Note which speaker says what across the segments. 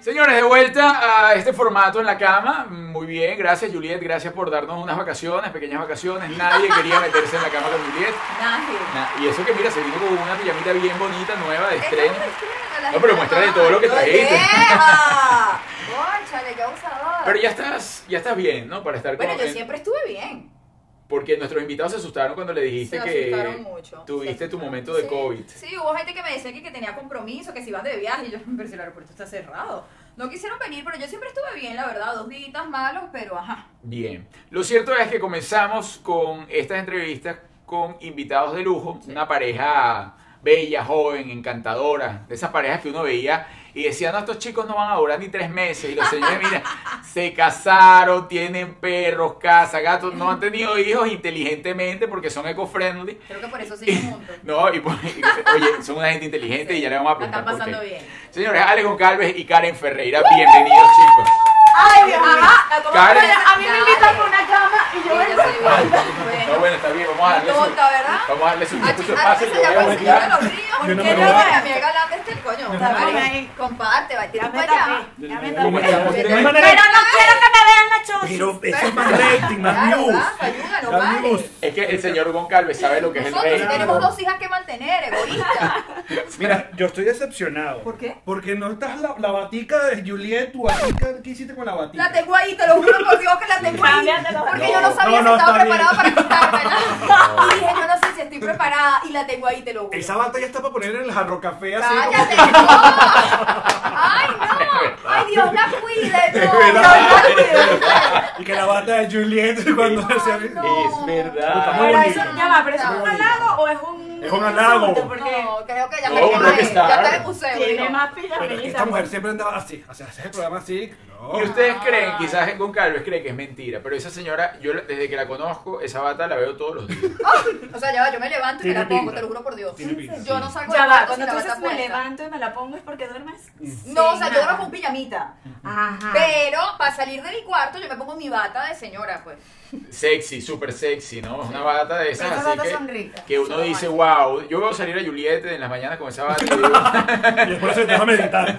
Speaker 1: Señores, de vuelta a este formato en la cama. Muy bien, gracias Juliet, gracias por darnos unas vacaciones, pequeñas vacaciones. Nadie quería meterse en la cama con Juliet.
Speaker 2: Nadie.
Speaker 1: Na- Y eso que mira, se vino con una pijamita bien bonita, nueva, de estreno.
Speaker 3: No,
Speaker 1: No, pero muéstrale todo lo que trajiste.
Speaker 3: ¡Cónchale, qué abusador!
Speaker 1: Pero ya estás, ya estás bien, ¿no? Para estar
Speaker 3: bueno,
Speaker 1: con...
Speaker 3: yo siempre estuve bien.
Speaker 1: Porque nuestros invitados se asustaron cuando le dijiste
Speaker 3: Se
Speaker 1: que
Speaker 3: asustaron mucho. Se
Speaker 1: tuviste tu
Speaker 3: asustaron.
Speaker 1: momento de
Speaker 3: Sí,
Speaker 1: COVID.
Speaker 3: Sí, hubo gente que me decía que, que tenía compromiso, que se iban de viaje. Y yo, pero si el aeropuerto está cerrado. No quisieron venir, pero yo siempre estuve bien, la verdad. Dos días malos, pero ajá.
Speaker 1: Bien. Lo cierto es que comenzamos con estas entrevistas con invitados de lujo, una pareja bella, joven, encantadora, de esas parejas que uno veía y decía, no, estos chicos no van a durar ni tres meses. Y los señores, mira, se casaron, tienen perros, casa, gatos, no han tenido hijos inteligentemente porque son eco-friendly.
Speaker 3: Creo que por eso siguen juntos.
Speaker 1: No, y, por- y- oye, son una gente inteligente y Este, ya le vamos a
Speaker 3: La
Speaker 1: preguntar
Speaker 3: están
Speaker 1: por qué.
Speaker 3: pasando bien.
Speaker 1: Señores, Ale Goncalves y Karen Ferreira, bienvenidos chicos.
Speaker 3: ¡Ay, Dios mío!
Speaker 1: Karen.
Speaker 3: A mí me invitan por una cama y yo vengo.
Speaker 1: No, bueno, está bien, vamos a darle su,
Speaker 3: Tonta, ¿verdad? Ah,
Speaker 1: vamos a darle su,
Speaker 3: A
Speaker 1: su
Speaker 3: chingar
Speaker 1: espacio
Speaker 3: que
Speaker 1: y
Speaker 3: se
Speaker 1: yo voy a
Speaker 3: llama el señor de
Speaker 1: voltear.
Speaker 3: los ríos. ¿Por
Speaker 4: Yo
Speaker 3: qué
Speaker 4: no
Speaker 3: no
Speaker 4: me lo
Speaker 3: voy
Speaker 4: voy
Speaker 3: a mi galante este el coño? Vale, Comparte, va a tirar para allá.
Speaker 1: ¿Cómo estamos?
Speaker 3: Pero-
Speaker 1: ¿Tienen-
Speaker 3: pero-
Speaker 4: Pero eso es más rating, más
Speaker 3: Claro,
Speaker 4: news.
Speaker 3: va, ayúdanos,
Speaker 4: Más
Speaker 3: vale.
Speaker 4: news.
Speaker 1: Es que el señor Goncalves sabe lo que es el
Speaker 3: Nosotros
Speaker 1: rey.
Speaker 3: tenemos dos hijas que mantener, egoísta.
Speaker 4: Mira, yo estoy decepcionado.
Speaker 3: ¿Por qué?
Speaker 4: Porque no estás la, la batica de Juliet, tu batica, ¿qué hiciste con la batica?
Speaker 3: La tengo ahí, te lo juro por Dios que la tengo ahí. Porque yo no
Speaker 4: No,
Speaker 3: sabía
Speaker 4: no,
Speaker 3: si estaba
Speaker 4: está bien.
Speaker 3: preparada para quitármela. Y dije, yo no sé si estoy preparada y la tengo ahí, te lo juro.
Speaker 4: Esa batalla está para poner en el jarro café así.
Speaker 3: ¡Cállate! no. ¡Ay, no! ¡Ay, Dios la cuide! no.
Speaker 4: Es verdad.
Speaker 3: Dios la cuide.
Speaker 4: como- y que la bata de Juliet cuando se
Speaker 3: no.
Speaker 1: Es verdad.
Speaker 4: Muy
Speaker 5: Pero
Speaker 4: bonito.
Speaker 5: eso, ya va, pero eso es
Speaker 3: No,
Speaker 5: un halago o es un.
Speaker 4: Es un halago.
Speaker 5: insulto? Porque
Speaker 3: No, creo que ya
Speaker 1: No,
Speaker 3: me quemé,
Speaker 1: rockstar.
Speaker 3: Ya está en el museo.
Speaker 5: tiene
Speaker 3: digo.
Speaker 5: más
Speaker 4: Pero es que esta mujer
Speaker 5: pijamita.
Speaker 4: siempre andaba así, o sea, hace el programa así. No.
Speaker 1: Y ustedes creen, quizás Goncalves cree que es mentira, pero esa señora, yo la- desde que la conozco, esa bata la veo todos los días.
Speaker 3: O sea, ya va, yo me levanto y me
Speaker 4: Tiene
Speaker 3: la pongo,
Speaker 4: pinta.
Speaker 3: te lo juro por Dios.
Speaker 4: Tiene pinta.
Speaker 3: Yo no salgo
Speaker 5: Ya
Speaker 3: del
Speaker 5: va,
Speaker 3: cuarto sin
Speaker 5: cuando
Speaker 3: la
Speaker 5: tú
Speaker 3: bata
Speaker 5: dices me
Speaker 3: puesta.
Speaker 5: levanto y me la pongo es porque duermes.
Speaker 3: No, o sea, yo
Speaker 5: nada. Ah.
Speaker 3: duermo con pijamita.
Speaker 5: Ajá.
Speaker 3: Pero para salir de mi cuarto yo me pongo mi bata de señora, pues.
Speaker 1: Sexy, súper sexy, ¿no? Es una bata de esas,
Speaker 5: Esas
Speaker 1: así
Speaker 5: batas
Speaker 1: que,
Speaker 5: son ricas.
Speaker 1: que uno
Speaker 3: Son
Speaker 1: dice,
Speaker 3: ricas.
Speaker 1: wow, yo veo salir a Juliet en las mañanas con esa bata y digo,
Speaker 4: Y después se te deja meditar.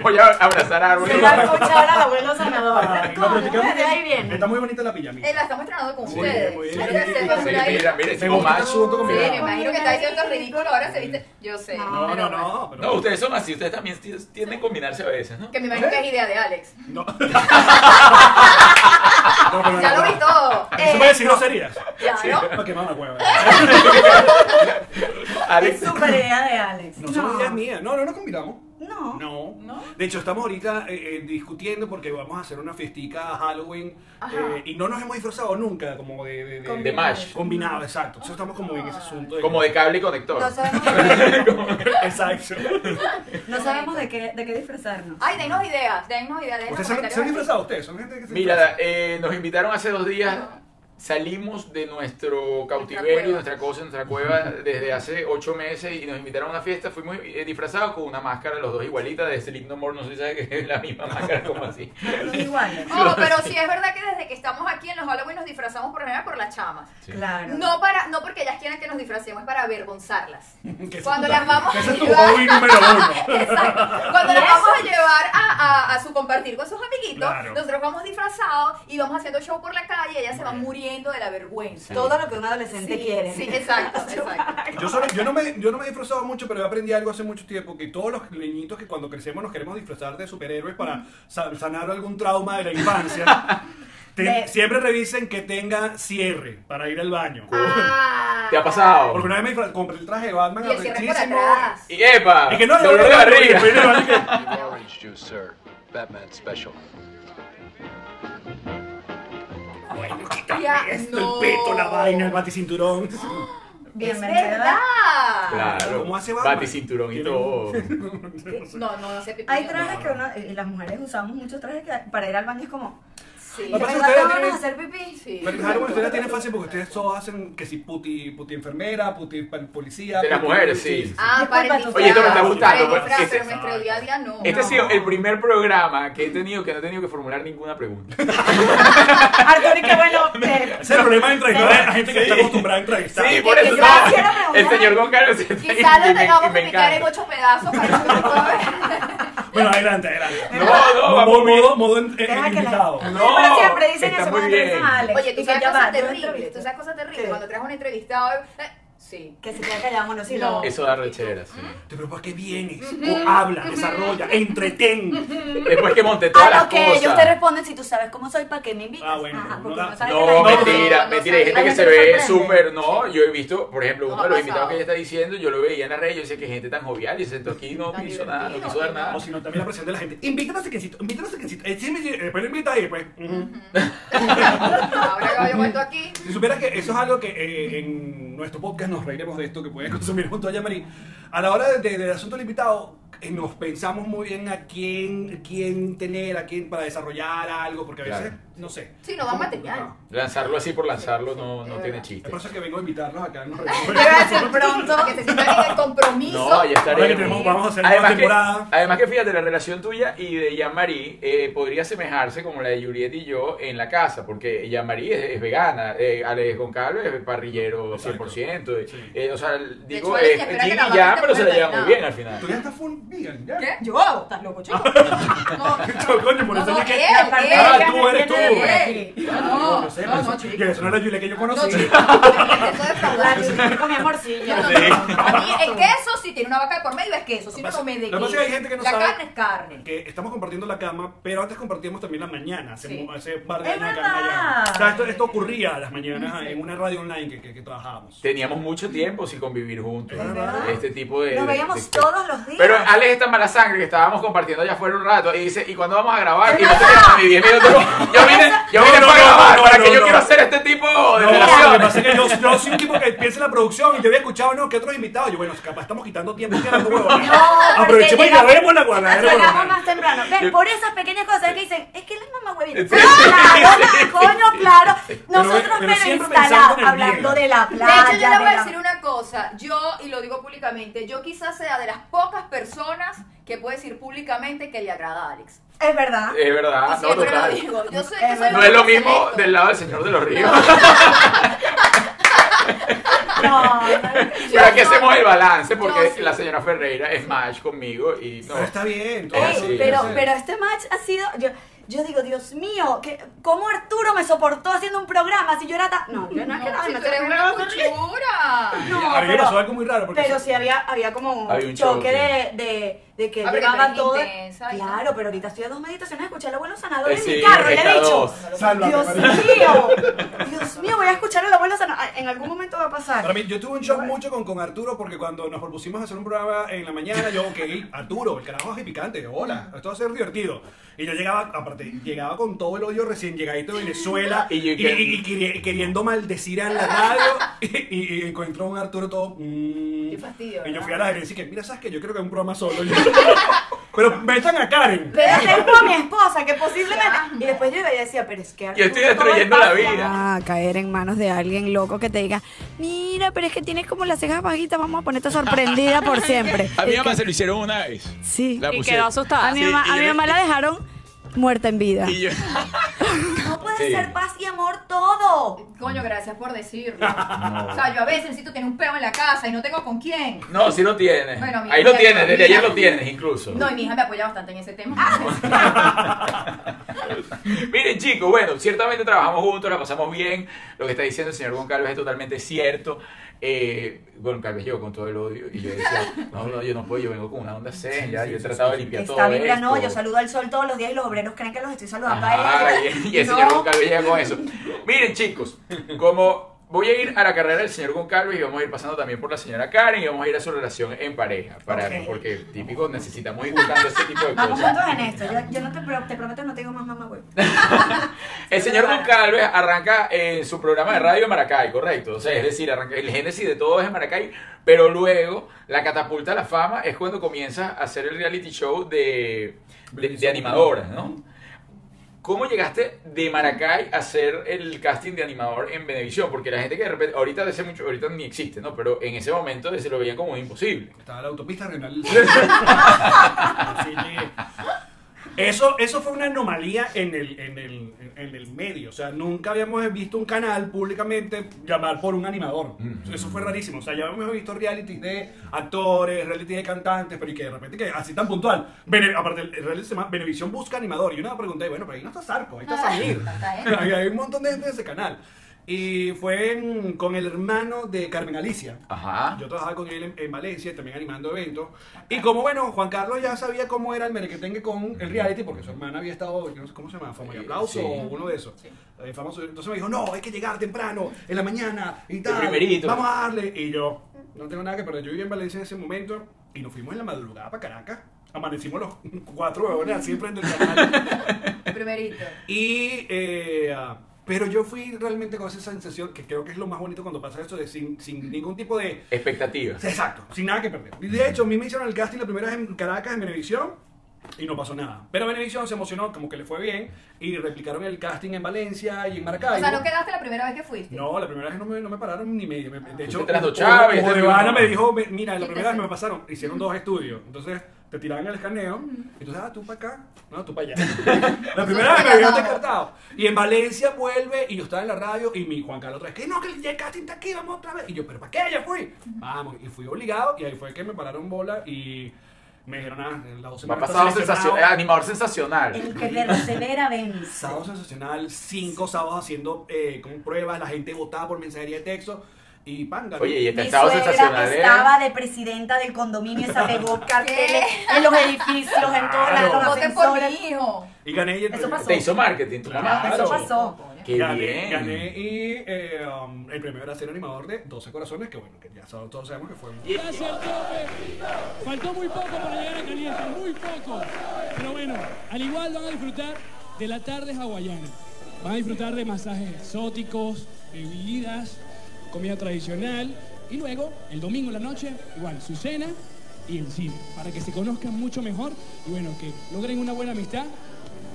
Speaker 1: voy a abrazar árboles.
Speaker 5: Se lo ha escuchado al abuelo sanador.
Speaker 4: No, pero te queda muy
Speaker 5: De ahí
Speaker 4: bien.
Speaker 5: viene.
Speaker 4: Está muy bonita la
Speaker 3: Eh, la
Speaker 4: pijamita.
Speaker 3: estamos estrenando con
Speaker 4: Sí,
Speaker 3: ustedes.
Speaker 4: muy bien.
Speaker 3: Quiero que sepan
Speaker 1: Sí,
Speaker 3: por ahí.
Speaker 1: mira, mira,
Speaker 4: Me
Speaker 1: hicimos
Speaker 4: gusta
Speaker 1: más.
Speaker 4: tu asunto con
Speaker 3: Sí,
Speaker 4: mi
Speaker 3: me
Speaker 4: bata.
Speaker 3: imagino que está diciendo ridículo, ahora se viste. Yo sé.
Speaker 5: No.
Speaker 4: No, no, no. pero-
Speaker 1: No, ustedes son así, ustedes también ti- tienden a combinarse a veces, ¿no?
Speaker 3: Que me imagino que es idea de Alex.
Speaker 4: No. No, pero
Speaker 3: Ya
Speaker 4: no,
Speaker 3: lo
Speaker 4: no.
Speaker 3: vi todo. Eh,
Speaker 4: ¿Se puede decir groserías?
Speaker 3: Claro.
Speaker 4: No, que mamá hueva.
Speaker 1: Alex,
Speaker 5: Es súper idea de Alex.
Speaker 4: No son ideas mías. No, no nos combinamos.
Speaker 5: No.
Speaker 4: No.
Speaker 5: ¿No?
Speaker 4: De hecho, estamos ahorita eh, eh, discutiendo porque vamos a hacer una fiestica a Halloween eh, y no nos hemos disfrazado nunca como de... De, de,
Speaker 1: de Mash,
Speaker 4: Combinado, exacto. Entonces estamos como en ese asunto. De,
Speaker 1: como de cable y conector.
Speaker 3: No sabemos.
Speaker 4: Exacto.
Speaker 5: No sabemos de qué, de qué disfrazarnos.
Speaker 3: Ay, denos ideas. Denos ideas. denos
Speaker 4: ¿Ustedes se han, se han
Speaker 3: comentarios.
Speaker 4: disfrazado ustedes? ¿Son gente que se
Speaker 1: Mira,
Speaker 4: disfraza?
Speaker 1: eh, nos invitaron hace dos días, salimos de nuestro cautiverio,
Speaker 3: cueva.
Speaker 1: nuestra cosa, nuestra cueva, desde hace ocho meses y nos invitaron a una fiesta. Fuimos eh, disfrazados con una máscara, los dos igualitas de Sleep No More, no sé si sabes que es la misma máscara, como así.
Speaker 5: Son iguales.
Speaker 3: No, pero sí es verdad que desde que estamos aquí en los Halloween nos disfrazamos por lo general por las chamas.
Speaker 1: Sí.
Speaker 5: Claro.
Speaker 3: No para, no porque ellas quieran que nos disfracemos, es para avergonzarlas.
Speaker 4: Que se
Speaker 3: Cuando
Speaker 4: puta.
Speaker 3: las vamos a
Speaker 4: Ese es tu
Speaker 3: llevar,
Speaker 4: hobby número uno.
Speaker 3: Exacto. cuando las vamos a llevar a, a- a su compartir con sus amiguitos,
Speaker 4: Claro.
Speaker 3: nosotros vamos disfrazados y vamos haciendo show por la calle, ellas se van muriendo de la vergüenza.
Speaker 6: Todo lo que un adolescente
Speaker 3: Sí,
Speaker 6: quiere.
Speaker 3: Sí, exacto, exacto.
Speaker 4: Yo, solo- yo no me, yo no me he disfrazado mucho, pero yo aprendí algo hace mucho tiempo, que todos los niñitos que cuando crecemos nos queremos disfrazar de superhéroes para sa- sanar algún trauma de la infancia, te-
Speaker 6: De-
Speaker 4: siempre revisen que tenga cierre para ir al baño.
Speaker 1: ¿Te ha
Speaker 4: Porque
Speaker 1: pasado?
Speaker 4: una vez me disfra- compré el traje de Batman
Speaker 3: Ah, Y el cierre por
Speaker 4: arrechísimo.
Speaker 3: atrás.
Speaker 1: Y ¡Epa!
Speaker 4: Y que no le
Speaker 1: Dolor de barriga.
Speaker 7: Orange juice, sir. Batman special.
Speaker 3: Ya,
Speaker 4: Esto,
Speaker 3: no.
Speaker 4: el peto, la vaina, el baticinturón.
Speaker 3: Es
Speaker 6: Bienvenida.
Speaker 3: verdad.
Speaker 1: Claro.
Speaker 4: ¿Cómo hace Batman?
Speaker 1: Bati cinturón y
Speaker 4: Tiene-
Speaker 1: todo.
Speaker 3: No, no, no se pipí.
Speaker 6: Hay trajes que uno, y las mujeres usamos muchos trajes que para ir al baño es como,
Speaker 3: Sí.
Speaker 4: Lo que pasa es
Speaker 6: ¿verdad
Speaker 4: que ustedes
Speaker 6: que van
Speaker 4: tienen-
Speaker 6: a hacer pipí?
Speaker 3: Sí.
Speaker 4: Pero claro, ustedes la tienen fácil porque ustedes todos hacen que si puti, puti enfermera, puti pal- policía.
Speaker 1: De las
Speaker 4: puti-
Speaker 1: mujeres, sí.
Speaker 3: Ah,
Speaker 6: Disculpa,
Speaker 3: para el
Speaker 6: tú
Speaker 3: disfraz.
Speaker 1: Oye, esto me está gustando,
Speaker 3: Para el
Speaker 1: pues,
Speaker 3: disfraz,
Speaker 1: este-
Speaker 3: pero nuestro día a día no.
Speaker 1: Este
Speaker 3: no.
Speaker 1: ha sido el primer programa que he tenido que no he tenido que formular ninguna pregunta.
Speaker 6: Arturo, y qué bueno. eh,
Speaker 4: Ese es el problema de entrevistar a la gente que está acostumbrada a entrevistar.
Speaker 1: Sí, por eso
Speaker 6: que ya
Speaker 1: no.
Speaker 6: quiero preguntar.
Speaker 1: El señor Goncaro se está
Speaker 3: Quizás
Speaker 1: y
Speaker 3: lo
Speaker 1: me- y
Speaker 3: tengamos
Speaker 1: me
Speaker 3: que picar en
Speaker 1: encanta.
Speaker 3: ocho pedazos para que uno pueda ver.
Speaker 4: Bueno, adelante, adelante.
Speaker 1: No, no, vamos
Speaker 4: modo,
Speaker 1: bien.
Speaker 4: modo, modo en- en-
Speaker 6: deja que la-
Speaker 4: invitado.
Speaker 6: Pero
Speaker 1: No,
Speaker 6: siempre dicen
Speaker 1: está muy
Speaker 6: eso cuando entrevistan
Speaker 1: bien.
Speaker 6: a Alex.
Speaker 3: Oye, tú
Speaker 6: y que
Speaker 3: sabes
Speaker 6: ya va,
Speaker 3: cosas
Speaker 6: yo
Speaker 3: terribles.
Speaker 6: entrevisto.
Speaker 3: Tú sabes cosas
Speaker 6: Sí.
Speaker 3: terribles. Cuando traes a un entrevistado. eh, Sí.
Speaker 6: Que se queda callado monósilo.
Speaker 3: No.
Speaker 1: Eso da rechera, sí.
Speaker 4: Pero ¿para qué vienes? O habla, desarrolla, entretén.
Speaker 1: Después que monte todas
Speaker 6: A
Speaker 1: las
Speaker 6: lo que Ah, ellos te
Speaker 1: cosas.
Speaker 6: responden, si tú sabes cómo soy, ¿para qué me invitas?
Speaker 4: Ah, bueno, no
Speaker 6: porque
Speaker 4: da-
Speaker 6: no sabes que
Speaker 1: No,
Speaker 6: la gente-
Speaker 1: mentira,
Speaker 3: no, no
Speaker 1: mentira. Hay gente
Speaker 6: sabe.
Speaker 1: que se
Speaker 6: La gente
Speaker 1: ve
Speaker 6: se
Speaker 1: súper. No, yo he visto, por ejemplo, uno
Speaker 3: Nos ha
Speaker 1: de los invitados que
Speaker 3: pasado.
Speaker 1: ella está diciendo, yo lo veía en las redes, yo decía que gente tan jovial, y dice, "Entonces aquí no
Speaker 3: Tan
Speaker 1: quiso nada, no
Speaker 3: divertido,
Speaker 1: quiso dar nada.
Speaker 4: O si no, también la presión de la gente. Invítanos a Sequencito, invítanos a Sequencito. Eh, sí, me- eh, Después lo invita y después. ujú.
Speaker 3: Ahora que yo cuento aquí.
Speaker 4: Si supieras que eso es algo que eh, en nuestro podcast nos reiremos de esto, que pueden consumir junto a Yamari. A la hora de- de- del asunto del invitado, eh, nos pensamos muy bien a quién, quién tener, a quién para desarrollar algo, porque a veces,
Speaker 1: Claro.
Speaker 4: no sé.
Speaker 3: Sí, no da
Speaker 4: ¿Cómo?
Speaker 3: material.
Speaker 4: Ah.
Speaker 1: Lanzarlo así por lanzarlo no,
Speaker 3: Es
Speaker 1: no
Speaker 3: verdad.
Speaker 1: tiene
Speaker 4: Es
Speaker 1: chiste.
Speaker 4: por eso que vengo a invitarlos acá. ¿no?
Speaker 6: Te iba a decir pronto.
Speaker 3: Para que se sientan en el compromiso.
Speaker 1: No, ya
Speaker 4: Ahora que
Speaker 1: estaremos.
Speaker 4: tenemos, vamos a hacer una
Speaker 1: Además que,
Speaker 4: temporada.
Speaker 1: además que fíjate, la relación tuya y de Jean-Marie eh, podría asemejarse como la de Juliet y yo en la casa, porque Jean-Marie es, es vegana, eh, Alex Goncalo es parrillero
Speaker 4: Exacto.
Speaker 1: 100%. eh,
Speaker 4: Sí.
Speaker 1: eh, o sea, el- digo,
Speaker 3: Alex
Speaker 1: es
Speaker 3: espera
Speaker 1: Jin
Speaker 3: que
Speaker 1: y
Speaker 3: la
Speaker 1: Jan,
Speaker 3: vaca
Speaker 1: pero se la
Speaker 3: esté
Speaker 1: llevan muy
Speaker 3: preparada.
Speaker 1: bien al final.
Speaker 4: Tú ya estás full vegan, ya.
Speaker 3: ¿Qué? Yo, estás loco, chico. No,
Speaker 4: Yo, coño, por
Speaker 3: No,
Speaker 4: eso
Speaker 3: no,
Speaker 4: es que...
Speaker 3: él,
Speaker 6: Aparte,
Speaker 3: él,
Speaker 6: ella
Speaker 4: Ah, tú
Speaker 6: no
Speaker 4: eres
Speaker 6: tiene
Speaker 4: tú.
Speaker 6: de por aquí.
Speaker 3: No,
Speaker 4: sé,
Speaker 3: no, no,
Speaker 4: pero eso-
Speaker 3: chico.
Speaker 4: que eso no era Julia que yo
Speaker 3: No,
Speaker 4: conocí.
Speaker 3: chico, empezó a defraudar.
Speaker 6: Ay, yo comía morcilla.
Speaker 3: No, no, no. A mí el queso, si tiene una vaca de por medio, es queso. Si no,
Speaker 4: Lo pasa-
Speaker 3: no me de
Speaker 4: lo pasa
Speaker 3: queso.
Speaker 4: es que hay gente que no
Speaker 3: La
Speaker 4: sabe-
Speaker 3: carne es carne.
Speaker 4: que estamos compartiendo la cama, pero antes compartíamos también la mañana, hace,
Speaker 3: Sí.
Speaker 4: hace par de
Speaker 6: ¡Es
Speaker 4: años acá en
Speaker 6: verdad!
Speaker 4: Miami. O sea, esto, esto ocurría a las mañanas en una radio online que, que, que trabajábamos.
Speaker 1: Teníamos mucho tiempo sin convivir juntos.
Speaker 4: Es verdad.
Speaker 1: Este tipo de.
Speaker 6: Nos
Speaker 1: de-
Speaker 6: veíamos
Speaker 1: de-
Speaker 6: todos los días.
Speaker 1: Pero Alex está mala sangre que estábamos compartiendo allá afuera un rato y dice, ¿y cuándo vamos a grabar? Y no teníamos ni 10 minutos. Yo vine, yo
Speaker 4: No,
Speaker 1: vine
Speaker 4: no,
Speaker 1: para
Speaker 4: no,
Speaker 1: grabar,
Speaker 4: no,
Speaker 1: para
Speaker 4: no,
Speaker 1: que yo
Speaker 4: no.
Speaker 1: quiero hacer este tipo de
Speaker 4: No, lo que
Speaker 1: relaciones.
Speaker 4: pasa es que yo, yo soy un tipo que piensa en la producción y te había escuchado, no, que otros invitados. Yo, bueno, capaz estamos quitando tiempo. que era como, bueno,
Speaker 6: porque
Speaker 4: Aprovechemos y
Speaker 6: llegamos-
Speaker 4: grabemos la guardadera.
Speaker 6: Llegamos
Speaker 4: bueno.
Speaker 6: más temprano.
Speaker 1: Yo-
Speaker 6: Ven, por esas pequeñas cosas que dicen, es que las mamá huevitas.
Speaker 1: Sí, sí,
Speaker 6: Claro, ma, coño, claro. Nosotros,
Speaker 4: pero
Speaker 6: pero,
Speaker 4: siempre pensando
Speaker 6: instalados,
Speaker 4: en el
Speaker 6: hablando
Speaker 4: bien.
Speaker 6: de la
Speaker 3: De hecho,
Speaker 6: playa.
Speaker 3: yo le voy
Speaker 6: de
Speaker 3: a
Speaker 6: la-
Speaker 3: decir una cosa. Yo, y lo digo públicamente, yo quizás sea de las pocas personas que puede decir públicamente que le agrada a Alex.
Speaker 6: Es verdad.
Speaker 1: Es
Speaker 4: Ah,
Speaker 1: verdad,
Speaker 3: Y
Speaker 1: no,
Speaker 3: siempre lo
Speaker 1: total.
Speaker 3: digo. Yo sé
Speaker 6: Es
Speaker 3: que soy
Speaker 6: verdad.
Speaker 1: No es lo mismo
Speaker 3: selecto.
Speaker 1: del lado del Señor de los Ríos.
Speaker 6: No, no.
Speaker 1: Pero aquí
Speaker 3: Yo no.
Speaker 1: hacemos el balance porque
Speaker 3: Yo sí.
Speaker 1: la señora Ferreira es match conmigo y no.
Speaker 4: Pero está bien. todo
Speaker 1: Es
Speaker 6: Ey,
Speaker 1: así,
Speaker 4: eso,
Speaker 6: pero,
Speaker 1: es así.
Speaker 6: pero este match ha sido. Yo, yo digo, Dios mío, que, ¿cómo Arturo me soportó haciendo un programa si yo era tan. No, yo no, es
Speaker 3: No,
Speaker 6: que era
Speaker 3: si tú
Speaker 6: demasiado-
Speaker 3: eres una cuchura.
Speaker 6: No,
Speaker 4: A mí me
Speaker 6: pero-
Speaker 4: pasó algo muy raro. Porque
Speaker 6: Pero sí había, había como un,
Speaker 1: Había un
Speaker 6: choque
Speaker 1: choque.
Speaker 6: de, de, de que
Speaker 3: Ah, porque
Speaker 6: llevaba
Speaker 3: tú
Speaker 6: todo.
Speaker 3: eres intensa y
Speaker 6: Claro,
Speaker 3: tal.
Speaker 6: pero ahorita estoy a dos meditaciones, escuché al abuelo sanador
Speaker 1: Eh,
Speaker 6: en
Speaker 1: sí,
Speaker 6: mi carro, le
Speaker 1: está
Speaker 6: he dicho.
Speaker 1: dos.
Speaker 4: Sálvame,
Speaker 6: Dios
Speaker 4: María.
Speaker 6: mío, Dios mío, voy a escuchar al abuelo sanador. En algún momento va a pasar.
Speaker 4: Para mí, yo tuve un shock mucho con, con Arturo porque cuando nos propusimos hacer un programa en la mañana, yo, ok, Arturo, el carajo es picante, hola, esto va a ser divertido. Y yo llegaba, aparte, llegaba con todo el odio recién llegadito de Venezuela y,
Speaker 1: Y yo
Speaker 4: y-
Speaker 1: que-
Speaker 4: y queri- queriendo maldecir a la radio y, y- y encontró un Arturo todo. mm.
Speaker 3: Qué fastidio,
Speaker 4: Y yo
Speaker 3: ¿verdad?
Speaker 4: fui a la gerencia y que, mira, ¿sabes qué? Yo creo que es un programa solo. Yo- pero metan a Karen.
Speaker 6: Pero tengo a mi esposa que posiblemente. Y después yo iba y decía, pero es que.
Speaker 1: Yo estoy
Speaker 6: Arturo, ¿cómo
Speaker 1: destruyendo la
Speaker 6: estás?
Speaker 1: vida.
Speaker 6: Ah, caer en manos de alguien loco que te diga, mira, pero es que tienes como las cejas bajitas, vamos a ponerte sorprendida por siempre. Es que-
Speaker 1: se lo hicieron una vez.
Speaker 6: Sí.
Speaker 1: La
Speaker 8: Y
Speaker 1: puse-
Speaker 8: quedó asustada.
Speaker 6: A mi,
Speaker 1: Sí,
Speaker 6: mamá,
Speaker 1: y
Speaker 6: a mi
Speaker 1: yo-
Speaker 6: mamá la dejaron muerta en vida.
Speaker 1: Y yo-
Speaker 6: No puede
Speaker 1: Sí.
Speaker 6: ser paz y amor todo.
Speaker 3: Coño, gracias por decirlo. O sea, yo a veces necesito tener un peo en la casa y no tengo con quién.
Speaker 1: No, sí lo tienes.
Speaker 3: Bueno, mira,
Speaker 1: Ahí lo
Speaker 3: mira,
Speaker 1: tienes, desde
Speaker 3: mira.
Speaker 1: ayer lo tienes incluso.
Speaker 3: No, y mi hija me apoya bastante en ese tema.
Speaker 1: Miren, chicos, bueno, ciertamente trabajamos juntos, la pasamos bien. Lo que está diciendo el señor Goncalves es totalmente cierto. Eh, Goncalves yo con todo el odio y yo decía, no, no, yo no puedo, yo vengo con una onda zen, ya, yo he tratado de limpiar todo
Speaker 6: Esta vibra no,
Speaker 1: esto".
Speaker 6: yo saludo al sol todos los días y los obreros creen que los estoy saludando
Speaker 1: Ajá,
Speaker 6: a ellos.
Speaker 1: y, y el señor Goncalves llega con eso. Miren, chicos, como voy a ir a la carrera del señor Goncalves y vamos a ir pasando también por la señora Karen y vamos a ir a su relación en pareja. Para,
Speaker 6: Ok.
Speaker 1: Porque típico necesitamos ir buscando ese este tipo de
Speaker 6: Vamos
Speaker 1: cosas.
Speaker 6: juntos en esto. Yo, yo no te, pro- te prometo no tengo más mamá huevo.
Speaker 1: El señor Goncalves arranca en su programa de radio en Maracay, correcto. O sea, es decir, arranca- el génesis de todo es en Maracay, pero luego la catapulta a la fama es cuando comienza a hacer el reality show de, de, de animadoras, ¿no? ¿Cómo llegaste de Maracay a hacer el casting de animador en Venevisión? Porque la gente que de repente, ahorita hace mucho, ahorita ni existe, ¿no? Pero en ese momento se lo veían como imposible.
Speaker 4: Estaba la autopista renal. Así que eso, eso fue una anomalía en el, en, el, en el medio. O sea, nunca habíamos visto un canal públicamente llamar por un animador.
Speaker 1: Ujú.
Speaker 4: Eso fue rarísimo. O sea, ya habíamos visto reality de actores, reality de cantantes, pero y que de repente que así tan puntual. Bene- aparte, el reality se llama Benevisión busca animador. Y una pregunté, bueno, pero ahí no está Sarco, ahí está Samir. Ahí hay un montón de gente de ese canal. Y fue mm, con el hermano de Carmen Alicia.
Speaker 1: Ajá.
Speaker 4: Yo trabajaba con él en, en Valencia, también animando eventos. Y como bueno, Juan Carlos ya sabía cómo era el merequetengue con el reality, porque su hermana había estado, yo no sé cómo se llama, Fama y
Speaker 1: Eh,
Speaker 4: Aplauso
Speaker 1: sí.
Speaker 4: o uno de esos. Eh, famoso. Entonces me dijo, no, hay que llegar temprano, en la mañana y tal.
Speaker 1: primerito.
Speaker 4: Vamos a darle. Y yo, no tengo nada que perder. Yo vivía en Valencia en ese momento y nos fuimos en la madrugada para Caracas. Amanecimos los cuatro huevones así frente al canal.
Speaker 3: Primerito.
Speaker 4: Y, eh, ah, pero yo fui realmente con esa sensación, que creo que es lo más bonito cuando pasa esto, de sin, sin ningún tipo de...
Speaker 1: Expectativas.
Speaker 4: Exacto, sin nada que perder. Y de hecho, a mí me hicieron el casting la primera vez en Caracas, en Benevisión, y no pasó nada. Pero Benevisión se emocionó, como que le fue bien, y replicaron el casting en Valencia y en
Speaker 3: O
Speaker 4: Maracaibo.
Speaker 3: sea, no quedaste la primera vez que fuiste.
Speaker 4: No, la primera vez no me, no me pararon ni medio. me- de hecho,
Speaker 1: te las
Speaker 4: Hugo-
Speaker 1: dochabas y
Speaker 4: Hugo
Speaker 1: te-
Speaker 4: de Habana me dijo, me- mira, la
Speaker 3: Sí,
Speaker 4: primera vez
Speaker 3: te-
Speaker 4: me pasaron, hicieron dos estudios. Entonces, te tiraban el escaneo, y tú ah, tú para acá, no, tú para allá. la primera vez me habían descartado. Y en Valencia vuelve, y yo estaba en la radio, y mi Juan Carlos otra vez, que no, que el casting está aquí, vamos otra vez. Y yo, pero ¿para qué? Ya fui. Vamos, y fui obligado, y ahí fue que me pararon bola, y me dijeron, ah, la dos
Speaker 1: Va
Speaker 4: semanas está
Speaker 1: pasado
Speaker 4: seleccionado".
Speaker 1: sensacional, animador sensacional.
Speaker 6: El que persevera vence.
Speaker 4: Sábado sensacional, cinco sábados haciendo eh, con pruebas, la gente votaba por mensajería de texto y panga. ¿no?
Speaker 1: Oye, y este
Speaker 6: Mi
Speaker 1: estado
Speaker 6: suegra
Speaker 1: sensacional era-
Speaker 6: estaba de presidenta del condominio, esa pegó carteles en los edificios, en todos
Speaker 4: Claro.
Speaker 6: lados,
Speaker 3: Voten
Speaker 6: en los
Speaker 3: por mi
Speaker 6: ascensores.
Speaker 3: hijo. Ah,
Speaker 4: Y gané y
Speaker 6: Eso pasó.
Speaker 1: Te hizo marketing, tu mamá.
Speaker 4: Claro.
Speaker 6: Eso pasó.
Speaker 1: Qué
Speaker 4: gané,
Speaker 1: bien.
Speaker 4: gané y eh, um, el premio era ser animador de 12 corazones, que bueno, que ya so- todos sabemos que fue un...
Speaker 9: Gracias, profe. Faltó muy poco para llegar a caliente, muy poco. Pero bueno, al igual van a disfrutar de la tarde hawaiana. Van a disfrutar de masajes exóticos, bebidas, comida tradicional. Y luego, el domingo en la noche, igual, su cena y el cine. Para que se conozcan mucho mejor y bueno, que logren una buena amistad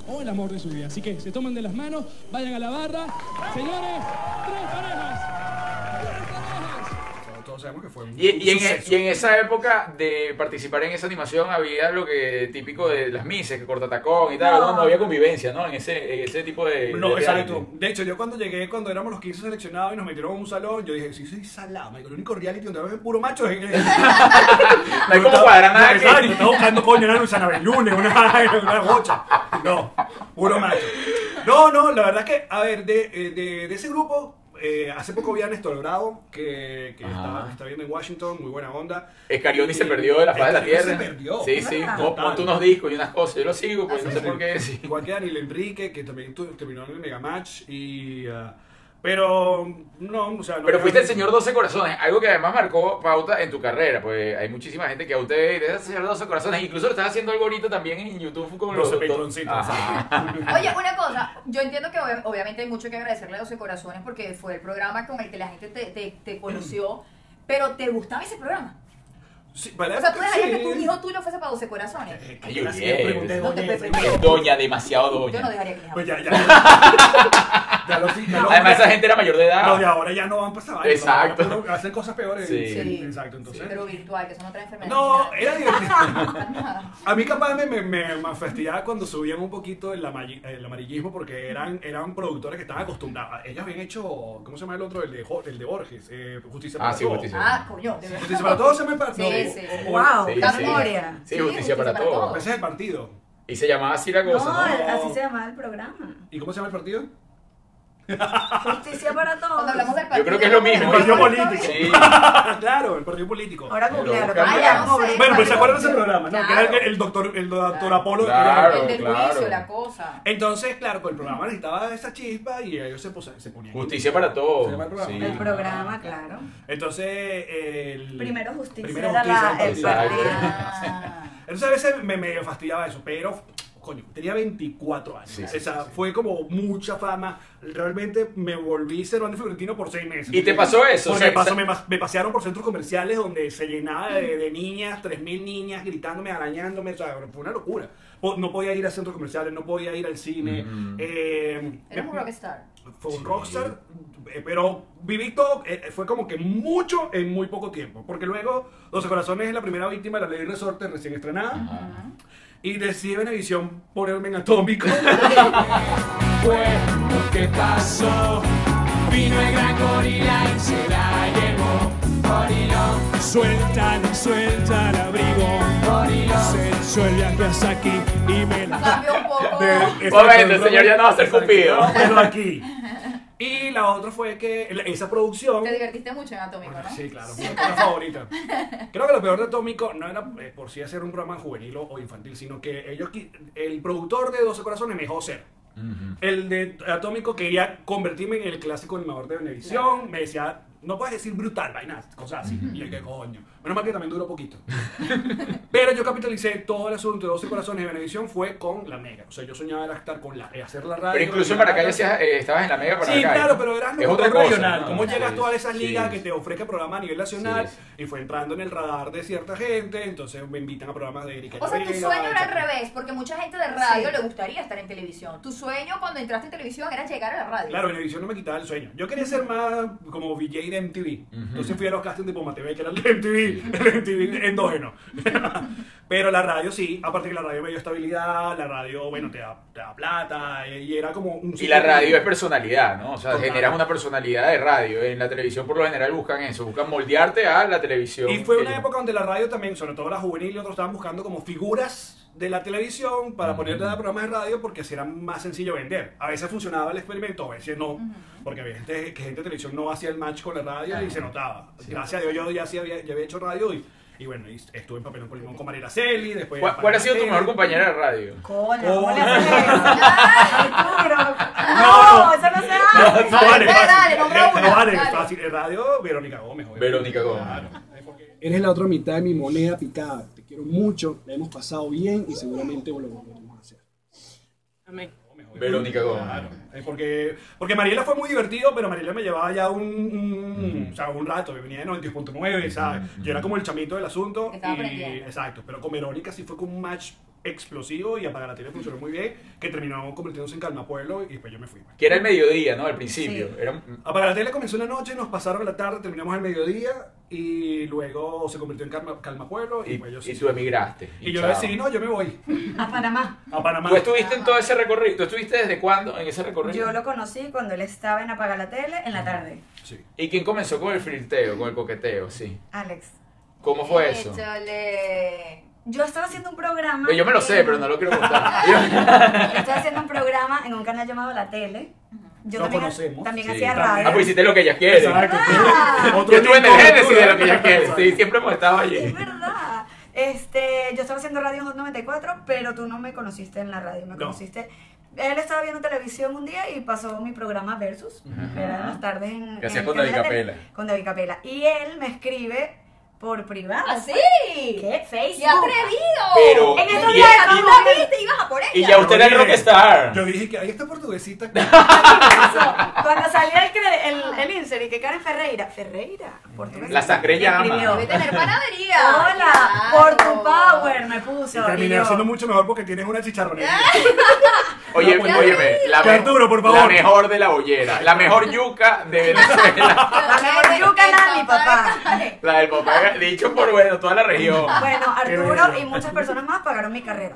Speaker 9: o el amor de su vida. Así que se toman de las manos, vayan a la barra. Señores, tres parejas. Tres parejas.
Speaker 4: so- Todos sabemos que fue un...
Speaker 1: Y,
Speaker 4: un
Speaker 1: y en, e-
Speaker 4: suceso.
Speaker 1: y en esa época de participar en esa animación había lo que típico de las mises, que corta tacón y tal, no, no había convivencia, ¿no? En ese, en ese tipo de...
Speaker 4: No,
Speaker 1: de
Speaker 4: exacto.
Speaker 1: reality.
Speaker 4: De hecho, yo cuando llegué, cuando éramos los 15 seleccionados y nos metieron a un salón, yo dije, sí, soy salado, marico, el único reality donde va a haber puro macho es...
Speaker 1: No hay como cuadrar nada
Speaker 4: No,
Speaker 1: aquí.
Speaker 4: Exacto, estaba buscando coño, una Luciana Bellunes, una, una gocha. No, puro macho. No, no, la verdad que, a ver, de, eh, de, de ese grupo, eh, hace poco vi a Néstor Bravo, que, que
Speaker 1: Ajá.
Speaker 4: está, está viendo en Washington, muy buena onda.
Speaker 1: Escarioni se perdió de la faz de la tierra.
Speaker 4: Escarioni se perdió.
Speaker 1: Sí, sí,
Speaker 4: Ah,
Speaker 1: pon-
Speaker 4: total. Ah,
Speaker 1: ponte unos discos y unas cosas, yo lo sigo, pues
Speaker 4: Sí,
Speaker 1: no sé
Speaker 4: sí.
Speaker 1: por qué. sí.
Speaker 4: Igual que Daniel Enrique, que también tu- terminó en el Megamatch. Y, ah, pero, no, o sea... No
Speaker 1: Pero fuiste el señor 12 corazones, algo que además marcó pauta en tu carrera, pues hay muchísima gente que a usted le dice señor 12 corazones, incluso lo estás haciendo algo ahorita también en YouTube con
Speaker 4: Los
Speaker 1: los... Ah,
Speaker 4: peitoncitos.
Speaker 1: Ajá.
Speaker 3: Oye, una cosa, yo entiendo que obvia- obviamente hay mucho que agradecerle a 12 Corazones porque fue el programa con el que la gente te, te, te conoció, pero ¿te gustaba ese programa?
Speaker 4: Sí, para
Speaker 3: O
Speaker 4: la
Speaker 3: sea, tú
Speaker 4: época,
Speaker 3: dejarías
Speaker 4: sí.
Speaker 3: que tu hijo tuyo fuese para 12 Corazones.
Speaker 4: Eh, que
Speaker 1: Ay,
Speaker 4: yo la
Speaker 1: Uriel.
Speaker 4: siempre pregunté,
Speaker 3: No te
Speaker 4: "Oye,
Speaker 3: preocupes.
Speaker 1: Es doña, demasiado
Speaker 3: Yo
Speaker 1: doña.
Speaker 3: no dejaría que mi hija
Speaker 4: Pues
Speaker 3: fuese.
Speaker 4: ya, ya. ya, lo, ya lo-
Speaker 1: Además esa gente era mayor de edad.
Speaker 4: Los de ahora ya no van para vaina,
Speaker 1: Exacto.
Speaker 4: ahora puro- hacen cosas peores.
Speaker 1: Sí.
Speaker 3: Sí.
Speaker 4: Exacto, entonces.
Speaker 3: Pero virtual, que eso no trae enfermedad.
Speaker 4: No, eh.
Speaker 3: ni
Speaker 4: era divertido.
Speaker 3: nada. Nada.
Speaker 4: A mí capaz me, me, me- me fastidiaba cuando subían un poquito el, amari- el amarillismo porque eran, eran productores que estaban acostumbrados. Ah, Ellos habían hecho, ¿cómo se llama el otro? El de, Jo- el de Borges, eh, Justicia
Speaker 1: Ah,
Speaker 4: para
Speaker 1: sí,
Speaker 4: Todos.
Speaker 1: Justicia.
Speaker 3: Ah, coño, de verdad.
Speaker 4: Justicia para Todos se me partió.
Speaker 3: Sí, sí.
Speaker 4: O- o-
Speaker 6: Wow,
Speaker 1: Sí,
Speaker 6: qué
Speaker 1: sí.
Speaker 6: memoria.
Speaker 1: Sí, justicia
Speaker 3: Sí,
Speaker 1: para
Speaker 3: justicia para
Speaker 1: todos.
Speaker 3: todos.
Speaker 4: Ese es el partido.
Speaker 1: Y se llamaba así la
Speaker 6: No,
Speaker 1: cosa, ¿no?
Speaker 6: así se llamaba el programa.
Speaker 4: ¿Y cómo se llama el partido?
Speaker 6: Justicia para todos.
Speaker 3: Cuando hablamos del
Speaker 1: Yo creo que es lo mismo.
Speaker 4: El partido político.
Speaker 1: Sí.
Speaker 4: claro, el partido político.
Speaker 6: Ahora
Speaker 1: Pero
Speaker 6: googlealo.
Speaker 1: busca-
Speaker 6: Ay, ya,
Speaker 3: Bueno,
Speaker 6: pobre.
Speaker 4: bueno, pues se acuerdan de ese programa, ¿no?
Speaker 3: Claro.
Speaker 4: Que era el, el doctor, el doctor Apolo. que
Speaker 1: Claro.
Speaker 4: era-
Speaker 3: El del
Speaker 1: claro.
Speaker 3: juicio, la cosa.
Speaker 4: Entonces, claro, pues el programa necesitaba esa chispa y ellos se, pos- se ponían.
Speaker 1: Justicia para todos.
Speaker 4: Se llama el programa.
Speaker 1: Sí.
Speaker 6: El programa, claro.
Speaker 4: Entonces, el.
Speaker 6: Primero justicia
Speaker 4: Primero
Speaker 6: era la-
Speaker 4: justicia,
Speaker 6: el
Speaker 1: Exacto.
Speaker 6: partido.
Speaker 3: Ah.
Speaker 4: Entonces a veces me medio fastidiaba eso, pero coño, tenía 24 años.
Speaker 1: Sí,
Speaker 4: o
Speaker 1: sí,
Speaker 4: sea, fue como mucha fama. Realmente me volví Cervantes Florentino por seis meses.
Speaker 1: ¿Y te pasó eso?
Speaker 4: Porque
Speaker 1: O sea,
Speaker 4: pasó-
Speaker 1: sa-
Speaker 4: me, pas- me pasearon por centros comerciales donde se llenaba de, de niñas, 3.000 niñas gritándome, arañándome. O sea, fue una locura. Po- No podía ir a centros comerciales, no podía ir al cine.
Speaker 1: Mm.
Speaker 4: eh,
Speaker 3: Eres un rockstar.
Speaker 4: fue un
Speaker 1: Sí.
Speaker 4: rockstar, eh, pero viví todo, eh, fue como que mucho en muy poco tiempo, porque luego 12 Corazones es la primera víctima de la ley resorte recién estrenada, y decidí Venevisión ponerme en atómico.
Speaker 9: fue lo que pasó. Vino el gran gorila y se la llevó. Gorilo. Sueltan, suelta el abrigo. Gorilo. Se hizo el viaje hasta aquí y me la...
Speaker 3: Cambia un poco.
Speaker 4: De-
Speaker 1: Momento,
Speaker 4: exacto,
Speaker 1: el señor ya no va a ser
Speaker 4: exacto,
Speaker 1: Cupido.
Speaker 4: no, pero aquí. Y la otra fue que la- esa producción...
Speaker 3: Te divertiste mucho en Atómico, ¿no?
Speaker 4: Sí, claro, fue la favorita. Creo que lo peor de Atómico no era eh, por sí hacer un programa juvenil o- o infantil, sino que ellos, qui- el productor de 12 Corazones me dejó ser.
Speaker 1: Ujú.
Speaker 4: El de Atómico quería convertirme en el clásico animador de Venevisión. Me decía, no puedes decir brutal, vainas, cosas así. Y yo, ¿qué coño? Menos mal que también duró poquito. Pero yo capitalicé todo el asunto de 12 corazones de Venevisión fue con la mega. O sea, yo soñaba era estar con la, hacer la radio.
Speaker 1: Pero incluso en
Speaker 4: con la radio.
Speaker 1: Maracay eh, estabas en la mega para
Speaker 4: Sí, claro, pero eras
Speaker 1: es otra
Speaker 4: locutor
Speaker 1: cosa.
Speaker 4: regional.
Speaker 1: ¿no?
Speaker 4: ¿Cómo llegas tú a esas
Speaker 1: Sí.
Speaker 4: ligas que te ofrezca programa a nivel nacional?
Speaker 1: Sí,
Speaker 4: Y fue entrando en el radar de cierta gente. Entonces me invitan a programas de Erika
Speaker 3: O sea, tu
Speaker 4: Llovera,
Speaker 3: sueño era al
Speaker 4: etcétera.
Speaker 3: revés, porque mucha gente de radio
Speaker 6: Sí.
Speaker 3: le gustaría estar en televisión. Tu sueño cuando entraste en televisión era llegar a la radio.
Speaker 4: Claro, Venevisión no me quitaba el sueño. Yo quería ser más como VJ de MTV. Entonces fui a los castings de Poma TV, que era el de MTV, el MTV endógeno. Pero la radio sí, aparte que la radio me dio estabilidad, la radio, bueno, te da, te da plata, eh, y era como un...
Speaker 1: Y la radio es personalidad, ¿no? O sea,
Speaker 4: Total.
Speaker 1: generas una personalidad de radio. En la televisión por lo general buscan eso, buscan moldearte a la televisión. Eh,
Speaker 4: Y fue
Speaker 1: que
Speaker 4: una
Speaker 1: yo-
Speaker 4: época donde la radio también, sobre todo la juvenil y otros, estaban buscando como figuras de la televisión para ponerle a programas de radio porque así era más sencillo vender. A veces funcionaba el experimento, a veces no, porque había gente que gente de televisión no hacía el match con la radio y se notaba. Gracias a Dios yo ya, sí había, ya había hecho radio y, y bueno, y estuve en Papelón con Limón con Mariela Celi, después...
Speaker 1: ¿Cuál, cuál ha sido tu mejor compañera de radio?
Speaker 6: Coño, ¿cómo
Speaker 4: Coño.
Speaker 6: le haces No, eso no se hace.
Speaker 4: No,
Speaker 3: Dale,
Speaker 4: vale,
Speaker 3: dale,
Speaker 4: fácil.
Speaker 3: nombra
Speaker 4: No
Speaker 3: una,
Speaker 4: vale,
Speaker 3: dale.
Speaker 4: fácil. El radio, Verónica Gómez. obviamente.
Speaker 1: Verónica Gómez.
Speaker 10: Eres la otra mitad de mi moneda picada. Te quiero mucho, la hemos pasado bien y seguramente lo volveremos a hacer.
Speaker 1: Verónica Gómez.
Speaker 4: Claro, es Eh, porque, porque Mariela fue muy divertido, pero Mariela me llevaba ya un, un- o sea, un rato, yo venía de 92.9, ¿sabes? Yo era como el chamito del asunto.
Speaker 3: Estaba
Speaker 4: y-
Speaker 3: aprendiendo.
Speaker 4: exacto, pero con Verónica sí fue como un match explosivo y apagar la tele funcionó muy bien, que terminó convirtiéndose en Calma Pueblo y después yo me fui. bueno.
Speaker 1: Que era el mediodía, ¿no? Al principio. Era un-
Speaker 4: Apagar la tele comenzó una noche, nos pasaron la tarde, terminamos al mediodía y luego se convirtió en Calma, Calma Pueblo y,
Speaker 1: y,
Speaker 4: pues yo
Speaker 1: y
Speaker 4: sí.
Speaker 1: tú emigraste.
Speaker 4: Y yo
Speaker 1: chao.
Speaker 4: decidí, no, yo me voy
Speaker 6: A Panamá.
Speaker 4: a Panamá.
Speaker 1: ¿Tú Pues estuviste en todo ese recorrido? ¿Tú estuviste desde cuándo en ese recorrido?
Speaker 6: Yo lo conocí cuando él estaba en Apaga la Tele en la tarde.
Speaker 4: Sí.
Speaker 1: ¿Y quién comenzó con el flirteo, con el coqueteo? Sí.
Speaker 6: Alex.
Speaker 1: ¿Cómo
Speaker 6: Eh,
Speaker 1: fue eso?
Speaker 3: Échale.
Speaker 6: Yo estaba haciendo un programa.
Speaker 1: Pues yo me lo sé,
Speaker 6: en-
Speaker 1: pero no lo quiero contar.
Speaker 6: Yo estaba haciendo un programa en un canal llamado La Tele. Yo
Speaker 4: Lo
Speaker 6: también,
Speaker 4: conocemos.
Speaker 6: también
Speaker 1: Sí.
Speaker 6: hacía radio. Ah,
Speaker 1: Ah, pues hiciste lo que ellas quieren.
Speaker 4: Exacto.
Speaker 1: Yo estuve en el
Speaker 4: niño
Speaker 1: Génesis de lo que ellas
Speaker 4: cultura.
Speaker 1: quieren. Sí, siempre hemos estado
Speaker 6: Es
Speaker 1: allí.
Speaker 6: verdad. Este, yo estaba haciendo radio en Hot 94, pero tú no me conociste en la radio, me
Speaker 4: No.
Speaker 6: conociste. Él estaba viendo televisión un día y pasó mi programa Versus, que era en las tardes en.
Speaker 1: Que hacías
Speaker 6: en
Speaker 1: con
Speaker 6: Canal
Speaker 1: David
Speaker 6: de Tele-
Speaker 1: Capela.
Speaker 6: Con David Capela. Y él me escribe por privado.
Speaker 3: ¡Así!
Speaker 6: Ah, ¿Qué? Facebook.
Speaker 3: ¡Qué atrevido!
Speaker 1: Pero-
Speaker 6: En estos
Speaker 1: Y-
Speaker 6: días
Speaker 1: y-
Speaker 6: estamos
Speaker 3: ¿Tú la
Speaker 6: viendo-
Speaker 3: viste? Ibas a por ella.
Speaker 1: Y ya usted era el rockstar.
Speaker 4: Yo dije que ahí está portuguesita.
Speaker 6: Cuando salió el, cre- el, el insert y que Karen Ferreira. Ferreira, por tu
Speaker 1: La sangre
Speaker 6: me
Speaker 1: llama.
Speaker 6: escribió,
Speaker 3: Debe tener panadería.
Speaker 6: Hola, por tu
Speaker 3: Claro.
Speaker 6: power me puso.
Speaker 4: Y
Speaker 6: y
Speaker 4: terminé
Speaker 6: yo,
Speaker 4: haciendo mucho mejor porque tienes una chicharronería.
Speaker 1: Oye,
Speaker 4: Ya,
Speaker 1: óyeme, la,
Speaker 4: ya,
Speaker 1: me-
Speaker 4: Arturo, por favor.
Speaker 1: la mejor de la bollera, la mejor yuca de Venezuela,
Speaker 6: La mejor yuca era mi papá.
Speaker 1: la del papá, dicho por bueno, toda la región.
Speaker 6: Bueno,
Speaker 4: Qué bueno.
Speaker 6: Arturo y muchas personas más pagaron mi carrera.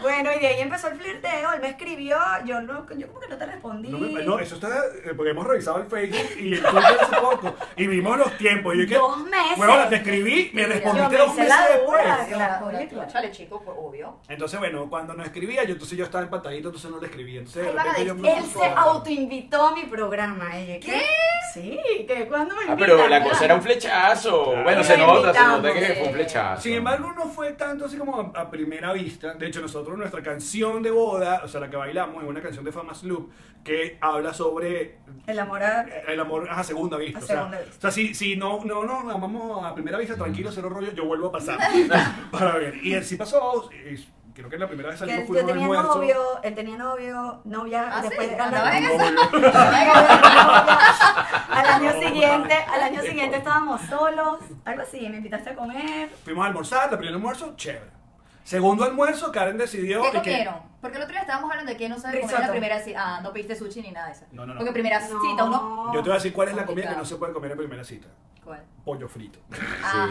Speaker 6: Bueno, y de ahí empezó el flirteo, él me escribió, yo no, yo como que no te respondí.
Speaker 4: No, me- no, eso está. eh, Porque hemos revisado el Facebook y el Twitter hace poco. Y vimos los tiempos. Y yo que.
Speaker 6: Dos meses.
Speaker 4: Huevona, te escribí, me
Speaker 3: Yo
Speaker 6: yo
Speaker 4: respondiste
Speaker 6: me
Speaker 4: dos
Speaker 6: hice
Speaker 4: meses
Speaker 6: la dura,
Speaker 4: después.
Speaker 6: claro,
Speaker 3: Claro,
Speaker 6: oye,
Speaker 3: claro.
Speaker 6: claro.
Speaker 3: Chale, chico, pues, obvio.
Speaker 4: Entonces, bueno, cuando no escribía, yo entonces yo estaba empatadito, entonces no le escribía. Entonces, de
Speaker 3: Ay, vaga,
Speaker 4: repente yo
Speaker 6: Él se autoinvitó a mi programa. ella, ¿Qué? Sí, que cuando me
Speaker 1: Ah, pero
Speaker 6: invitan?
Speaker 1: la cosa era un flechazo. Bueno, se
Speaker 6: Lo
Speaker 1: nota, se nota
Speaker 6: invitamos,
Speaker 1: que fue un
Speaker 6: eh.
Speaker 1: flechazo.
Speaker 4: Sin embargo, no fue tanto así como a, a primera vista. De hecho, nosotros nuestra canción de boda, o sea, la que bailamos, es una canción de Famas Loop que habla sobre
Speaker 6: El amor a...
Speaker 4: el amor a segunda vista.
Speaker 6: A
Speaker 4: o sea,
Speaker 6: segunda vista.
Speaker 4: O sea, si, si no no nos amamos a primera vista,
Speaker 1: Mm.
Speaker 4: tranquilo, cero rollo, yo vuelvo a pasar para ver. Y así pasó. y creo que la primera vez
Speaker 6: Que
Speaker 4: salimos
Speaker 6: él-
Speaker 4: fuimos
Speaker 6: yo
Speaker 4: al
Speaker 6: tenía
Speaker 4: almuerzo.
Speaker 6: novio, él tenía novio, novia,
Speaker 3: Ah,
Speaker 6: después
Speaker 3: sí,
Speaker 6: al-
Speaker 3: andaba en
Speaker 6: al-
Speaker 3: esa.
Speaker 6: al año siguiente, al año siguiente estábamos solos, algo así, me invitaste a comer.
Speaker 4: Fuimos a almorzar, la primer almuerzo, chévere. Segundo almuerzo, Karen decidió.
Speaker 3: ¿Qué
Speaker 4: y que-
Speaker 3: comieron? Porque el otro día estábamos hablando de que no sabe comer en la
Speaker 6: Risotto.
Speaker 3: primera cita. Ah, no pediste sushi ni nada de eso.
Speaker 4: No, no, no.
Speaker 3: Porque primera cita, uno.
Speaker 4: Yo te voy a decir cuál es la comida que
Speaker 3: Complicado.
Speaker 4: no se puede comer en primera cita.
Speaker 3: ¿Cuál?
Speaker 4: Pollo frito.
Speaker 1: Sí,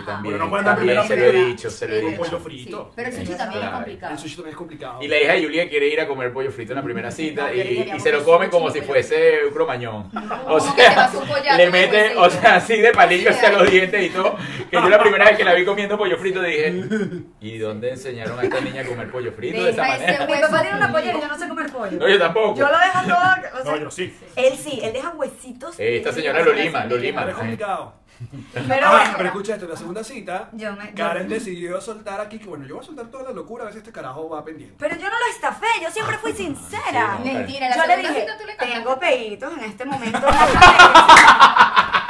Speaker 1: también.
Speaker 4: Bueno, no pueden también
Speaker 1: también se lo he
Speaker 4: operar.
Speaker 1: dicho, se lo he
Speaker 4: Un
Speaker 1: dicho.
Speaker 4: pollo frito.
Speaker 3: Sí, Pero el sushi
Speaker 1: Sí,
Speaker 3: también es
Speaker 1: claro.
Speaker 3: complicado.
Speaker 4: El sushi también es complicado.
Speaker 1: Y la hija de Julia quiere ir a comer pollo frito en la primera cita
Speaker 3: No, yo le
Speaker 1: y,
Speaker 3: quería
Speaker 1: y se lo
Speaker 3: un
Speaker 1: come
Speaker 3: sushi,
Speaker 1: como si
Speaker 3: pollo
Speaker 1: fuese un cromañón. o
Speaker 3: como que le
Speaker 1: sea,
Speaker 3: pasó un pollazo
Speaker 1: le
Speaker 3: que
Speaker 1: mete,
Speaker 3: fuese-
Speaker 1: o sea, así de palillo hacia los dientes y todo. Que yo la primera vez que la vi comiendo pollo frito dije, ¿y dónde enseñaron a esta niña a comer pollo frito de esa
Speaker 3: Deja ese
Speaker 1: manera?
Speaker 6: Mi papá tiene una pollera y yo no sé comer pollo.
Speaker 1: No, yo tampoco.
Speaker 6: Yo lo dejo todo, o sea,
Speaker 4: pues. No, yo sí.
Speaker 6: él sí, él deja huesitos.
Speaker 1: Eh, Esta señora lo lima, lo lima.
Speaker 4: Pero es complicado.
Speaker 6: Pero
Speaker 4: ah,
Speaker 6: bueno,
Speaker 4: pero escucha esto, en la segunda cita,
Speaker 6: Yo me- yo-
Speaker 4: Karen decidió soltar aquí que bueno, yo voy a soltar toda la locura a ver si este carajo va pendiente.
Speaker 6: Pero yo no lo estafé, yo siempre fui sincera.
Speaker 1: Sí, no.
Speaker 3: Mentira, la
Speaker 6: Yo le
Speaker 3: segunda
Speaker 6: dije,
Speaker 3: cita tú le cantaste.
Speaker 6: tengo peditos en este momento. no".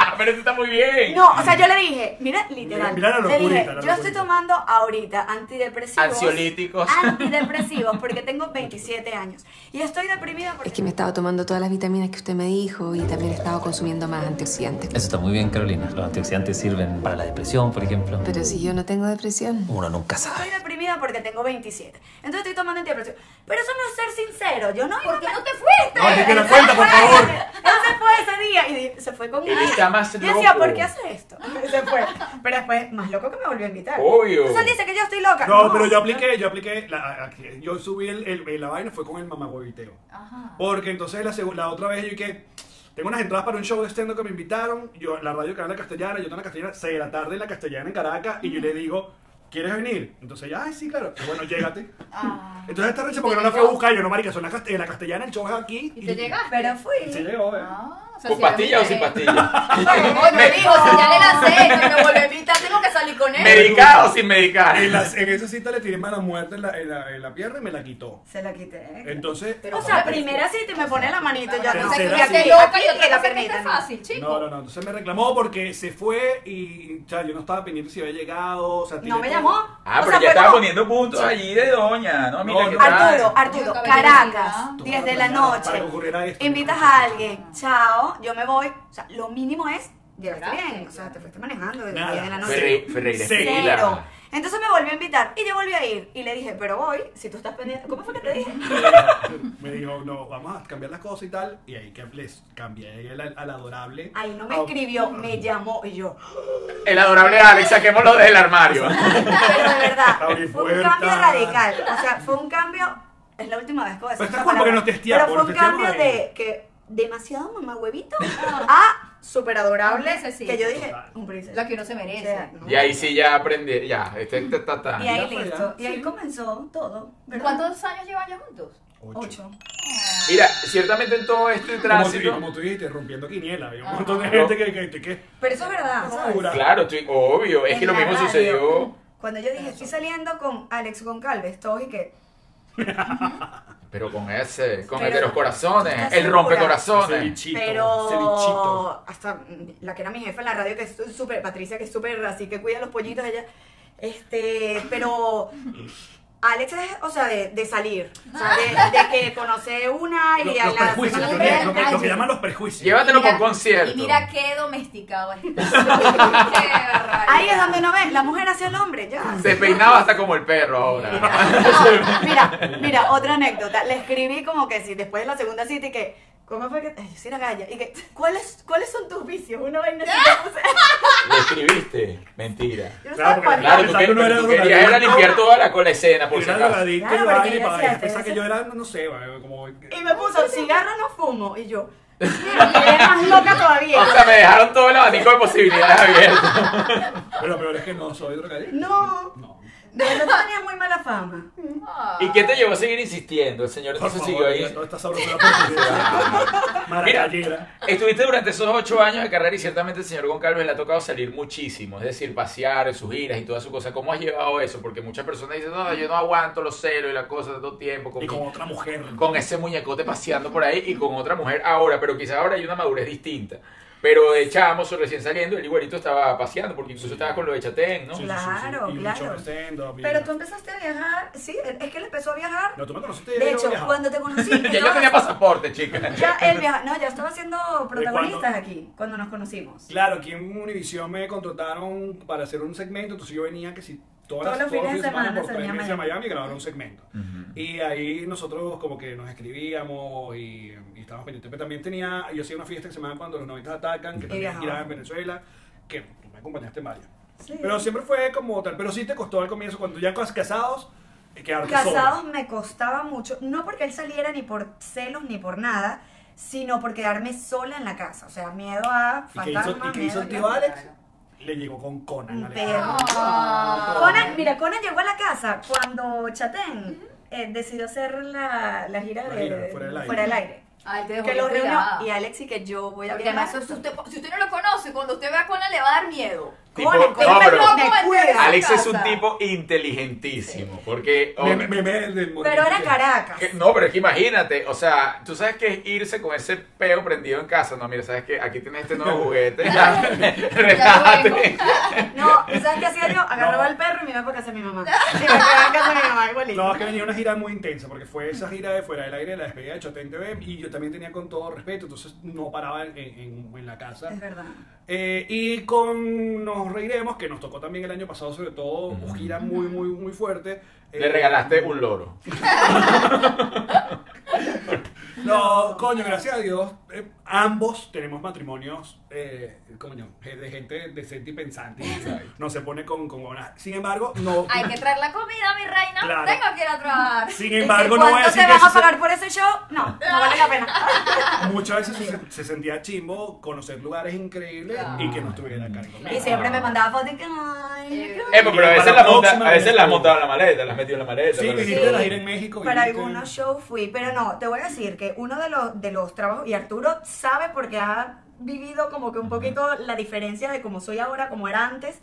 Speaker 1: Ah, pero esto está muy bien.
Speaker 6: No, o sea, yo le dije, mira, literal.
Speaker 4: Mira la
Speaker 6: le dije,
Speaker 4: locurita, la
Speaker 6: yo estoy
Speaker 4: locurita.
Speaker 6: tomando ahorita antidepresivos.
Speaker 1: Ansiolíticos.
Speaker 6: Antidepresivos, porque tengo 27 años. Y estoy deprimida porque.
Speaker 11: Es que me estaba tomando todas las vitaminas que usted me dijo y también estaba consumiendo más antioxidantes.
Speaker 12: Eso está muy bien, Carolina. Los antioxidantes sirven para la depresión, por ejemplo.
Speaker 11: Pero si yo no tengo depresión.
Speaker 12: Uno nunca
Speaker 6: Estoy
Speaker 12: sabe.
Speaker 6: deprimida porque tengo 27. Entonces estoy tomando antidepresivos. Pero eso no es ser sincero. Yo no.
Speaker 3: ¿Por qué no te fuiste?
Speaker 4: No, es que la cuenta, por favor.
Speaker 6: Él se fue ese día y di- se fue con
Speaker 1: Él está más
Speaker 6: Yo decía,
Speaker 1: loco.
Speaker 6: ¿por qué hace esto? Se fue. Pero después, más loco que me volvió a invitar.
Speaker 1: Obvio.
Speaker 6: Entonces él dice que yo estoy loca.
Speaker 4: No, pero yo apliqué, yo apliqué, la- aquí, yo subí el, el- la vaina, fue con el mamagüeviteo.
Speaker 3: Ajá.
Speaker 4: Porque entonces la, segu- la otra vez yo que tengo unas entradas para un show de stand que me invitaron, yo la radio Canal La Castellana, yo tengo la Castellana, 6 de la tarde en la Castellana en Caracas, y yo le digo, ¿quieres venir? Entonces ella, ay, sí, claro, Y bueno, llégate.
Speaker 3: Ah.
Speaker 4: Entonces esta recha porque no la fui a buscar, yo no, marica, son la, Cast- en la Castellana, el show es aquí.
Speaker 3: ¿Y te llegaste?
Speaker 6: Pero fui.
Speaker 4: Sí llegó, eh.
Speaker 3: Ah, o sea,
Speaker 1: ¿Con
Speaker 3: si era
Speaker 1: pastillas o
Speaker 3: mi
Speaker 1: sin
Speaker 3: interés.
Speaker 1: pastillas?
Speaker 3: Bueno, me dijo, si ya le lancé, que me volvió a invitar, tengo que salir con él.
Speaker 1: ¿Medicado o sin medicar?
Speaker 4: En, las- en esa cita le tiré mala muerte en la, en, la, en la pierna y me la quitó.
Speaker 6: Se la quité.
Speaker 4: Entonces,
Speaker 6: o sea, primera cita y me pone la manito. Yo
Speaker 4: Tercera
Speaker 6: no.
Speaker 3: O sea,
Speaker 4: cita.
Speaker 3: que te
Speaker 6: fíjate,
Speaker 3: loca
Speaker 6: yo aquí
Speaker 3: y otra
Speaker 6: que la
Speaker 3: cosa que está
Speaker 6: permitan.
Speaker 3: fácil, chico.
Speaker 4: no, no, no. Entonces me reclamó porque se fue y o sea, yo no estaba pendiente si había llegado. O sea, tiré
Speaker 6: No me
Speaker 4: todo.
Speaker 6: llamó.
Speaker 1: Ah,
Speaker 6: O
Speaker 1: pero
Speaker 6: sea,
Speaker 1: ya
Speaker 6: fue
Speaker 1: estaba
Speaker 6: como,
Speaker 1: poniendo puntos allí de doña, ¿no? Mira
Speaker 4: No,
Speaker 1: qué
Speaker 4: no.
Speaker 1: tal.
Speaker 6: Arturo, ah, Arturo,
Speaker 3: Yo,
Speaker 6: Caracas,
Speaker 3: caballero,
Speaker 6: 10 de la noche.
Speaker 4: Para que ocurriera esto.
Speaker 6: Invitas a alguien, chao, yo me voy. O sea, lo mínimo es llevarte
Speaker 3: Gracias.
Speaker 6: bien. O sea, te fuiste manejando desde
Speaker 4: Nada.
Speaker 6: 10 de la noche.
Speaker 1: Ferre- Ferreira
Speaker 4: Cero.
Speaker 6: Cero.
Speaker 1: Esquila.
Speaker 6: Entonces me volvió a invitar y yo volví a ir. Y le dije, pero voy, si tú estás pendiente. ¿Cómo fue que te dije?
Speaker 4: Me dijo, no, vamos a cambiar las cosas y tal. Y ahí que les cambié al, al adorable.
Speaker 6: Ahí no me
Speaker 4: a-
Speaker 6: escribió, me llamó y yo.
Speaker 1: El adorable Alex, saquémoslo del armario.
Speaker 6: Pero de
Speaker 4: Abrí
Speaker 6: verdad, fue un
Speaker 4: puertas.
Speaker 6: cambio radical. O sea, fue un cambio. Es la última vez que voy a decir
Speaker 4: Pero está
Speaker 6: esta
Speaker 4: cool porque
Speaker 6: palabra.
Speaker 4: nos testeamos,
Speaker 6: Pero fue
Speaker 4: nos
Speaker 6: un
Speaker 4: testeamos
Speaker 6: cambio
Speaker 4: ahí.
Speaker 6: de que demasiado mamá huevito a super adorable.
Speaker 3: Necesito.
Speaker 6: Que yo dije, un princesa.
Speaker 3: Lo que uno se
Speaker 6: O
Speaker 3: merece.
Speaker 6: sea,
Speaker 1: Y ahí sí ya aprendí, ya, este, ta, ta, ta.
Speaker 6: Y ahí
Speaker 4: Ya fue,
Speaker 6: listo.
Speaker 4: ya.
Speaker 6: Y ahí
Speaker 4: Sí.
Speaker 6: comenzó todo. ¿verdad?
Speaker 3: ¿Cuántos años llevan ya juntos?
Speaker 6: Ocho.
Speaker 1: Mira, ciertamente en todo este
Speaker 4: Como tú,
Speaker 1: tránsito,
Speaker 4: como tú dijiste, rompiendo quiniela. Había un
Speaker 3: Ajá.
Speaker 4: montón de gente que. que, que, que
Speaker 6: Pero eso es verdad. ¿sabes?
Speaker 4: segura.
Speaker 1: claro, tú- obvio, es
Speaker 6: En
Speaker 1: que lo
Speaker 6: la
Speaker 1: mismo
Speaker 6: radio.
Speaker 1: sucedió.
Speaker 6: Cuando yo dije, estoy saliendo con Alex Goncalves, todos y que.
Speaker 1: Pero con ese, con
Speaker 6: Pero-
Speaker 1: el de los corazones,
Speaker 6: ¿Estás
Speaker 1: el
Speaker 6: segura?
Speaker 1: rompecorazones.
Speaker 4: Cevichito. Cevichito.
Speaker 6: Pero hasta mm, la que era mi jefa en la radio, que es su- súper, Patricia, que es súper así, que cuida los pollitos ella. Este, pero Alex es, o sea, de, de salir. O sea, de, de que conoce una y
Speaker 4: Lo-
Speaker 6: a
Speaker 4: los
Speaker 6: la
Speaker 4: prejuicios,
Speaker 6: semana
Speaker 4: lo
Speaker 3: Mira,
Speaker 4: que,
Speaker 6: siguiente-
Speaker 4: lo que- lo que
Speaker 3: ay.
Speaker 4: llaman los prejuicios.
Speaker 1: Llévatelo
Speaker 3: Y mira-
Speaker 1: por concierto.
Speaker 3: Y mira qué domesticado es. qué barbaridad.
Speaker 6: Ahí es donde uno ve, la mujer hacia el hombre, ya. Ah,
Speaker 1: Se peinaba hasta como el perro ahora.
Speaker 6: Mira, mira, otra anécdota. Le escribí como que sí, después de la segunda cita y que, ¿Cómo fue que.? Ay, yo soy una galla. Y que, ¿cuáles, ¿cuáles son tus vicios? Una vaina así. o sea,
Speaker 1: Lo escribiste. Mentira.
Speaker 6: Yo no Claro,
Speaker 4: porque cuál era.
Speaker 1: tú que-
Speaker 4: Pensaba que uno
Speaker 1: tú
Speaker 4: era
Speaker 1: querías era
Speaker 4: drogadicto.
Speaker 1: limpiar toda la cola escena, por si
Speaker 4: Era
Speaker 1: acaso.
Speaker 4: drogadicto
Speaker 6: Claro,
Speaker 4: y
Speaker 6: porque
Speaker 4: vaina y
Speaker 6: ella
Speaker 4: vaina.
Speaker 6: hacía-
Speaker 4: Pensaba que
Speaker 6: hacía-
Speaker 4: yo era, no sé, como.
Speaker 6: Y me puso, cigarro no fumo. Y yo, mierda, y era más loca todavía.
Speaker 1: O sea, me dejaron todo el abanico de posibilidades abierto.
Speaker 4: Pero lo peor es que no soy drogadicto.
Speaker 6: No. De verdad tú tenías muy mala fama.
Speaker 1: ¿Y qué te llevó a seguir insistiendo? El señor
Speaker 4: Por
Speaker 1: entonces
Speaker 4: favor,
Speaker 1: siguió
Speaker 4: mira,
Speaker 1: ahí.
Speaker 4: toda esta sabrosura portuguesa. Maracayera.
Speaker 1: Estuviste durante esos ocho años de carrera y ciertamente el señor Goncalves le ha tocado salir muchísimo, es decir, pasear, sus giras y toda su cosa. ¿Cómo has llevado eso? Porque muchas personas dicen, no, yo no aguanto los celos y la cosa de todo tiempo. Con
Speaker 4: Y
Speaker 1: mi-
Speaker 4: con otra mujer.
Speaker 1: con ese muñecote paseando por ahí y con otra mujer ahora, pero quizás ahora hay una madurez distinta. Pero de chamo, o recién saliendo, el igualito estaba paseando, porque incluso estaba con lo de Chatén, ¿no?
Speaker 4: Sí, sí, sí, sí.
Speaker 6: Claro,
Speaker 4: Y mucho
Speaker 6: claro.
Speaker 4: stand-up y-
Speaker 6: Pero tú empezaste a viajar, sí, es que él empezó a viajar.
Speaker 4: No, tú me conociste.
Speaker 6: De hecho, cuando te conocí,
Speaker 1: ya yo
Speaker 6: estaba-
Speaker 1: tenía pasaporte, chica.
Speaker 6: ya él viaja, no, ya estaba siendo protagonistas
Speaker 4: cuándo?
Speaker 6: aquí cuando nos conocimos.
Speaker 4: Claro, aquí en Univision me contrataron para hacer un segmento, entonces yo venía que si
Speaker 6: Todos
Speaker 4: todas las-
Speaker 6: los fines de semana
Speaker 4: por
Speaker 6: se
Speaker 4: tres
Speaker 6: venía a
Speaker 4: meses a
Speaker 6: Miami.
Speaker 4: Miami y grabar un segmento. Y ahí nosotros como que nos escribíamos y, y estábamos pendientes. Pero también tenía, yo hacía una fiesta que se llamaba Cuando los 90 atacan, que
Speaker 6: Y
Speaker 4: también
Speaker 6: viajaba.
Speaker 4: giraba en Venezuela, que tú me acompañaste en varias.
Speaker 6: Sí.
Speaker 4: Pero siempre fue como tal, pero sí te costó al comienzo, cuando ya estás casados, eh, quedarte
Speaker 6: Casados
Speaker 4: solo.
Speaker 6: me costaba mucho, no porque él saliera ni por celos ni por nada, sino por quedarme sola en la casa. O sea, miedo a
Speaker 4: ¿Y qué hizo,
Speaker 6: fantasma,
Speaker 4: y qué hizo
Speaker 6: miedo
Speaker 4: el
Speaker 6: a-
Speaker 4: tío Alex? Le llegó con Conan.
Speaker 6: Un
Speaker 4: Alejandro.
Speaker 6: perro.
Speaker 4: Ah,
Speaker 6: Conan, mira, Conan llegó a la casa cuando Chatén eh, decidió hacer la, la gira
Speaker 4: La
Speaker 6: de
Speaker 4: gira, Fuera del Aire.
Speaker 3: Ay, te dejo
Speaker 6: Que lo
Speaker 3: bien
Speaker 6: reunió
Speaker 3: pegada.
Speaker 6: y Alex y que yo voy a
Speaker 3: Porque además,
Speaker 6: viajar.
Speaker 3: si usted, si usted no lo conoce, cuando usted vea a Conan le va a dar miedo.
Speaker 1: Tipo,
Speaker 6: Conan, Conan
Speaker 1: no,
Speaker 6: me
Speaker 1: pero
Speaker 6: loco,
Speaker 3: me
Speaker 6: me
Speaker 3: cuida.
Speaker 6: cuida.
Speaker 1: Alex es un
Speaker 3: casa.
Speaker 1: tipo inteligentísimo, porque...
Speaker 4: Me- me- me- me- me-
Speaker 6: Pero era
Speaker 4: que-
Speaker 6: Caracas.
Speaker 1: Que- No, pero es que imagínate, o sea, tú sabes que es irse con ese peo prendido en casa. No, mira, sabes que aquí tienes este nuevo juguete. ya, Relájate.
Speaker 6: No, ¿sabes qué hacía yo? Agarraba
Speaker 4: No.
Speaker 6: al perro y me iba para casa de mi mamá. Y me quedaba en casa de mi mamá igualito.
Speaker 4: No, es que venía una gira muy intensa, porque fue esa gira de fuera del aire, la despedida de Chotén TV, y yo también tenía con todo respeto, entonces no paraba en, en- en la casa.
Speaker 6: Es verdad.
Speaker 4: Eh, y con Nos Reiremos, que nos tocó también el año pasado, sobre todo, una gira muy, muy, muy fuerte. Eh,
Speaker 1: Le regalaste un loro. Eh,
Speaker 4: No, coño, gracias a Dios, eh, ambos tenemos matrimonios, eh, coño, de gente decente y pensante, no se pone con, con bonas. Sin embargo, no...
Speaker 3: Hay que traer la comida, mi reina.
Speaker 4: Claro.
Speaker 3: Tengo que ir a trabajar.
Speaker 4: Sin embargo, no voy a
Speaker 6: ¿Cuánto
Speaker 4: decir
Speaker 6: te
Speaker 4: que
Speaker 6: vas
Speaker 4: eso
Speaker 6: a
Speaker 4: se-
Speaker 6: pagar por ese show? No, no vale la pena.
Speaker 4: Muchas veces se, se sentía chimbo conocer lugares increíbles y
Speaker 1: Ah.
Speaker 4: que no estuviera acá conmigo.
Speaker 6: Y siempre me mandaba fotos de que, ay, qué
Speaker 1: Eh, pero, pero a veces
Speaker 4: Para
Speaker 1: la
Speaker 4: la
Speaker 1: monta,
Speaker 4: próxima
Speaker 1: a veces
Speaker 4: vez.
Speaker 1: la has montado en la maleta, la has metido en la maleta.
Speaker 4: Sí,
Speaker 1: pero-
Speaker 4: viniste a la gira en México.
Speaker 6: Para
Speaker 4: viniste-
Speaker 6: algunos shows fui, pero no, te voy a decir que uno de los, de los trabajos, y Arturo sabe porque ha vivido como que un poquito la diferencia de cómo soy ahora, como era antes,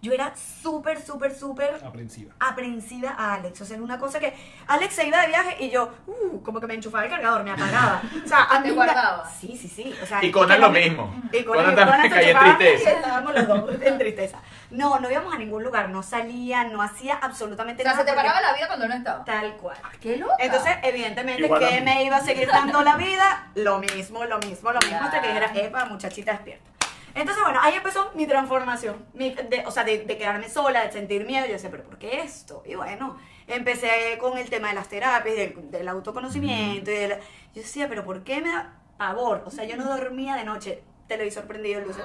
Speaker 6: yo era súper, súper, súper
Speaker 4: Aprensiva.
Speaker 1: Ah.
Speaker 6: aprensiva a Alex. O sea, era una cosa que Alex se iba de viaje y yo, uh, como que me enchufaba el cargador, me apagaba. O sea, a
Speaker 3: Te
Speaker 6: mí me-
Speaker 3: guardaba.
Speaker 6: Sí, sí, sí. O sea,
Speaker 1: Y Conan
Speaker 6: que
Speaker 1: lo
Speaker 6: no me-
Speaker 1: mismo.
Speaker 6: Y
Speaker 1: Conan
Speaker 6: Conan, y
Speaker 1: también
Speaker 6: se
Speaker 1: caía en
Speaker 6: chupaba
Speaker 1: tristeza.
Speaker 6: y estábamos los dos en tristeza. No, no íbamos a ningún lugar, no salía, no hacía absolutamente
Speaker 3: O sea,
Speaker 6: nada.
Speaker 3: se te
Speaker 6: porque-
Speaker 3: paraba la vida cuando no estaba.
Speaker 6: Tal cual.
Speaker 3: ¡Qué loca!
Speaker 6: Entonces, evidentemente,
Speaker 4: Igual a
Speaker 6: que
Speaker 4: mí.
Speaker 6: me iba a seguir dando la vida? Lo mismo, lo mismo, lo mismo,
Speaker 3: Claro.
Speaker 6: hasta que dijera, epa, muchachita despierta. Entonces, bueno, ahí empezó mi transformación, mi- de- o sea, de, de quedarme sola, de sentir miedo, yo decía, pero ¿por qué esto? Y bueno, empecé con el tema de las terapias, del, del autoconocimiento, y de la- yo decía, pero ¿por qué me da pavor? O sea, yo no dormía de noche, te lo vi sorprendido, Luce.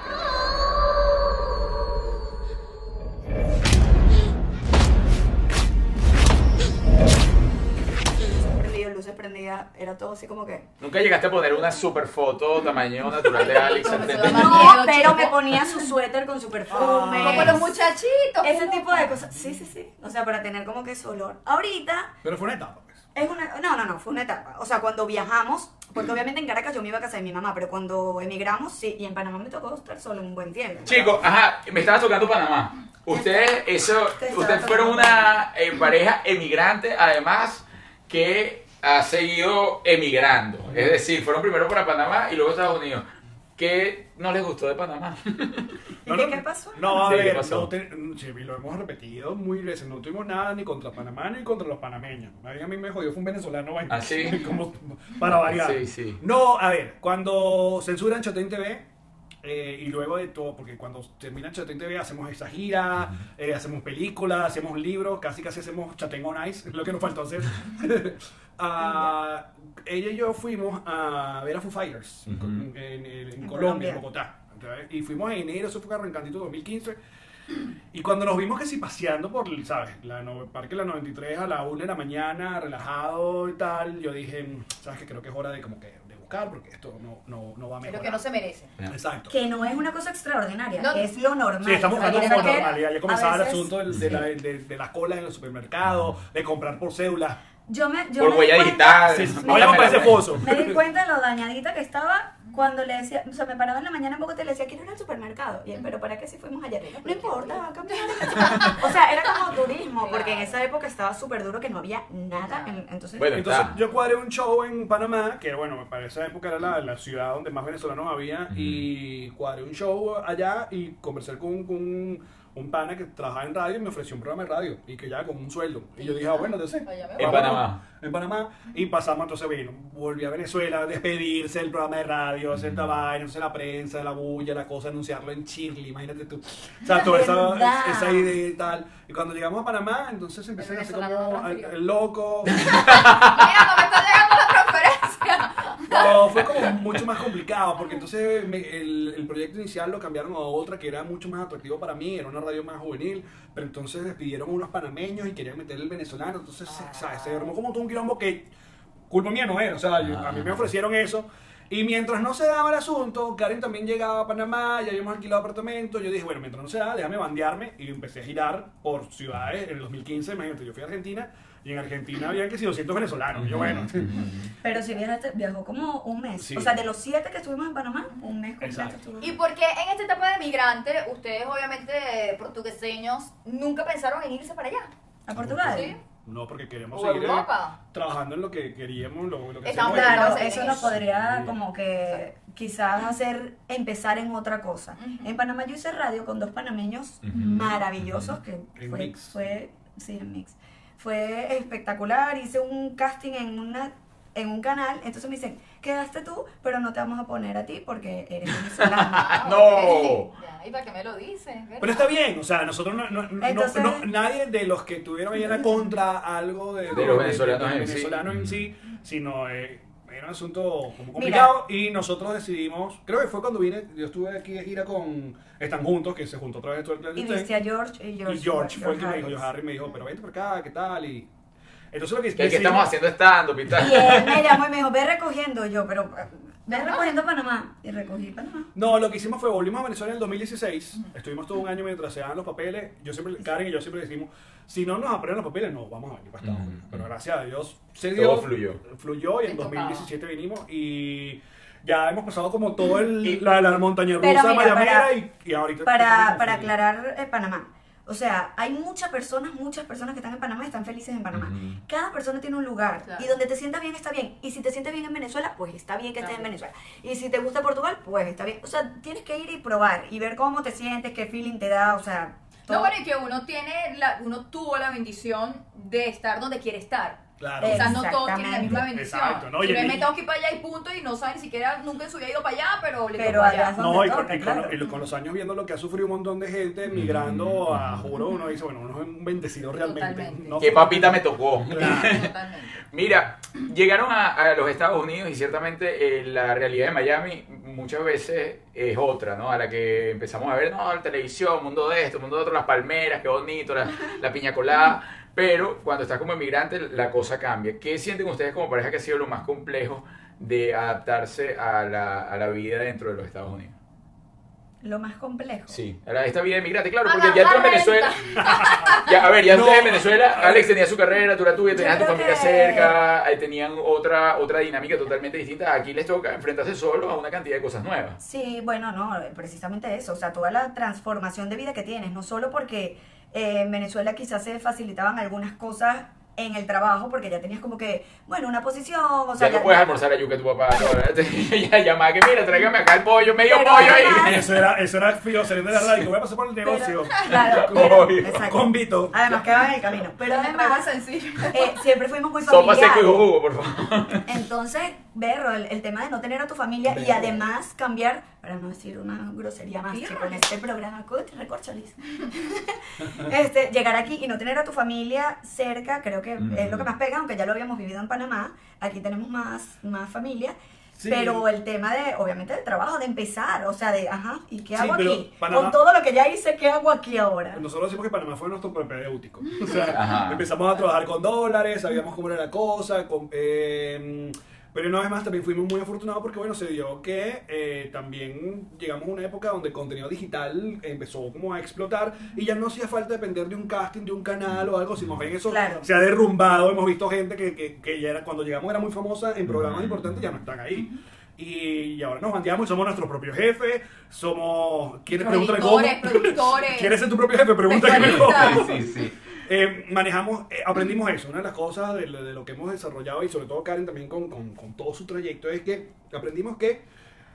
Speaker 6: Sorprendido, luces prendidas, era todo así como que...
Speaker 1: Nunca llegaste a poner una super foto tamaño natural de Alex.
Speaker 3: No,
Speaker 1: ¿entendés?
Speaker 3: eso da más miedo,
Speaker 6: No, pero
Speaker 3: chico.
Speaker 6: me ponía su suéter con su perfume.
Speaker 3: Ah. Como los muchachitos.
Speaker 6: Pues, Ese
Speaker 3: como-
Speaker 6: tipo de cosas. Sí, sí, sí. O sea, para tener como que ese olor. Ahorita
Speaker 4: Pero fue una etapa, pues.
Speaker 6: es una. No, no, no, fue una etapa. O sea, cuando viajamos, porque obviamente en Caracas yo me iba a casa de mi mamá, pero cuando emigramos, sí. Y en Panamá me tocó estar solo un buen tiempo.
Speaker 1: Chicos, ajá, me estaba tocando Panamá. Ustedes, eso,
Speaker 6: Te estaba
Speaker 1: ustedes fueron
Speaker 6: tocando.
Speaker 1: una eh, pareja emigrante, además, que ha seguido emigrando. Es decir, fueron primero para Panamá y luego Estados Unidos. ¿Qué no les gustó de Panamá?
Speaker 6: ¿Y qué, qué pasó?
Speaker 4: No, a
Speaker 1: Sí, ¿qué
Speaker 4: ver,
Speaker 1: pasó?
Speaker 4: no te- sí, y lo hemos repetido muy veces. No tuvimos nada ni contra Panamá ni contra los panameños. Más bien A mí me jodió, fue un venezolano. vaina.
Speaker 1: ¿Ah, sí?
Speaker 4: Como para variar.
Speaker 1: Sí, sí.
Speaker 4: No, a ver, cuando censuran Chotén TV, eh, y luego de todo, porque cuando termina Chatén TV hacemos esa gira, eh, hacemos películas, hacemos libros, casi casi hacemos Chatén on Ice, es lo que nos faltó hacer. Ah, ella y yo fuimos a ver a Foo Fighters en- en, en Colombia, en Bogotá. ¿sabes? Y fuimos en enero, eso fue arrancandito 2015. Y cuando nos vimos que sí paseando por, ¿sabes? La no- Parque La 93 a la 1 de la mañana, relajado y tal, yo dije, "Mm, ¿sabes que Creo que es hora de como que de buscar porque esto no, no, no va a
Speaker 3: Es
Speaker 4: mejorar.
Speaker 3: lo que no se merece.
Speaker 4: Exacto.
Speaker 6: Que no es una cosa extraordinaria,
Speaker 3: No.
Speaker 6: es lo normal.
Speaker 4: Sí, estamos buscando
Speaker 6: Imagínate
Speaker 4: como
Speaker 6: que
Speaker 4: normalidad. Ya
Speaker 6: a
Speaker 4: comenzaba el
Speaker 6: veces-
Speaker 4: asunto del- de, la, de, de las colas en los supermercados, de comprar por cédula.
Speaker 6: Yo me, yo
Speaker 1: Por
Speaker 6: me
Speaker 1: huella
Speaker 6: di cuenta-
Speaker 1: digital.
Speaker 4: Sí, sí,
Speaker 1: Me
Speaker 4: no vayamos para ese pozo.
Speaker 6: Me di cuenta de lo dañadita que estaba cuando le decía, o sea, me paraba en la mañana en Bogotá y le decía, quiero ir al supermercado. Y él, pero ¿para qué si fuimos ayer? No importa, va a cambiar. O sea, era como turismo, porque en esa época estaba súper duro que no había nada. en- entonces,
Speaker 4: entonces yo cuadré un show en Panamá, que bueno, para esa época era la, la ciudad donde más venezolanos había, y cuadré un show allá y conversé con, un- con un, un pana que trabajaba en radio y me ofreció un programa de radio, y que ya con un sueldo. Y yo dije, ah, bueno, entonces.
Speaker 1: En
Speaker 4: vámonos.
Speaker 1: Panamá.
Speaker 4: En Panamá, y pasamos, entonces, bueno, volví a Venezuela, despedirse del programa de radio, hacer esta vaina, entonces la prensa, la bulla, la cosa, anunciarlo en Chile, imagínate tú. O sea, toda
Speaker 13: ¿Verdad?
Speaker 4: esa, esa idea y tal. Y cuando llegamos a Panamá, entonces empecé a hacer como el, el loco. No, fue como mucho más complicado, porque entonces me- el, el proyecto inicial lo cambiaron a otra que era mucho más atractivo para mí, era una radio más juvenil, pero entonces despidieron a unos panameños y querían meter el venezolano, entonces se- ¿sabes? se armó como todo un quilombo que culpa mía no era, o sea, yo- a mí me ofrecieron eso. Y mientras no se daba el asunto, Karen también llegaba a Panamá, ya habíamos alquilado apartamento. Yo dije, bueno, mientras no se da, déjame bandearme. Y empecé a girar por ciudades en el 2015. Imagínate, yo fui a Argentina y en Argentina habían que si 200 venezolanos. Yo, bueno,
Speaker 6: pero si viajaste, viajó como un mes.
Speaker 4: Sí.
Speaker 6: O sea, de los siete que estuvimos en Panamá, un mes completo.
Speaker 4: Exacto.
Speaker 6: estuvo.
Speaker 3: ¿Y por qué en esta etapa de migrante, ustedes obviamente portugueseños, nunca pensaron en irse para allá?
Speaker 6: ¿A Portugal?
Speaker 3: Sí.
Speaker 4: No, porque queremos
Speaker 3: O
Speaker 4: seguir
Speaker 3: Europa.
Speaker 4: eh, trabajando en lo que queríamos, lo, lo que
Speaker 6: Está
Speaker 4: hacemos.
Speaker 6: Ah, claro, eso nos podría como que quizás hacer empezar en otra cosa. En Panamá yo hice radio con dos panameños maravillosos que
Speaker 4: En
Speaker 6: fue,
Speaker 4: mix.
Speaker 6: fue sí, en mix. Fue espectacular, hice un casting en una en un canal, entonces me dicen, "Quedaste tú, pero no te vamos a poner a ti porque eres venezolana."
Speaker 4: No.
Speaker 3: Ah, Ya, ¿Y para qué me lo dices?
Speaker 4: Pero está bien, o sea, nosotros no, no- no-
Speaker 6: Entonces-
Speaker 4: no- nadie de los que tuvieron ahí era contra algo de,
Speaker 1: De los venezolanos en sí.
Speaker 4: venezolanos en sí,
Speaker 6: Mm.
Speaker 4: sino eh, era un asunto como complicado y nosotros decidimos, creo que fue cuando vine, yo estuve aquí de gira con Están Juntos, que se juntó otra vez todo el clan de
Speaker 6: Y
Speaker 4: ustedes.
Speaker 6: viste a George y George.
Speaker 4: Y George fue el que me
Speaker 6: Harris.
Speaker 4: dijo, George Harry me dijo, pero vente por acá, ¿qué tal? Y entonces lo que
Speaker 1: Que aquí estamos haciendo estando,
Speaker 6: Y él me llamó y me dijo, "Ve recogiendo." Yo, pero ve
Speaker 4: Ah.
Speaker 6: recogiendo Panamá y recogí Panamá.
Speaker 4: No, lo que hicimos fue, volvimos a Venezuela en el 2016, estuvimos todo un año mientras se daban los papeles, yo siempre, Karen y yo siempre decimos, si no nos aprueban los papeles, no, vamos a venir para Estados Unidos. Pero gracias a Dios se
Speaker 1: Todo
Speaker 4: dio.
Speaker 1: fluyó.
Speaker 4: Fluyó y en
Speaker 1: tocaba.
Speaker 4: 2017 vinimos y ya hemos pasado como todo el, la, la montaña
Speaker 6: Pero
Speaker 4: rusa,
Speaker 6: mira,
Speaker 4: Mayamera
Speaker 6: para-
Speaker 4: y, y ahorita...
Speaker 6: para,
Speaker 4: estamos
Speaker 6: para
Speaker 4: en-
Speaker 6: aclarar eh, Panamá. O sea, hay muchas personas, muchas personas que están en Panamá y están felices en Panamá. Cada persona tiene un lugar y donde te sienta bien está bien. Y si te sientes bien en Venezuela, pues está bien que estés en Venezuela. Y si te gusta Portugal, pues está bien. O sea, tienes que ir y probar y ver cómo te sientes, qué feeling te da, o sea,
Speaker 3: No,
Speaker 6: todo.
Speaker 3: bueno, y que uno tiene, la, uno tuvo la bendición de estar donde quiere estar.
Speaker 6: eh,
Speaker 4: Claro.
Speaker 3: Quizás no todos tienen la misma
Speaker 4: Exactamente.
Speaker 3: bendición.
Speaker 4: Exacto, ¿no?
Speaker 3: Si
Speaker 4: Oye,
Speaker 3: me
Speaker 4: y-
Speaker 3: meto aquí para allá y punto y no saben siquiera, nunca en su vida he ido para allá, pero le
Speaker 6: Pero
Speaker 3: tocó allá.
Speaker 6: allá
Speaker 4: No, y con, y con- y con los años viendo lo que ha sufrido un montón de gente migrando a juro, uno dice, bueno, uno es un bendecido realmente. No,
Speaker 1: Qué papita me tocó. Mira, llegaron a, a los Estados Unidos y ciertamente eh, la realidad de Miami muchas veces es otra, ¿no? A la que empezamos a ver, no, la televisión, mundo de esto, mundo de otro, las palmeras, qué bonito, la, la piña colada. Pero cuando estás como emigrante, la cosa cambia. ¿Qué sienten ustedes como pareja que ha sido lo más complejo de adaptarse a la, a la vida dentro de los Estados Unidos?
Speaker 6: lo más complejo.
Speaker 1: Sí, a la- esta vida de emigrante, claro,
Speaker 6: A
Speaker 1: porque
Speaker 6: la
Speaker 1: ya tú en
Speaker 6: renta.
Speaker 1: Venezuela. Ya, a ver, ya
Speaker 4: No.
Speaker 1: ustedes en Venezuela, Alex tenía su carrera, tú la tuya, tenías a tu
Speaker 6: creo
Speaker 1: familia
Speaker 6: que-
Speaker 1: cerca, ahí tenían otra, otra dinámica totalmente distinta. Aquí les toca enfrentarse solo a una cantidad de cosas nuevas.
Speaker 6: Sí, bueno, no, eh, precisamente eso, o sea, toda la transformación de vida que tienes, no solo porque eh, en Venezuela quizás se facilitaban algunas cosas en el trabajo, porque ya tenías como que, bueno, una posición, o sea,
Speaker 1: ya no puedes almorzar a yuca tu papá. no, ya llamaba que mira, tráigame acá el pollo, medio pollo ahí.
Speaker 4: Eso era, eso era frío, saliendo de la radio, voy a pasar por el negocio.
Speaker 6: claro,
Speaker 1: Obvio.
Speaker 4: Con Vito.
Speaker 6: además quedaban en el camino. Pero además, eh, siempre fuimos muy
Speaker 1: Sopa
Speaker 6: familiares.
Speaker 1: seco y jugo, por favor.
Speaker 6: Entonces, berro, el, el tema de no tener a tu familia y
Speaker 5: Berro.
Speaker 6: además cambiar, para no decir una grosería más, chico, en este programa, cut, recorcholis. este, llegar aquí y no tener a tu familia cerca, creo que es lo que más pega, aunque ya lo habíamos vivido en Panamá, aquí tenemos más, más familia.
Speaker 4: Sí.
Speaker 6: Pero el tema de, obviamente, del trabajo, de empezar, o sea, de, ajá, ¿y qué
Speaker 4: Sí,
Speaker 6: hago
Speaker 4: pero
Speaker 6: aquí?
Speaker 4: Panamá-
Speaker 6: Con todo lo que ya hice, ¿qué hago aquí ahora?
Speaker 4: Nosotros decimos que Panamá fue nuestro propedéutico. O sea,
Speaker 1: Ajá.
Speaker 4: empezamos a trabajar con dólares, sabíamos cómo era la cosa. con- eh, pero una vez más también fuimos muy afortunados porque, bueno, se dio que eh, también llegamos a una época donde el contenido digital empezó como a explotar y ya no hacía falta depender de un casting, de un canal o algo, sino ven eso
Speaker 6: Claro.
Speaker 4: se ha derrumbado. Hemos visto gente que, que- que ya era, cuando llegamos era muy famosa en programas importantes, ya no están ahí. Y, y ahora nos bandeamos y somos nuestros propios jefes, somos... ¿Quieres preguntarme cómo?
Speaker 3: Productores, productores.
Speaker 4: ¿Quieres ser tu propio jefe? Pregunta que me
Speaker 3: Periodistas.
Speaker 1: Sí, sí, sí.
Speaker 4: eh, manejamos, eh, aprendimos eso. Una de las cosas de, de lo que hemos desarrollado y sobre todo Karen también con, con- con todo su trayecto es que aprendimos que,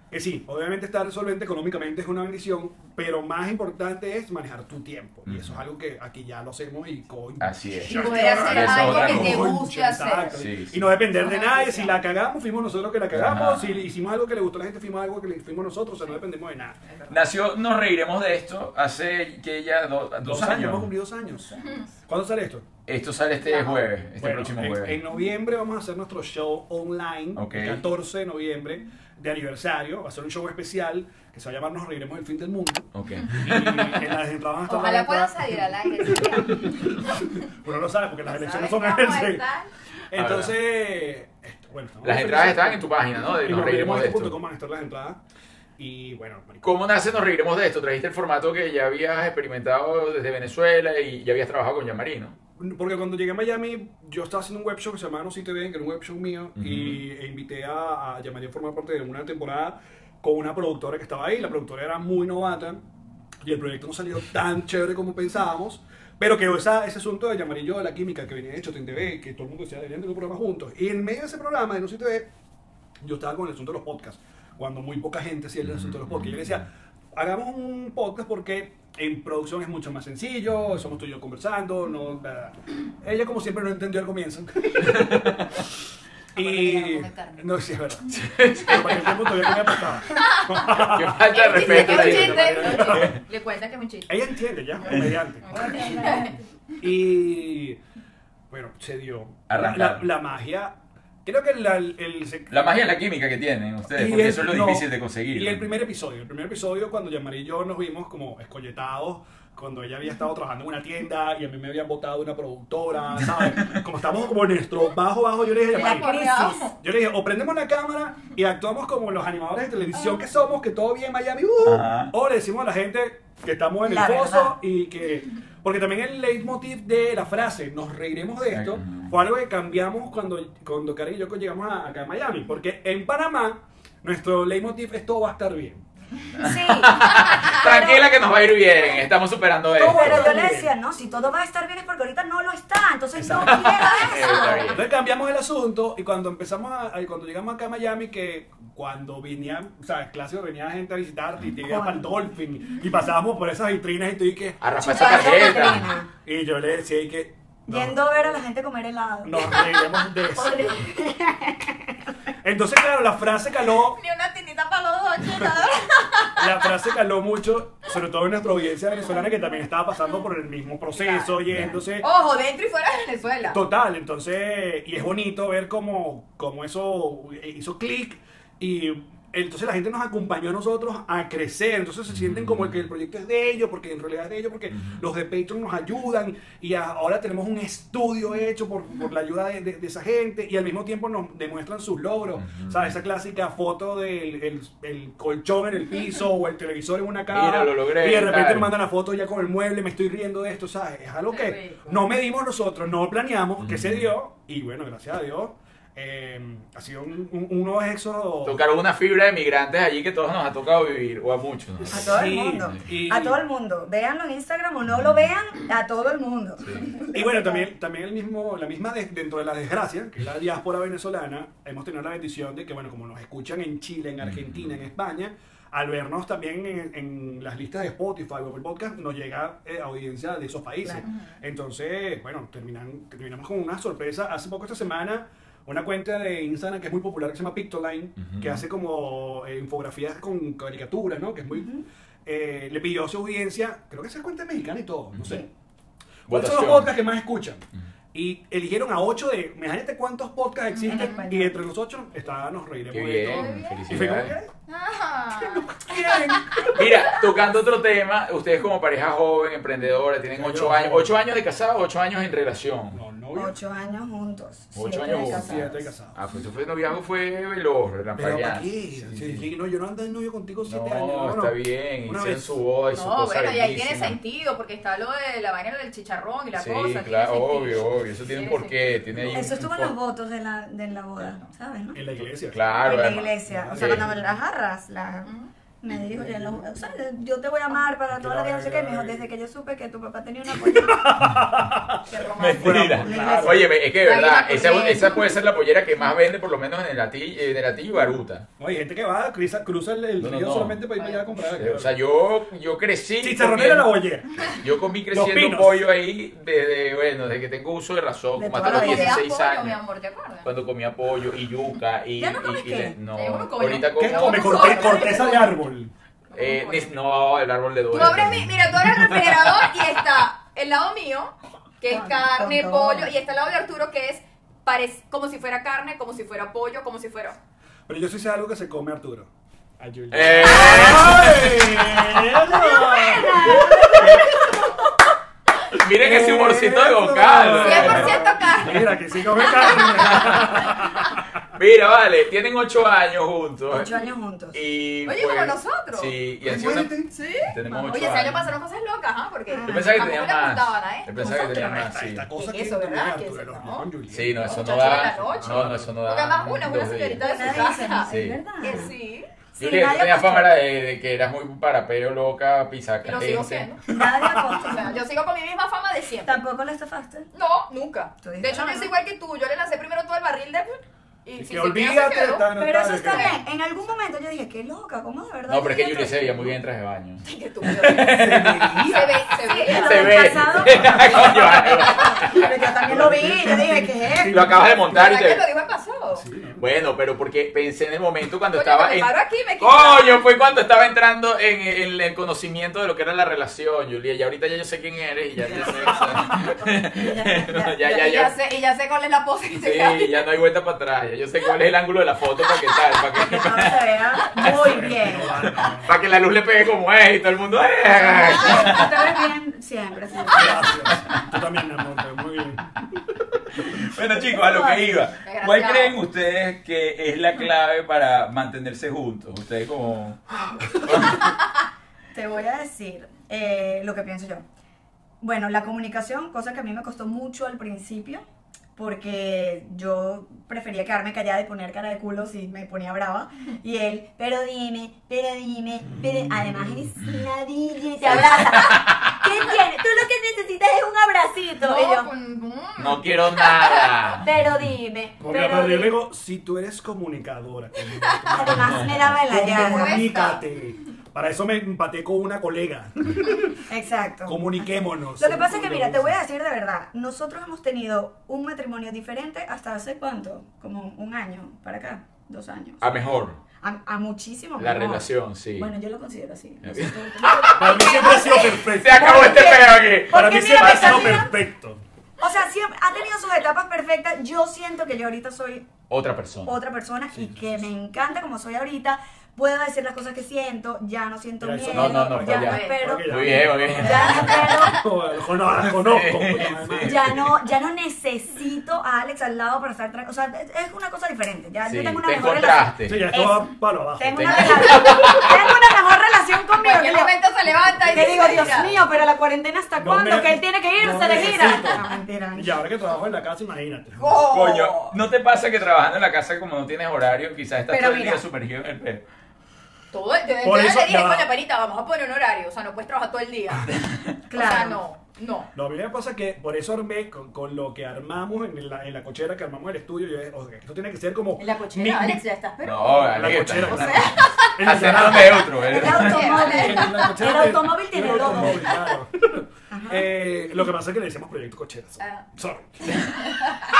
Speaker 4: que sí, obviamente estar solvente económicamente es una bendición, pero más importante es manejar tu tiempo. Y eso es algo que aquí ya lo hacemos y coño.
Speaker 1: Así es.
Speaker 3: Y poder hacer
Speaker 1: Esa
Speaker 3: algo
Speaker 1: otra
Speaker 3: que te
Speaker 1: cosa.
Speaker 3: guste hacer.
Speaker 4: Exacto.
Speaker 1: Sí, sí.
Speaker 4: Y no depender
Speaker 3: Una
Speaker 4: de nadie. Si
Speaker 3: bendición.
Speaker 4: la cagamos, fuimos nosotros que la cagamos.
Speaker 1: Ajá.
Speaker 4: Si le hicimos algo que le gustó a la gente, fuimos algo que le fuimos nosotros. O sea, no dependemos de nada.
Speaker 1: Nació, nos reiremos de esto hace que ya do- dos, años.
Speaker 4: Hemos cumplido dos años. ¿Cuándo sale esto?
Speaker 1: Esto sale este jueves, este
Speaker 4: Bueno,
Speaker 1: próximo
Speaker 4: en,
Speaker 1: jueves.
Speaker 4: en noviembre vamos a hacer nuestro show online,
Speaker 1: Ok.
Speaker 4: el 14 de noviembre, de aniversario. Va a ser un show especial que se va a llamar Nos Reiremos del Fin del Mundo.
Speaker 1: Ok.
Speaker 4: Y en las entradas van a estar
Speaker 13: Ojalá
Speaker 4: las
Speaker 13: pueda
Speaker 4: entradas-
Speaker 13: salir al aire. ese día.
Speaker 4: Uno no sabe porque las elecciones son
Speaker 13: ¿Sabes
Speaker 4: en
Speaker 13: cómo
Speaker 4: seis.
Speaker 13: están?
Speaker 4: Entonces, esto, bueno, estamos
Speaker 1: Las
Speaker 4: muy
Speaker 1: entradas
Speaker 4: felices.
Speaker 1: están en tu página, ¿no? De
Speaker 4: Y
Speaker 1: Nos Reiremos de Esto.
Speaker 4: .com van a estar las entradas. Y bueno, marico,
Speaker 1: ¿Cómo nace Nos Reiremos de esto? Trajiste el formato que ya habías experimentado desde Venezuela y ya habías trabajado con Yamari, ¿no?
Speaker 4: Porque cuando llegué a Miami, yo estaba haciendo un web show que se llamaba No Si Te Ven, que era un web show mío, y e invité a, a Yamari a formar parte de una temporada con una productora que estaba ahí. La productora era muy novata y el proyecto no salió tan chévere como pensábamos. Pero quedó esa, ese asunto de Yamari y yo, de la química que venía hecho en TV, que todo el mundo decía, deberían tener un programa juntos. Y en medio de ese programa de No Si Te Ve, yo estaba con el asunto de los podcasts, cuando muy poca gente hacía el asunto de los podcasts. Yo le decía, hagamos un podcast porque en producción es mucho más sencillo, somos tú y yo conversando, no... bla, bla, bla". Ella como siempre no entendió al comienzo. y... No, sí, es verdad. Pero para el tiempo todavía no me apretaba.
Speaker 1: Qué falta de
Speaker 3: Es chiste,
Speaker 1: respeto.
Speaker 3: es
Speaker 1: David.
Speaker 3: chiste. Le cuentas que es un chiste.
Speaker 4: Ella entiende ya, comediante. Y... Bueno, se dio. La, la-
Speaker 1: Arrancaron.
Speaker 4: la magia... Creo que la, el, sec-
Speaker 1: La magia es la química que tienen ustedes,
Speaker 4: Y
Speaker 1: porque
Speaker 4: el-
Speaker 1: eso es lo
Speaker 4: no,
Speaker 1: difícil de conseguir.
Speaker 4: Y el primer episodio, el primer episodio cuando Yamari y yo nos vimos como escolletados, cuando ella había estado trabajando en una tienda y a mí me habían botado una productora, ¿sabes? Como estamos como en nuestro bajo, bajo, yo le dije,
Speaker 6: La
Speaker 4: Yamari,
Speaker 6: crisis.
Speaker 4: yo le dije, o prendemos la cámara y actuamos como los animadores de
Speaker 6: Ah.
Speaker 4: televisión que somos, que todo bien Miami, uh,
Speaker 1: Ajá.
Speaker 4: o le decimos a la gente que estamos en
Speaker 6: La
Speaker 4: el
Speaker 6: verdad.
Speaker 4: pozo y que... Porque también el leitmotiv de la frase, nos reiremos de esto, fue algo que cambiamos cuando, cuando Karen y yo llegamos a- acá a Miami. Porque en Panamá, nuestro leitmotiv es todo va a estar bien.
Speaker 6: Sí,
Speaker 1: Tranquila que nos va a ir bien, estamos superando esto.
Speaker 6: pero yo le decía, no, si todo va a estar bien es porque ahorita no lo está, entonces no quiero eso.
Speaker 4: Entonces cambiamos el asunto y cuando empezamos a, a- cuando llegamos acá a Miami, que cuando venían, o sea, clase venía gente a visitar y te ibas para el Dolphin y pasábamos por esas vitrinas y tú y que...
Speaker 1: Arraspa esa
Speaker 6: Chupar esa
Speaker 1: tarjeta.
Speaker 6: vitrina.
Speaker 4: Y yo le decía y que... no,
Speaker 6: Yendo a ver a la gente comer helado.
Speaker 4: nos reiremos de eso. Entonces, claro, la frase caló
Speaker 3: Ni una tinita para los dos, chula.
Speaker 4: La frase caló mucho, sobre todo en nuestra audiencia venezolana que también estaba pasando por el mismo proceso, yéndose.
Speaker 3: Ojo, dentro y fuera de Venezuela.
Speaker 4: Total, entonces, y es bonito ver cómo, cómo eso eh, hizo clic y entonces la gente nos acompañó a nosotros a crecer, entonces se sienten
Speaker 1: Mm.
Speaker 4: como que el proyecto es de ellos, porque en realidad es de ellos, porque los de Patreon nos ayudan y a- ahora tenemos un estudio hecho por, por la ayuda de, de- de esa gente y al mismo tiempo nos demuestran sus logros, ¿sabes? Esa clásica foto del el- el colchón en el piso o el televisor en una casa
Speaker 1: Mira, lo logré,
Speaker 4: y de repente
Speaker 1: tal.
Speaker 4: me mandan la foto ya con el mueble, me estoy riendo de esto, ¿sabes? Es algo
Speaker 3: Qué
Speaker 4: que
Speaker 3: rico.
Speaker 4: no medimos nosotros, no planeamos, que se dio, y bueno, gracias a Dios, eh, ha sido un, un- unos éxodos.
Speaker 1: Tocaron una fibra de migrantes allí que todos nos ha tocado vivir, o a muchos. ¿no?
Speaker 6: A todo el
Speaker 4: Sí,
Speaker 6: mundo.
Speaker 4: y-
Speaker 6: A todo el mundo. Véanlo en Instagram o no lo vean, a todo el mundo.
Speaker 4: Y bueno, también, también el mismo, la misma, des- dentro de la desgracia, que es la diáspora venezolana, hemos tenido la bendición de que, bueno, como nos escuchan en Chile, en Argentina, en España, al vernos también en, en las listas de Spotify o el podcast, nos llega eh, audiencia de esos países. Entonces, bueno, terminan, terminamos con una sorpresa. Hace poco esta semana una cuenta de Instagram que es muy popular que se llama Pictoline,
Speaker 13: Ujú.
Speaker 4: que hace como eh, infografías con caricaturas, ¿no? Que es muy... eh, le pidió a su audiencia, creo que esa cuenta es mexicana y todo, no sé. ¿Cuáles son los
Speaker 13: Votación.
Speaker 4: podcasts que más escuchan? Y eligieron a 8 de, imagínate cuántos podcasts existen, y entre los 8 está, nos reiremos
Speaker 1: Qué
Speaker 4: de
Speaker 1: bien,
Speaker 4: todo.
Speaker 1: felicidades.
Speaker 4: Y fue como que,
Speaker 3: Ah,
Speaker 1: Mira, tocando otro tema, ustedes como pareja joven, emprendedora, tienen ocho años, ocho años de casados, ocho años en relación.
Speaker 6: Ocho años juntos.
Speaker 1: Ocho
Speaker 6: siete
Speaker 1: años
Speaker 6: de
Speaker 1: juntos.
Speaker 6: casados.
Speaker 1: Ah, pues eso fue noviazgo, fue veloz,
Speaker 4: Pero ¿para
Speaker 1: relampagueando.
Speaker 4: qué? Sí, sí, no, yo no ando de novio contigo 7 años.
Speaker 1: No,
Speaker 4: bueno.
Speaker 1: está bien,
Speaker 4: Una
Speaker 1: hicieron
Speaker 4: vez.
Speaker 1: su boda y su
Speaker 3: No,
Speaker 1: cosa
Speaker 3: bueno, y ahí tiene
Speaker 1: bellísima.
Speaker 3: sentido, porque está lo de la vaina del chicharrón y la
Speaker 1: Sí,
Speaker 3: cosa. tiene
Speaker 1: claro,
Speaker 3: sentido.
Speaker 1: obvio, obvio, eso tiene un porqué, tiene ahí un-
Speaker 6: Eso estuvo en
Speaker 1: un
Speaker 6: los votos de la, de la boda, ¿sabes? no?
Speaker 4: En la iglesia.
Speaker 1: Claro,
Speaker 6: en la
Speaker 1: además.
Speaker 6: iglesia. O sea,
Speaker 1: Sí.
Speaker 6: cuando me las jarras, la- me dijo, ya lo- o sea, yo te voy a amar para toda la vida, no sé qué. Me dijo, desde que yo supe que tu papá tenía una
Speaker 1: Mentira.
Speaker 6: Claro.
Speaker 1: Oye, es que de
Speaker 6: Ahí
Speaker 1: verdad,
Speaker 6: la
Speaker 1: esa,
Speaker 6: pollera.
Speaker 1: esa puede ser la pollera que más vende, por lo menos en el latillo, en el latillo y Baruta.
Speaker 4: No, hay gente que va, cruza, cruza el, el
Speaker 1: No, no,
Speaker 4: río
Speaker 1: no.
Speaker 4: solamente para ir allá a comprar.
Speaker 1: Eh, O sea, yo, yo crecí.
Speaker 4: Chicharronera
Speaker 1: comiendo-
Speaker 4: la bollera.
Speaker 1: Yo comí
Speaker 4: Los
Speaker 1: creciendo
Speaker 4: pinos.
Speaker 1: pollo ahí desde, bueno, desde que tengo uso de razón, como hasta
Speaker 3: Cuando
Speaker 1: los
Speaker 3: te da
Speaker 1: 16
Speaker 3: pollo, mi
Speaker 1: años.
Speaker 3: amor, ¿te acuerdas?
Speaker 1: Cuando comía pollo y yuca y.
Speaker 3: ¿Ya
Speaker 1: y-
Speaker 3: no comes
Speaker 1: y
Speaker 3: qué?
Speaker 1: le- no,
Speaker 3: Ya uno come.
Speaker 1: ahorita como.
Speaker 3: ¿Qué come? Corte-
Speaker 1: Ahorita-
Speaker 4: corteza de árbol.
Speaker 1: Eh, ni- no, el árbol le duele.
Speaker 3: Tú abres mi, mira, tú abres el refrigerador y está el lado mío, que es carne,
Speaker 6: con todo.
Speaker 3: pollo, y está el lado de Arturo, que es parec- como si fuera carne, como si fuera pollo, como si fuera.
Speaker 4: Pero yo sí sé algo que se come Arturo. Ayuya.
Speaker 1: ¡Eh! Miren ese humorcito de vocal.
Speaker 3: 100% carne.
Speaker 4: Mira, que sí come carne.
Speaker 1: Mira, vale, tienen 8 años juntos.
Speaker 6: Ocho años juntos.
Speaker 1: Y,
Speaker 3: Oye,
Speaker 1: pues,
Speaker 3: como nosotros.
Speaker 1: Sí, y así una-
Speaker 3: Sí.
Speaker 1: Tenemos ocho
Speaker 3: Oye, ese año
Speaker 1: años.
Speaker 3: pasaron cosas locas, ¿ah? Porque
Speaker 1: Yo pensaba que tenía
Speaker 3: tampoco le apuntaban,
Speaker 1: más.
Speaker 3: ¿eh?
Speaker 1: Yo pensaba que tenía
Speaker 3: Nosotros.
Speaker 1: más, Ah, sí.
Speaker 4: cosa
Speaker 3: ¿Qué es eso, verdad? ¿Qué es eso?
Speaker 1: Sí, no, eso no
Speaker 3: Muchachos de
Speaker 1: da.
Speaker 3: la noche.
Speaker 1: No, no, eso no da.
Speaker 3: Porque además una, una
Speaker 1: Dos
Speaker 3: señorita
Speaker 1: días.
Speaker 3: de su
Speaker 6: Nadie dice
Speaker 3: casa.
Speaker 6: nada,
Speaker 1: Sí.
Speaker 6: es verdad.
Speaker 3: Que sí.
Speaker 1: Yo que tú tenías fama era de, de que eras muy parapeo, loca,
Speaker 3: Y lo sigo
Speaker 1: pizacatente.
Speaker 3: siendo. O sea, yo sigo con mi misma fama de siempre.
Speaker 6: ¿Tampoco la estafaste?
Speaker 3: No, nunca. De hecho,
Speaker 6: no,
Speaker 3: yo soy igual que tú. Yo le lancé primero todo el barril de... Y, si
Speaker 1: que
Speaker 3: se queda, se
Speaker 1: olvídate,
Speaker 3: quedó.
Speaker 1: tal, no,
Speaker 6: Pero eso
Speaker 1: tal,
Speaker 6: está
Speaker 1: que-
Speaker 6: bien. En algún momento yo dije, qué loca, ¿cómo de verdad?
Speaker 1: No, pero es que
Speaker 6: llegué
Speaker 1: Julia
Speaker 6: a
Speaker 1: se
Speaker 6: tra-
Speaker 1: veía muy bien en traje de baño.
Speaker 3: Se ve, se ve.
Speaker 1: Se ve. Coño,
Speaker 6: Pero yo también lo vi, yo dije, ¿qué es?
Speaker 1: Sí, lo acabas de montar y
Speaker 3: ¿Verdad
Speaker 1: te-
Speaker 3: que lo dijo en pasado?
Speaker 1: Bueno, pero porque pensé en el momento cuando
Speaker 3: Coño,
Speaker 1: estaba
Speaker 3: me
Speaker 1: en...
Speaker 3: paro aquí, me quito.
Speaker 1: Coño, pues, fue cuando estaba entrando en, en el conocimiento de lo que era la relación, Julia. Y ahorita ya yo sé quién eres y ya, ya sé... ya, ya, ya.
Speaker 3: y, ya sé, y ya sé cuál es la pose que se
Speaker 1: Sí, ya no hay vuelta para atrás. Ya yo sé cuál es el ángulo de la foto para que tal, para que,
Speaker 6: Se vea muy bien.
Speaker 1: para que la luz le pegue como es y todo el mundo... ¡eh!
Speaker 6: Te ves bien siempre. siempre.
Speaker 4: Tú también, mi amor, te ves muy bien.
Speaker 1: Bueno, chicos, a lo que iba. ¿Cuál
Speaker 3: Desgraciado.
Speaker 1: creen ustedes que es la clave para mantenerse juntos? Ustedes como...
Speaker 6: Te voy a decir eh, lo que pienso yo. Bueno, la comunicación, cosa que a mí me costó mucho al principio, porque yo prefería quedarme callada y poner cara de culo si me ponía brava. Y él, pero dime, pero dime, pero... Además eres una DJ, te abraza. ¿Qué tienes? Tú lo que necesitas es un abracito.
Speaker 3: No, pues.
Speaker 6: Y yo,
Speaker 1: No quiero nada.
Speaker 6: pero dime,
Speaker 4: Porque
Speaker 6: pero
Speaker 4: aparte yo
Speaker 6: dime.
Speaker 4: le digo, si tú eres comunicadora,
Speaker 6: Además me daba la llaga.
Speaker 4: comunícate. Para eso me empaté con una colega.
Speaker 6: Exacto.
Speaker 4: Comuniquémonos.
Speaker 6: Lo que pasa es que, mira, te voy a decir de verdad, nosotros hemos tenido un matrimonio diferente hasta hace cuánto, como un año para acá, dos años.
Speaker 1: A Ah, mejor.
Speaker 6: A, a muchísimo
Speaker 1: La
Speaker 6: mejor.
Speaker 1: relación, sí.
Speaker 6: Bueno, yo lo considero así. No sé tú.
Speaker 4: Para mí siempre ha sido perfecto.
Speaker 1: Se acabó este peo aquí.
Speaker 4: Para mí
Speaker 6: Porque
Speaker 4: siempre ha
Speaker 6: mira,
Speaker 4: sido
Speaker 6: Catalina-
Speaker 4: perfecto.
Speaker 6: O sea, siempre, ha tenido sus etapas perfectas. Yo siento que yo ahorita soy
Speaker 1: Otra persona.
Speaker 6: otra persona y que me encanta como soy ahorita. Puedo decir las cosas que siento, ya no siento
Speaker 1: Mira, eso-
Speaker 6: miedo,
Speaker 1: no, no, no,
Speaker 6: ya
Speaker 1: pues
Speaker 6: no
Speaker 1: ya.
Speaker 6: espero.
Speaker 1: Muy bien, muy bien.
Speaker 6: Ya no espero.
Speaker 4: Ojo, no, las conozco.
Speaker 6: Ya no, ya no necesito a Alex al lado para estar tranquila. O sea, es- es una cosa diferente. Ya
Speaker 1: Sí,
Speaker 6: yo tengo una
Speaker 1: te
Speaker 6: mejor
Speaker 1: encontraste.
Speaker 6: relación.
Speaker 1: Sí,
Speaker 4: ya esto
Speaker 6: Eso.
Speaker 4: va palo abajo.
Speaker 6: Tengo una, relación- tengo una mejor relación
Speaker 3: En
Speaker 6: conmigo.
Speaker 3: cualquier
Speaker 6: que yo-
Speaker 3: momento se levanta y
Speaker 6: que digo, Dios
Speaker 3: mira,
Speaker 6: mío, pero la cuarentena hasta
Speaker 4: No
Speaker 6: cuándo?
Speaker 4: me-
Speaker 6: que él tiene que irse
Speaker 4: no
Speaker 6: de gira.
Speaker 4: necesito.
Speaker 6: No, mentira.
Speaker 4: Y ahora que trabajo en la casa, imagínate.
Speaker 3: Oh.
Speaker 6: Oh.
Speaker 1: Coño, ¿no te pasa que trabajando en la casa como no tienes horario, quizás estás
Speaker 6: Pero
Speaker 1: todo el
Speaker 6: mira.
Speaker 1: día sumergido en el peo?
Speaker 3: Todo, yo desde
Speaker 4: Por
Speaker 3: ya
Speaker 4: eso-
Speaker 3: le dije,
Speaker 4: ya va.
Speaker 3: coño, Perita, vamos a poner un horario. O sea, no puedes trabajar todo el día. O sea,
Speaker 6: Claro.
Speaker 3: no, no.
Speaker 4: No, a mí me pasa que por eso armé, con, con lo que armamos en la, en la cochera que armamos el estudio, yo dije, "Oye, esto tiene que ser como...
Speaker 3: En la cochera,
Speaker 4: mi-
Speaker 3: Alex, ya estás, pero...
Speaker 1: No,
Speaker 4: la
Speaker 1: Alex,
Speaker 4: cochera.
Speaker 1: está-
Speaker 4: En la
Speaker 1: Hacer
Speaker 4: sala.
Speaker 1: neutro, ¿eh?
Speaker 6: El
Speaker 1: ¿verdad?
Speaker 6: automóvil.
Speaker 4: En la cochera
Speaker 6: El
Speaker 4: de-
Speaker 6: automóvil tiene
Speaker 4: el
Speaker 6: logo.
Speaker 4: automóvil, claro. Eh, lo que pasa es que le decíamos proyecto cochera. so-
Speaker 3: Ah.
Speaker 4: Sorry.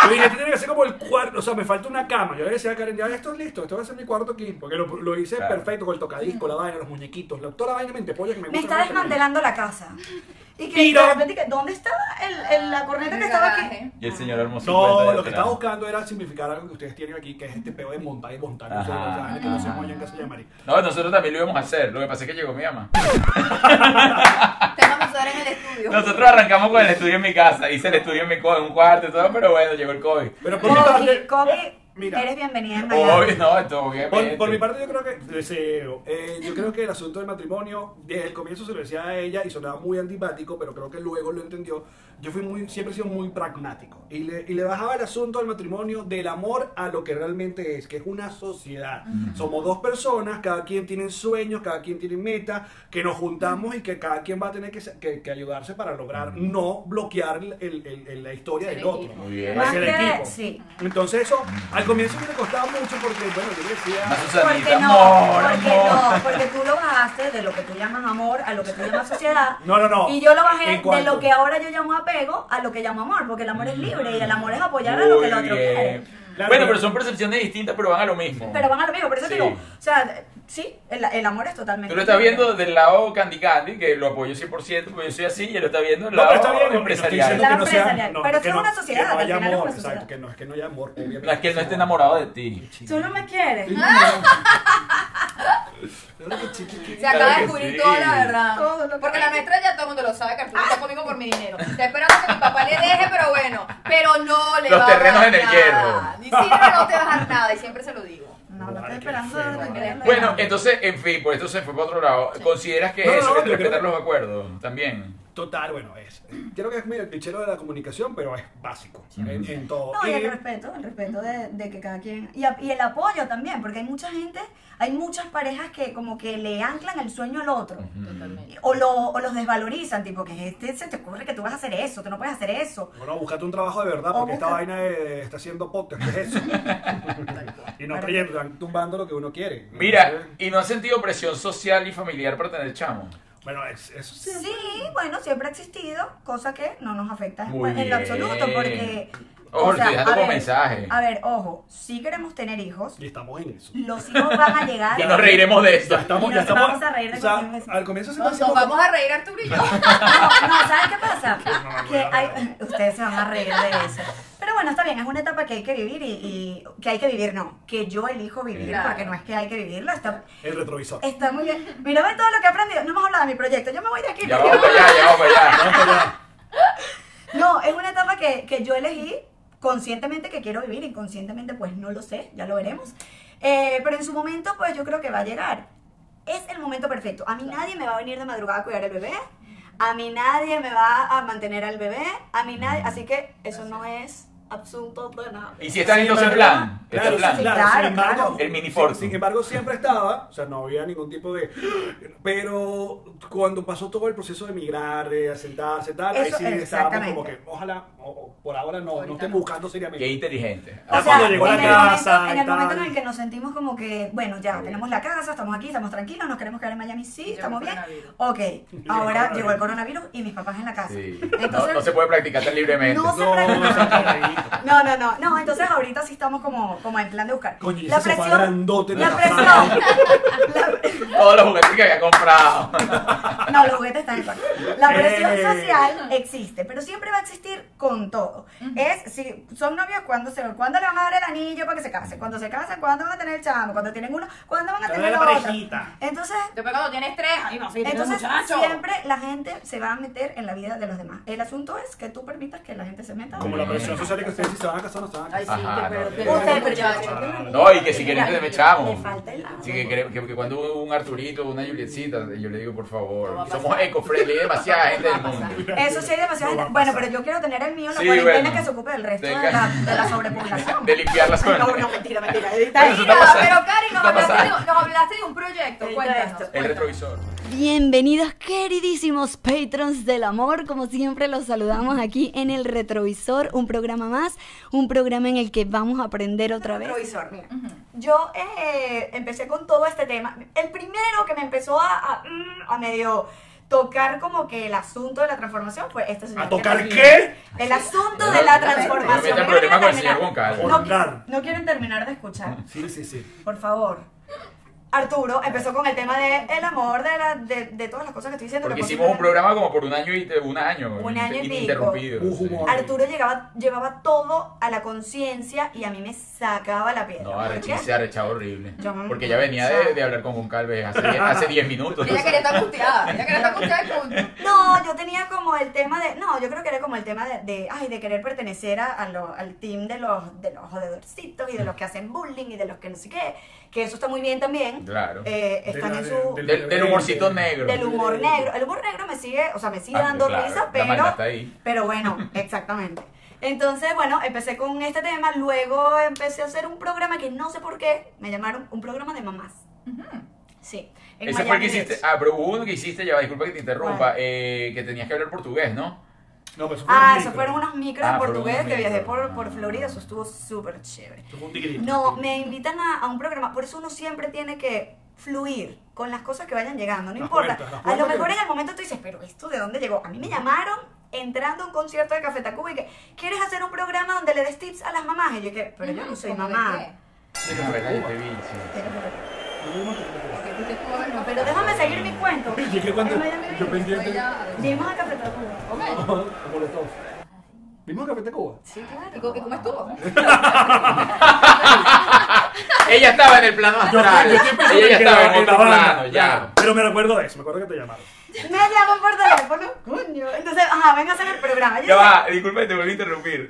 Speaker 4: Yo dije, este tiene que ser como el cuarto. O sea, me falta una cama. Yo le decía a Karen, ya esto es listo, esto va a ser mi cuarto aquí. Porque lo, lo hice
Speaker 1: Claro.
Speaker 4: perfecto con el tocadisco, la vaina, los muñequitos, la, toda la vaina me polla que me gusta.
Speaker 6: Me está
Speaker 4: que gusta.
Speaker 6: desmantelando la casa. Y que
Speaker 4: Tiro.
Speaker 6: de repente, que, ¿dónde estaba el, el- la corneta que estaba aquí?
Speaker 13: Y el señor hermoso.
Speaker 4: No, lo que estaba buscando era simplificar algo que ustedes tienen aquí, que es este peo de montar y montar. No sé,
Speaker 1: Ajá,
Speaker 4: esa vaina que no se
Speaker 1: ajá.
Speaker 4: oye en casa de Mari.
Speaker 1: No, nosotros también lo íbamos a hacer. Lo que pasa es que llegó mi mamá.
Speaker 3: en el estudio.
Speaker 1: Nosotros arrancamos con el estudio en mi casa. Hice el estudio en, mi co- en un cuarto y todo, pero bueno, llegó el COVID.
Speaker 4: Pero
Speaker 6: Coqui, Coqui, eres bienvenida en Miami.
Speaker 1: Obvio, no, esto obviamente.
Speaker 4: Por, por mi parte, yo creo que deseo. eh, yo creo que el asunto del matrimonio, desde el comienzo se lo decía a ella y sonaba muy antipático, pero creo que luego lo entendió. Yo fui muy, siempre he sido muy pragmático y le, y le bajaba el asunto del matrimonio del amor a lo que realmente es, que es una sociedad.
Speaker 1: Ujú.
Speaker 4: Somos dos personas, cada quien tiene sueños, cada quien tiene metas, que nos juntamos y que cada quien va a tener que, se- que- que ayudarse para lograr no bloquear el- el- el- la historia del otro.
Speaker 1: Muy bien.
Speaker 4: Va a ser
Speaker 6: Más que-
Speaker 4: equipo.
Speaker 6: sí.
Speaker 4: Entonces eso, al comienzo me le costaba mucho porque, bueno, yo le decía...
Speaker 1: Más
Speaker 6: Porque
Speaker 1: Susanita,
Speaker 6: no,
Speaker 1: amor,
Speaker 6: porque
Speaker 1: amor.
Speaker 6: no, porque tú lo bajaste de lo que tú llamas amor a lo que tú llamas sociedad.
Speaker 4: No, no, no.
Speaker 6: Y yo lo
Speaker 4: ¿En
Speaker 6: bajé de
Speaker 4: cuánto?
Speaker 6: lo que ahora yo llamo apego a lo que llamo amor, porque el amor es libre y el amor es apoyar a lo
Speaker 1: Muy
Speaker 6: que el otro quiere.
Speaker 1: bien. Bueno, pero son percepciones distintas, pero van a lo mismo.
Speaker 6: Pero van a lo mismo, por eso
Speaker 1: Sí.
Speaker 6: digo, o sea, sí, el, el amor es totalmente.
Speaker 1: Tú lo estás
Speaker 6: libre.
Speaker 1: viendo del lado Candy Candy, que lo apoyo 100%, porque yo soy así, y él lo está viendo del
Speaker 4: No,
Speaker 1: lado
Speaker 4: pero está bien, hombre, no estoy
Speaker 1: empresarial.
Speaker 4: diciendo que no sea...
Speaker 6: empresarial.
Speaker 4: no,
Speaker 6: Pero es
Speaker 4: que
Speaker 6: que es
Speaker 4: no-
Speaker 6: una sociedad,
Speaker 4: Que no
Speaker 6: al
Speaker 4: haya
Speaker 6: final es una
Speaker 4: amor,
Speaker 6: sociedad.
Speaker 4: exacto, que no, es que no haya amor. obviamente.
Speaker 1: La que él no esté enamorado de ti.
Speaker 6: Tú no me quieres.
Speaker 3: Se acaba de
Speaker 1: Claro que
Speaker 3: descubrir
Speaker 1: sí.
Speaker 3: toda la verdad.
Speaker 6: Todo lo que-
Speaker 3: Porque la maestra ya todo el mundo lo sabe que Arturo está conmigo por mi dinero. Está esperando que mi papá le deje, pero bueno. Pero no le
Speaker 1: Los
Speaker 3: va a dar
Speaker 1: terrenos en el
Speaker 3: nada.
Speaker 1: hierro.
Speaker 3: Ni siquiera no te va a dar nada. Y siempre se lo digo.
Speaker 6: No, lo estoy esperando. desde que le-
Speaker 1: Bueno, entonces, en fin, por esto se fue para otro lado. ¿Consideras que
Speaker 4: No,
Speaker 1: eso, que
Speaker 4: no, yo creo
Speaker 1: respetar
Speaker 4: que-
Speaker 1: los acuerdos también?
Speaker 4: Total, bueno, es... Creo que es medio el clichero de la comunicación, pero es básico en, en todo.
Speaker 6: No, y
Speaker 4: Y-
Speaker 6: el respeto, el respeto de, de que cada quien. Y, a- y el apoyo también, porque hay mucha gente, hay muchas parejas que como que le anclan el sueño al otro. O, lo- o los desvalorizan, tipo, que este se te ocurre que tú vas a hacer eso, tú no puedes hacer eso.
Speaker 4: Bueno, búscate un trabajo de verdad,
Speaker 6: O
Speaker 4: porque esta
Speaker 6: busca-
Speaker 4: vaina de- está haciendo podcast, ¿qué es eso? y no creyendo, están tumbando lo que uno quiere.
Speaker 1: Mira, ¿y no has sentido presión social y familiar para tener chamo?
Speaker 4: Bueno, es- eso sí.
Speaker 6: Sí, bueno, siempre ha existido, cosa que no nos afecta en,
Speaker 1: Muy
Speaker 6: en lo absoluto,
Speaker 1: bien.
Speaker 6: porque...
Speaker 1: Ojo, lo estoy dejando
Speaker 6: a
Speaker 1: como
Speaker 6: ver,
Speaker 1: mensaje.
Speaker 6: A ver, ojo, si queremos tener hijos,
Speaker 4: Y estamos en eso.
Speaker 6: los hijos van a llegar...
Speaker 1: Y nos reiremos de esto.
Speaker 4: Estamos,
Speaker 6: Y
Speaker 4: ya
Speaker 6: nos
Speaker 4: estamos.
Speaker 6: vamos a reír de
Speaker 4: o sea,
Speaker 6: cualquier vez.
Speaker 4: al comienzo se
Speaker 3: Nos vamos a reír Arturo y yo.
Speaker 6: No, no, ¿sabes qué pasa?
Speaker 4: no, no,
Speaker 6: Que
Speaker 4: no,
Speaker 6: hay- ustedes se van a reír de eso. Pero bueno, está bien, es una etapa que hay que vivir y, y- que hay que vivir, no, que yo elijo vivir,
Speaker 3: Claro.
Speaker 6: porque no es que hay que vivirlo, está,
Speaker 4: el retrovisor.
Speaker 6: está muy bien. Mira, ve todo lo que he aprendido, no hemos hablado de mi proyecto, yo me voy de aquí.
Speaker 1: Ya vamos para allá, ya vamos para allá.
Speaker 4: Vamos para allá.
Speaker 6: No, es una etapa que, que yo elegí conscientemente que quiero vivir, inconscientemente pues no lo sé, ya lo veremos. Eh, pero en su momento pues yo creo que va a llegar. Es el momento perfecto. A mí nadie me va a venir de madrugada a cuidar el bebé, a mí nadie me va a mantener al bebé, a mí nadie, así que eso no es absoluto de nada.
Speaker 1: ¿Y si estás
Speaker 4: Sin
Speaker 1: entonces en
Speaker 4: embargo-
Speaker 1: plan? ¿Está
Speaker 4: Claro,
Speaker 1: en plan?
Speaker 4: sí, claro,
Speaker 6: Claro,
Speaker 4: sin embargo,
Speaker 6: claro.
Speaker 1: El mini Ford.
Speaker 4: sin- Sin embargo, siempre estaba, o sea, no había ningún tipo de. Pero cuando pasó todo el proceso de migrar, de asentarse, tal, ahí
Speaker 6: Eso,
Speaker 4: sí estábamos
Speaker 6: exactamente.
Speaker 4: como que, ojalá, o- o por ahora no, no
Speaker 3: Ahorita
Speaker 4: estén
Speaker 3: no.
Speaker 4: buscando seriamente.
Speaker 1: Qué inteligente.
Speaker 4: Ya cuando llegó la
Speaker 6: en el
Speaker 4: casa
Speaker 6: momento-
Speaker 4: y
Speaker 6: en el momento en
Speaker 4: tal.
Speaker 6: el que nos sentimos como que, bueno, ya tenemos la casa, estamos aquí, estamos tranquilos, nos queremos quedar en Miami, sí,
Speaker 3: Llegó
Speaker 6: estamos
Speaker 3: el
Speaker 6: bien.
Speaker 3: coronavirus.
Speaker 6: Ok,
Speaker 4: el
Speaker 6: ahora
Speaker 4: coronavirus.
Speaker 6: llegó el coronavirus y mis papás en la casa.
Speaker 1: Sí. No,
Speaker 6: Entonces,
Speaker 1: no se puede practicar tan libremente.
Speaker 6: No se
Speaker 4: No,
Speaker 6: practica.
Speaker 4: no, no,
Speaker 6: No, no, no, no, entonces ahorita sí estamos como, como en plan de buscar.
Speaker 4: Coño, y
Speaker 6: la
Speaker 4: ese sofá
Speaker 6: presión,
Speaker 4: grandote de
Speaker 6: la
Speaker 4: la
Speaker 6: presión,
Speaker 1: Todos los juguetes que había comprado.
Speaker 6: no, los juguetes están en el cuarto. La presión
Speaker 4: Eh.
Speaker 6: social existe, pero siempre va a existir con todo. Es, si son novios, ¿cuándo, se, ¿cuándo le van a dar el anillo para que se casen? ¿Cuándo se casan? ¿Cuándo van a tener el chamo? ¿Cuándo tienen uno? ¿Cuándo van a
Speaker 4: Cada
Speaker 6: tener
Speaker 4: la
Speaker 6: la otra?
Speaker 4: parejita.
Speaker 6: Entonces,
Speaker 3: Después cuando tienes tres, ahí vas a seguir
Speaker 6: entonces
Speaker 3: muchacho.
Speaker 6: siempre la gente se va a meter en la vida de los demás. El asunto es que tú permitas que la gente se meta.
Speaker 4: Como la presión social que ustedes si se van a casar, no se van a
Speaker 3: Ay, sí,
Speaker 4: casar.
Speaker 1: Ajá,
Speaker 3: qué pedo,
Speaker 1: no,
Speaker 3: qué
Speaker 1: no.
Speaker 3: pedo,
Speaker 6: Ustedes,
Speaker 3: muchacho.
Speaker 1: No, y que si quieres que me
Speaker 6: Le
Speaker 1: echamos.
Speaker 6: falta el agua.
Speaker 1: Sí, que, quere- que- que cuando hubo un Arturito, una Julietcita, yo le digo, por
Speaker 3: No va a
Speaker 1: favor,
Speaker 3: pasar.
Speaker 1: somos eco-friendly, hay demasiada gente del mundo.
Speaker 6: Eso sí hay demasiada
Speaker 4: No va a
Speaker 6: gente. Bueno,
Speaker 4: pasar.
Speaker 6: pero yo quiero tener el mío en la
Speaker 1: Sí,
Speaker 6: cuarentena
Speaker 1: bueno.
Speaker 6: que se ocupe del resto de
Speaker 1: Tenga-
Speaker 6: la, de la sobrepoblación.
Speaker 1: De limpiar la zona.
Speaker 6: No, no, mentira, mentira. Edita
Speaker 1: Bueno, eso
Speaker 6: ahí.
Speaker 1: está
Speaker 3: Pero,
Speaker 1: pasando.
Speaker 3: pero Cari, nos
Speaker 1: Está
Speaker 3: hablaste, de,
Speaker 1: pasando.
Speaker 3: nos hablaste de un proyecto.
Speaker 6: Venga,
Speaker 3: Cuéntanos.
Speaker 6: esto.
Speaker 1: El retrovisor.
Speaker 5: Bienvenidos queridísimos patrons del amor, como siempre los saludamos aquí en el retrovisor, un programa más, un programa en el que vamos a aprender otra vez.
Speaker 6: Provisor, mira. Yo eh, empecé con todo este tema. El primero que me empezó a, a, mm, a medio tocar como que el asunto de la transformación fue esta señora.
Speaker 4: ¿A
Speaker 6: que
Speaker 4: tocar
Speaker 6: termina.
Speaker 4: qué?
Speaker 6: El asunto de la
Speaker 1: No
Speaker 6: transformación.
Speaker 1: metan
Speaker 6: Yo no quiero
Speaker 1: problema con el señor
Speaker 6: terminar.
Speaker 1: Goncalves.
Speaker 6: No-
Speaker 1: Goncalves.
Speaker 6: No quieren terminar de escuchar.
Speaker 4: Sí, sí, sí.
Speaker 6: Por favor. Arturo empezó con el tema de el amor, de, la, de, de todas las cosas que estoy diciendo.
Speaker 1: Porque
Speaker 6: que por
Speaker 1: hicimos un
Speaker 6: supuesto-
Speaker 1: programa como por un año y un año.
Speaker 6: Un año y pico.
Speaker 1: ininterrumpido. sí.
Speaker 6: Arturo llegaba, llevaba todo a la conciencia y a mí me sacaba la piedra.
Speaker 1: No,
Speaker 6: ¿Por
Speaker 1: Arrechín
Speaker 6: qué?
Speaker 1: se arrechaba horrible.
Speaker 6: Yo me-
Speaker 1: Porque ya venía de, de hablar con Goncalves hace diez- hace 10 minutos.
Speaker 3: Ella quería estar angustiada. Ella quería estar angustiada y punto.
Speaker 6: No, yo tenía como el tema de. No, yo creo que era como el tema de, de, ay, de querer pertenecer a, a lo- al team de los, de los jodedorcitos y de los que hacen bullying y de los que no sé qué. Que eso está muy bien también.
Speaker 1: Claro.
Speaker 6: Eh, están en su.
Speaker 1: Del, del humorcito negro.
Speaker 6: del humor negro. El humor negro me sigue, o sea, me sigue
Speaker 1: Ah,
Speaker 6: dando
Speaker 1: claro,
Speaker 6: risa,
Speaker 1: la
Speaker 6: pero,
Speaker 1: maldad está ahí.
Speaker 6: pero bueno, exactamente. Entonces, bueno, empecé con este tema, luego empecé a hacer un programa que no sé por qué, me llamaron un programa de mamás. Sí. en
Speaker 1: Ese fue el que
Speaker 6: Miami Beach.
Speaker 1: hiciste. Ah, pero hubo uno que hiciste, ya va, disculpa que te interrumpa, eh, que tenías que hablar portugués, ¿no?
Speaker 4: No, pero
Speaker 6: Ah, esos fueron unos micros
Speaker 1: Ah,
Speaker 6: en
Speaker 1: fueron
Speaker 6: portugués
Speaker 1: unos
Speaker 6: que viajé
Speaker 1: micros. Ah.
Speaker 6: por, por Florida, eso estuvo súper chévere.
Speaker 4: Un tigrito.
Speaker 6: No, me invitan a, a un programa, por eso uno siempre tiene que fluir con las cosas que vayan llegando, no
Speaker 4: Las
Speaker 6: importa.
Speaker 4: puertas, las
Speaker 6: a lo
Speaker 4: puertas
Speaker 6: mejor
Speaker 4: que-
Speaker 6: en el momento tú dices, pero ¿esto de dónde llegó? A mí me llamaron entrando a un concierto de Café Tacuba y que, ¿quieres hacer un programa donde le des tips a las mamás? Y yo que, pero yo no soy
Speaker 3: ¿Cómo de
Speaker 6: mamá.
Speaker 3: qué?
Speaker 1: La verdad, yo te vi, sí.
Speaker 3: Porque tú te escudas, no,
Speaker 6: Pero déjame seguir mi cuento.
Speaker 4: Oye, que cuando-
Speaker 6: En Miami
Speaker 4: yo
Speaker 6: Beach,
Speaker 4: pendiente-
Speaker 3: ya-
Speaker 6: Llegamos a Café Tacuba.
Speaker 3: Ok.
Speaker 4: Molestó. ¿Vimos Café Tacuba?
Speaker 6: Sí, claro.
Speaker 3: ¿Y co- y cómo estuvo?
Speaker 1: Ella estaba en el plano astral. Ella ya estaba en otro plano, ya.
Speaker 4: Pero me recuerdo de eso, me acuerdo que te llamaron.
Speaker 6: Me llaman por teléfono, coño. Entonces, ajá, ven a hacer el programa. Yo
Speaker 1: Ya
Speaker 6: dije,
Speaker 1: va, disculpa que te volví a interrumpir.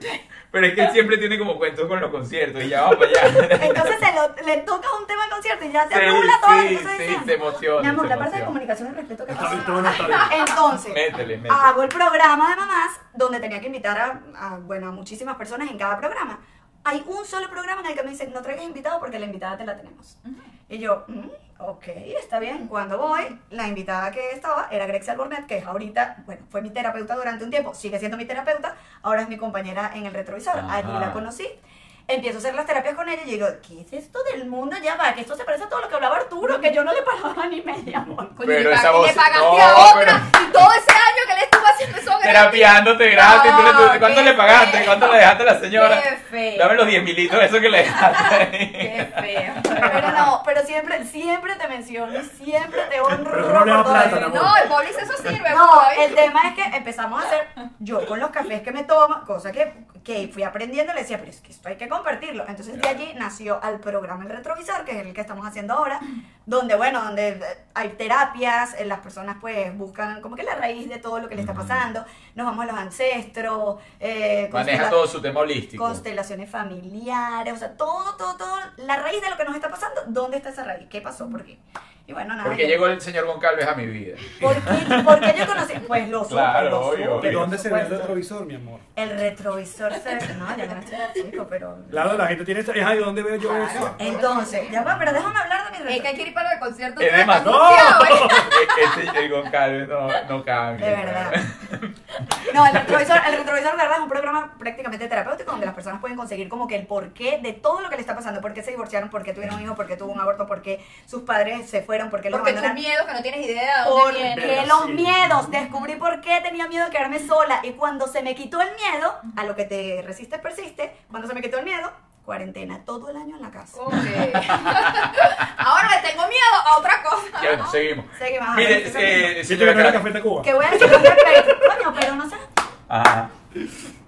Speaker 1: Pero es que él siempre tiene como cuentos con los conciertos y ya vamos para allá.
Speaker 6: Entonces se lo- le tocas un tema en concierto y ya te
Speaker 1: Sí,
Speaker 6: anula todo lo que
Speaker 1: sí,
Speaker 6: tú estás
Speaker 1: sí,
Speaker 6: diciendo.
Speaker 1: te emociona,
Speaker 6: Mi amor,
Speaker 1: te
Speaker 6: la parte de
Speaker 1: emociona.
Speaker 6: comunicación y respeto que
Speaker 4: Está bien,
Speaker 6: pasa.
Speaker 4: todo no está bien.
Speaker 6: Entonces,
Speaker 1: Métele, métele.
Speaker 6: hago el programa de mamás donde tenía que invitar a, a, bueno, a muchísimas personas en cada programa. Hay un solo programa en el que me dicen, no traigas invitado porque la invitada te la tenemos. Y yo, "Mm, ok, está bien. Cuando voy, la invitada que estaba era Grexia Albornet, que es ahorita, bueno, fue mi terapeuta durante un tiempo, sigue siendo mi terapeuta, ahora es mi compañera en el retrovisor. Allí
Speaker 1: Ajá.
Speaker 6: la conocí. Empiezo a hacer las terapias con ella y digo, ¿qué es esto del mundo? Ya va, que esto se parece a todo lo que hablaba Arturo, que yo no le paraba ni media amor.
Speaker 3: Coño,
Speaker 1: Pero
Speaker 3: le
Speaker 1: esa
Speaker 3: pag-
Speaker 1: voz-
Speaker 3: Le pagaste
Speaker 1: no,
Speaker 3: a otra. Y todo ese año que le estuvo haciendo eso gratis.
Speaker 1: Terapiándote gratis. tú le- tú-
Speaker 3: No,
Speaker 1: ¿Cuánto
Speaker 3: qué
Speaker 1: le pagaste? ¿Cuánto
Speaker 3: feo.
Speaker 1: le dejaste a la señora?
Speaker 3: Qué feo.
Speaker 1: Dame los 10 militos, eso que le dejaste.
Speaker 3: Qué feo.
Speaker 6: Pero no, pero siempre, siempre te menciono y siempre te honro.
Speaker 4: Pero no le da
Speaker 6: por todo
Speaker 4: plata,
Speaker 6: eso.
Speaker 4: mi amor.
Speaker 3: No, el bolis eso sirve.
Speaker 6: No,
Speaker 3: ¿sabes?
Speaker 6: el tema es que empezamos a hacer, yo con los cafés que me tomo, cosa que, que fui aprendiendo, le decía, pero es que esto hay que compartirlo. Entonces de allí nació al programa El Retrovisor, que es el que estamos haciendo ahora, donde, bueno, donde eh, hay terapias, eh, las personas pues buscan como que la raíz de todo lo que le está pasando, nos vamos a los ancestros, eh,
Speaker 1: Maneja
Speaker 6: constela-
Speaker 1: todo su tema holístico.
Speaker 6: constelaciones familiares, o sea, todo, todo, todo, la raíz de lo que nos está pasando, ¿dónde está esa raíz? ¿Qué pasó? ¿Por qué? Y bueno, nada.
Speaker 1: Porque
Speaker 6: ya-
Speaker 1: llegó el señor Goncalves a mi vida.
Speaker 6: ¿Por qué, por qué yo conocí? Pues lo supe,
Speaker 1: Claro,
Speaker 6: lo
Speaker 1: obvio,
Speaker 6: supe,
Speaker 1: obvio.
Speaker 4: ¿Y
Speaker 6: por
Speaker 4: dónde se ve el
Speaker 6: supuesto.
Speaker 4: retrovisor, mi amor?
Speaker 6: El retrovisor se ve. No, ya no estoy chico, pero.
Speaker 4: Claro, la gente tiene esa. Es ahí donde veo yo eso.
Speaker 6: Entonces, ya va, pero déjame hablar de mi
Speaker 3: Es que hay que
Speaker 6: retrovisor.
Speaker 3: ir para el concierto.
Speaker 1: Es
Speaker 3: tú
Speaker 1: más,
Speaker 3: estás
Speaker 1: no.
Speaker 3: angustiado, ¿eh?
Speaker 1: Es que el señor Goncalves no, no cambia.
Speaker 6: De verdad. No, el retrovisor, el retrovisor, de verdad, es un programa prácticamente terapéutico donde las personas pueden conseguir como que el porqué de todo lo que le está pasando. ¿Por qué se divorciaron? ¿Por qué tuvieron un hijo? ¿Por qué tuvo un aborto? ¿Por qué sus padres se fueron? ¿Por qué los
Speaker 3: Porque tus
Speaker 6: abandonaron?
Speaker 3: miedos que no tienes idea de dónde
Speaker 6: Porque
Speaker 3: vienen.
Speaker 6: los
Speaker 4: sí.
Speaker 6: miedos? Descubrí por qué tenía miedo de quedarme sola. Y cuando se me quitó el miedo, a lo que te resistes persiste, cuando se me quitó el miedo, cuarentena todo el año en la casa.
Speaker 3: Ok. Ahora le tengo miedo a otra cosa.
Speaker 1: Ya, seguimos.
Speaker 6: Sé que más
Speaker 1: Mire,
Speaker 6: adelante-
Speaker 1: eh,
Speaker 4: Si te ven
Speaker 1: señora
Speaker 4: el
Speaker 1: Car-
Speaker 4: Café Tacuba.
Speaker 6: Que voy a decir un respeto. Coño, pero no sé.
Speaker 1: Ajá.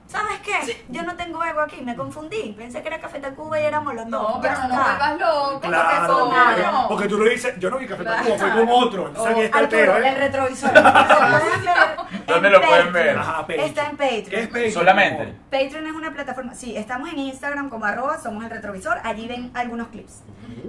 Speaker 6: ¿Sabes qué? Yo no tengo ego aquí, me confundí. Pensé que era Café Tacuba y éramos los dos.
Speaker 3: No, pero no
Speaker 6: Ya
Speaker 3: nos
Speaker 6: está.
Speaker 3: vuelvas loco.
Speaker 4: Claro,
Speaker 3: porque
Speaker 4: porque,
Speaker 3: coño.
Speaker 4: porque tú lo dices, yo no vi Café
Speaker 3: Claro.
Speaker 4: Tacuba, fue con otro, no sabía este
Speaker 6: Arturo,
Speaker 4: peo,
Speaker 6: el
Speaker 4: ¿eh?
Speaker 6: retrovisor. Lo pueden ver
Speaker 1: ¿Dónde
Speaker 6: en
Speaker 1: lo pueden ver?
Speaker 6: Patreon.
Speaker 4: Ajá, Patreon.
Speaker 6: Está en
Speaker 4: ¿Qué es
Speaker 6: Patreon.
Speaker 4: Patreon?
Speaker 1: Solamente.
Speaker 6: Patreon es una plataforma, sí, estamos en Instagram como arroba, somos el retrovisor, allí ven algunos clips.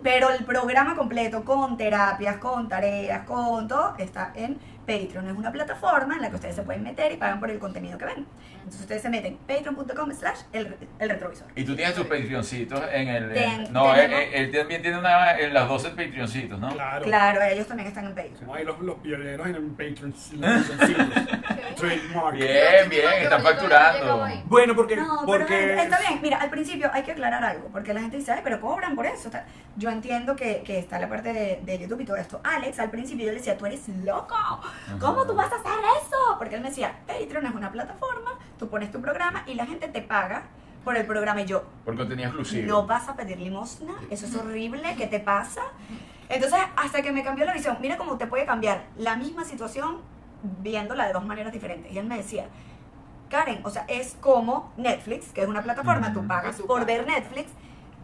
Speaker 6: Pero el programa completo con terapias, con tareas, con todo, está en Patreon. Es una plataforma en la que ustedes se pueden meter y pagan por el contenido que ven. Entonces ustedes se meten patreon.com slash el el retrovisor.
Speaker 1: Y tú tienes tus Patreoncitos en el. eh,
Speaker 6: Ten-
Speaker 1: no, eh,
Speaker 6: tenemos-
Speaker 1: eh, él, también tiene una, en las 12 Patreoncitos, ¿no?
Speaker 4: Claro.
Speaker 6: Claro, ellos también están en Patreon.
Speaker 4: Como hay los, los pioneros en el Patreon. los Patreoncitos. Trademark.
Speaker 1: Bien, bien, están facturando.
Speaker 4: Bueno, porque.
Speaker 6: No, pero
Speaker 4: porque
Speaker 6: está bien. Mira, al principio hay que aclarar algo, porque la gente dice, ay, pero cobran por eso. tal. Yo entiendo que, que está la parte de, de YouTube y todo esto. Alex, al principio yo le decía, tú eres loco, ¿cómo tú vas a hacer eso? Porque él me decía, Patreon es una plataforma, tú pones tu programa y la gente te paga por el programa. Y yo,
Speaker 1: Por contenido exclusivo.
Speaker 6: no vas a pedir limosna, eso es horrible, ¿qué te pasa? Entonces, hasta que me cambió la visión, mira cómo te puede cambiar la misma situación viéndola de dos maneras diferentes. Y él me decía, Karen, o sea, es como Netflix, que es una plataforma, tú pagas por ver Netflix,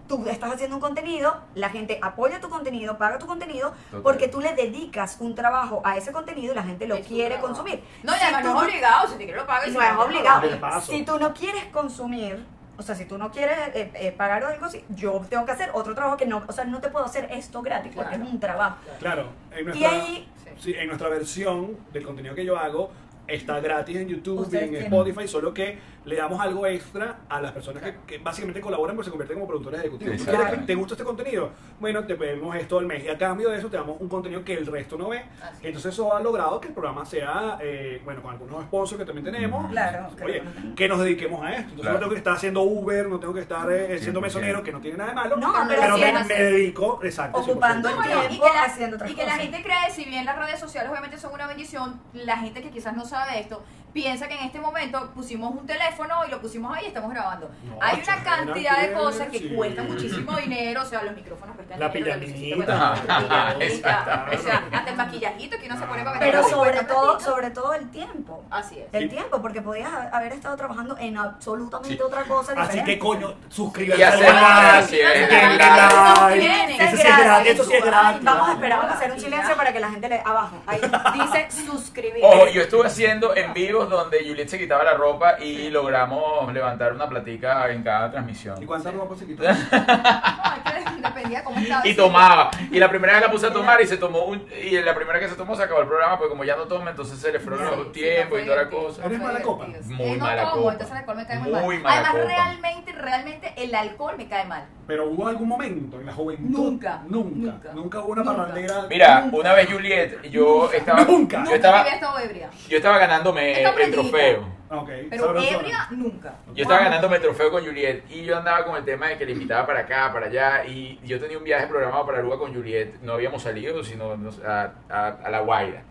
Speaker 6: tú estás haciendo un contenido, la gente apoya tu contenido, paga tu contenido,
Speaker 1: Total.
Speaker 6: porque tú le dedicas un trabajo a ese contenido y la gente lo quiere consumir.
Speaker 3: No, y además
Speaker 6: tú
Speaker 3: no es obligado, si te quieres lo pagas. y
Speaker 6: No
Speaker 3: si
Speaker 6: es
Speaker 3: no,
Speaker 6: obligado.
Speaker 3: no lo pagas.
Speaker 6: Si tú no quieres consumir, o sea, si tú no quieres eh, eh, pagar algo, si- yo tengo que hacer otro trabajo que no, o sea, no te puedo hacer esto gratis, porque es un trabajo.
Speaker 4: Claro, en
Speaker 6: Y
Speaker 4: nuestra,
Speaker 6: ahí,
Speaker 4: sí, en nuestra versión del contenido que yo hago está gratis en YouTube,
Speaker 6: Ustedes
Speaker 4: en
Speaker 6: tienen.
Speaker 4: Spotify, solo que le damos algo extra a las personas que, que básicamente colaboran porque se convierten como productores ejecutivos. ¿Tú quieres que-
Speaker 1: Exactamente.
Speaker 4: ¿Te gusta este contenido? Bueno, te pedimos esto al mes y a cambio de eso te damos un contenido que el resto no ve. Entonces eso ha logrado que el programa sea, eh, bueno, con algunos sponsors que también tenemos,
Speaker 6: Mm, claro,
Speaker 4: oye, que nos dediquemos a esto. Entonces
Speaker 1: Claro.
Speaker 4: no tengo que estar haciendo Uber, no tengo que estar eh, siendo mesonero, que no tiene nada de malo,
Speaker 6: No,
Speaker 4: pero,
Speaker 6: pero sí
Speaker 4: me,
Speaker 6: es
Speaker 4: me
Speaker 6: así.
Speaker 4: dedico, exacto,
Speaker 6: Ocupando el
Speaker 4: 100%.
Speaker 6: tiempo.
Speaker 3: y que la,
Speaker 6: haciendo otras
Speaker 3: y que la
Speaker 6: cosas.
Speaker 3: gente cree, si bien las redes sociales obviamente son una bendición, la gente que quizás no sabe esto piensa que en este momento pusimos un teléfono y lo pusimos ahí y estamos grabando.
Speaker 4: No,
Speaker 3: Hay una
Speaker 4: chamo,
Speaker 3: cantidad de
Speaker 4: que
Speaker 3: cosas que
Speaker 4: sí.
Speaker 3: cuestan muchísimo dinero, o sea, los micrófonos cuestan
Speaker 4: La
Speaker 3: dinero,
Speaker 4: pijaminita.
Speaker 3: la lucecita, bueno, la
Speaker 1: Ajá,
Speaker 3: pijaminita, o sea,
Speaker 4: exactamente.
Speaker 3: hasta el maquillajito que uno se pone para meter
Speaker 6: pero
Speaker 3: los
Speaker 6: sobre
Speaker 3: 50
Speaker 6: todo,
Speaker 3: pesitos.
Speaker 6: sobre todo el tiempo.
Speaker 3: Así es.
Speaker 6: El tiempo, porque podías haber estado trabajando en absolutamente
Speaker 1: Sí.
Speaker 6: otra cosa
Speaker 4: Así que
Speaker 6: diferente.
Speaker 4: coño,
Speaker 1: Y
Speaker 4: suscríbanse al
Speaker 1: hacer-
Speaker 4: canal,
Speaker 1: así es,
Speaker 4: denle
Speaker 3: claro.
Speaker 4: like,
Speaker 3: Eso
Speaker 4: eso sí es gratis, eso sí es gratis.
Speaker 6: Vamos a esperar, vamos a hacer un
Speaker 3: Y
Speaker 6: silencio
Speaker 3: ya.
Speaker 6: para que la gente le abajo. Ahí dice suscribir.
Speaker 1: Ojo, yo estuve haciendo en vivos donde Juliet se quitaba la ropa y logramos levantar una platica en cada
Speaker 4: ¿Y
Speaker 1: transmisión.
Speaker 4: cuántas ropas se quitó?
Speaker 3: No, es que dependía cómo estaba.
Speaker 1: Y tomaba. Y la primera vez la puse a tomar y se tomó un. Y la primera que se tomó se acabó el programa, porque como ya no toma, entonces se le fueron
Speaker 3: Sí,
Speaker 1: los
Speaker 3: sí,
Speaker 1: tiempos
Speaker 3: no
Speaker 1: y toda la
Speaker 3: fue
Speaker 1: cosa.
Speaker 4: Eres mala copa.
Speaker 3: divertido.
Speaker 1: Muy
Speaker 3: Eh, no
Speaker 1: mala
Speaker 3: tomo,
Speaker 1: copa.
Speaker 3: entonces el alcohol me cae muy,
Speaker 1: Muy
Speaker 3: mal.
Speaker 1: mala
Speaker 3: Además,
Speaker 1: copa.
Speaker 3: realmente, realmente el alcohol me cae mal.
Speaker 4: Pero hubo algún momento en la juventud.
Speaker 3: Nunca,
Speaker 4: Nunca.
Speaker 3: nunca,
Speaker 4: Nunca, hubo una
Speaker 3: nunca.
Speaker 4: parrandera.
Speaker 1: Mira, una vez Juliet, yo estaba.
Speaker 4: Nunca.
Speaker 1: Yo
Speaker 3: Nunca
Speaker 1: estaba,
Speaker 3: había estado ebria.
Speaker 1: yo estaba ganándome
Speaker 3: Esta
Speaker 1: el
Speaker 3: platica.
Speaker 1: trofeo.
Speaker 4: Ah, ok,
Speaker 3: Pero
Speaker 4: sabrosona.
Speaker 3: ebria, nunca.
Speaker 1: Yo estaba ganándome el trofeo con Juliet y yo andaba con el tema de que le invitaba para acá, para allá. Y yo tenía un viaje programado para Aruba con Juliet. No habíamos salido, sino nos- a, a- a La Guaira.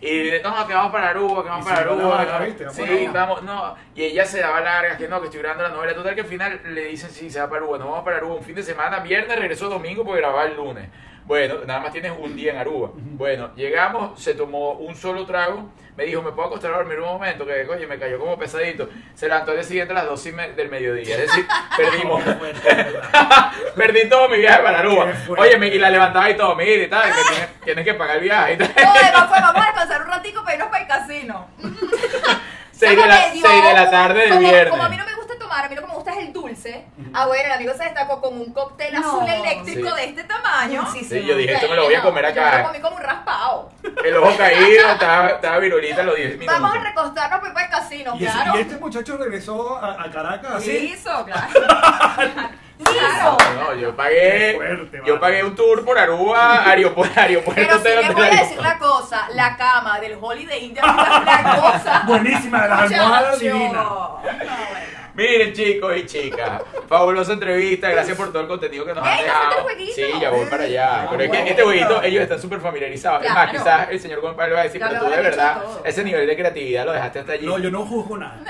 Speaker 1: Y no, que vamos para Aruba, que vamos
Speaker 4: Y
Speaker 1: para
Speaker 4: se mandaba
Speaker 1: Aruba.
Speaker 4: larga,
Speaker 1: ¿no?
Speaker 4: ¿viste? Vamos para
Speaker 1: Sí,
Speaker 4: Aruba.
Speaker 1: vamos, no. Y ella se daba largas, que no, que estoy grabando la novela. Total que al final le dicen, sí, se va para Aruba, no vamos para Aruba. Un fin de semana, viernes, regreso domingo porque grababa el lunes. Bueno, nada más tienes un día en Aruba. Bueno, llegamos, se tomó un solo trago. Me dijo, ¿me puedo acostar a dormir un momento? Que, coño, me cayó como pesadito. Se levantó el día siguiente a las 12 y me- del mediodía. Es decir, perdimos.
Speaker 4: Qué fuerte, de verdad.
Speaker 1: Perdí todo mi viaje para Aruba.
Speaker 4: Qué fuerte.
Speaker 1: Oye, me- y la levantaba y todo, mira y tal, que tienes, tienes que pagar el viaje. y tal.
Speaker 3: No, además fue, vamos a descansar un ratico para irnos para el casino.
Speaker 1: Seis de la, seis de la tarde del
Speaker 3: como,
Speaker 1: viernes.
Speaker 3: Como a mí no me gusta tomar, a mí lo que me gusta es el dulce. Ah, bueno, el amigo se destacó con un cóctel
Speaker 6: No.
Speaker 3: azul eléctrico
Speaker 1: Sí.
Speaker 3: de este tamaño.
Speaker 6: Sí,
Speaker 1: Sí, yo dije, esto me lo voy a comer
Speaker 3: Yo me lo
Speaker 1: acá.
Speaker 3: comí como un raspado.
Speaker 1: El ojo caído, estaba, estaba virulita a los 10 minutos.
Speaker 3: Vamos a recostarnos pues, para ir para el casino,
Speaker 4: Y, ese-
Speaker 3: claro.
Speaker 4: y este muchacho regresó a, a Caracas así.
Speaker 3: Liso, claro. Liso.
Speaker 1: No, yo pagué,
Speaker 4: Qué fuerte,
Speaker 1: yo
Speaker 4: vale.
Speaker 1: pagué un tour por Aruba, aeropuerto, aeropuerto.
Speaker 3: Pero sí
Speaker 1: hotel,
Speaker 3: les
Speaker 1: hotel,
Speaker 3: voy a
Speaker 1: aeropuerto.
Speaker 3: decir una cosa, la cama del Holiday Inn de Aruba es la cosa.
Speaker 4: Buenísima, de las almohadas
Speaker 3: Chacho.
Speaker 4: divinas.
Speaker 3: No, bueno.
Speaker 1: Miren chicos y chicas, fabulosa entrevista, gracias por todo el contenido que nos
Speaker 3: Ey,
Speaker 1: han
Speaker 3: ¿no
Speaker 1: dejado.
Speaker 3: hacen el
Speaker 1: Sí,
Speaker 3: jueguito?
Speaker 1: ya voy para allá.
Speaker 4: Ah,
Speaker 1: Pero es que
Speaker 4: bueno.
Speaker 1: este jueguito ellos están súper familiarizados. Es más,
Speaker 3: Claro.
Speaker 1: quizás el señor Juan Pablo va a decir,
Speaker 3: Ya
Speaker 1: pero
Speaker 3: lo
Speaker 1: tú de
Speaker 3: habrán hecho
Speaker 1: verdad,
Speaker 3: todo.
Speaker 1: ese nivel de creatividad lo dejaste hasta allí.
Speaker 4: No, yo no juzgo nada.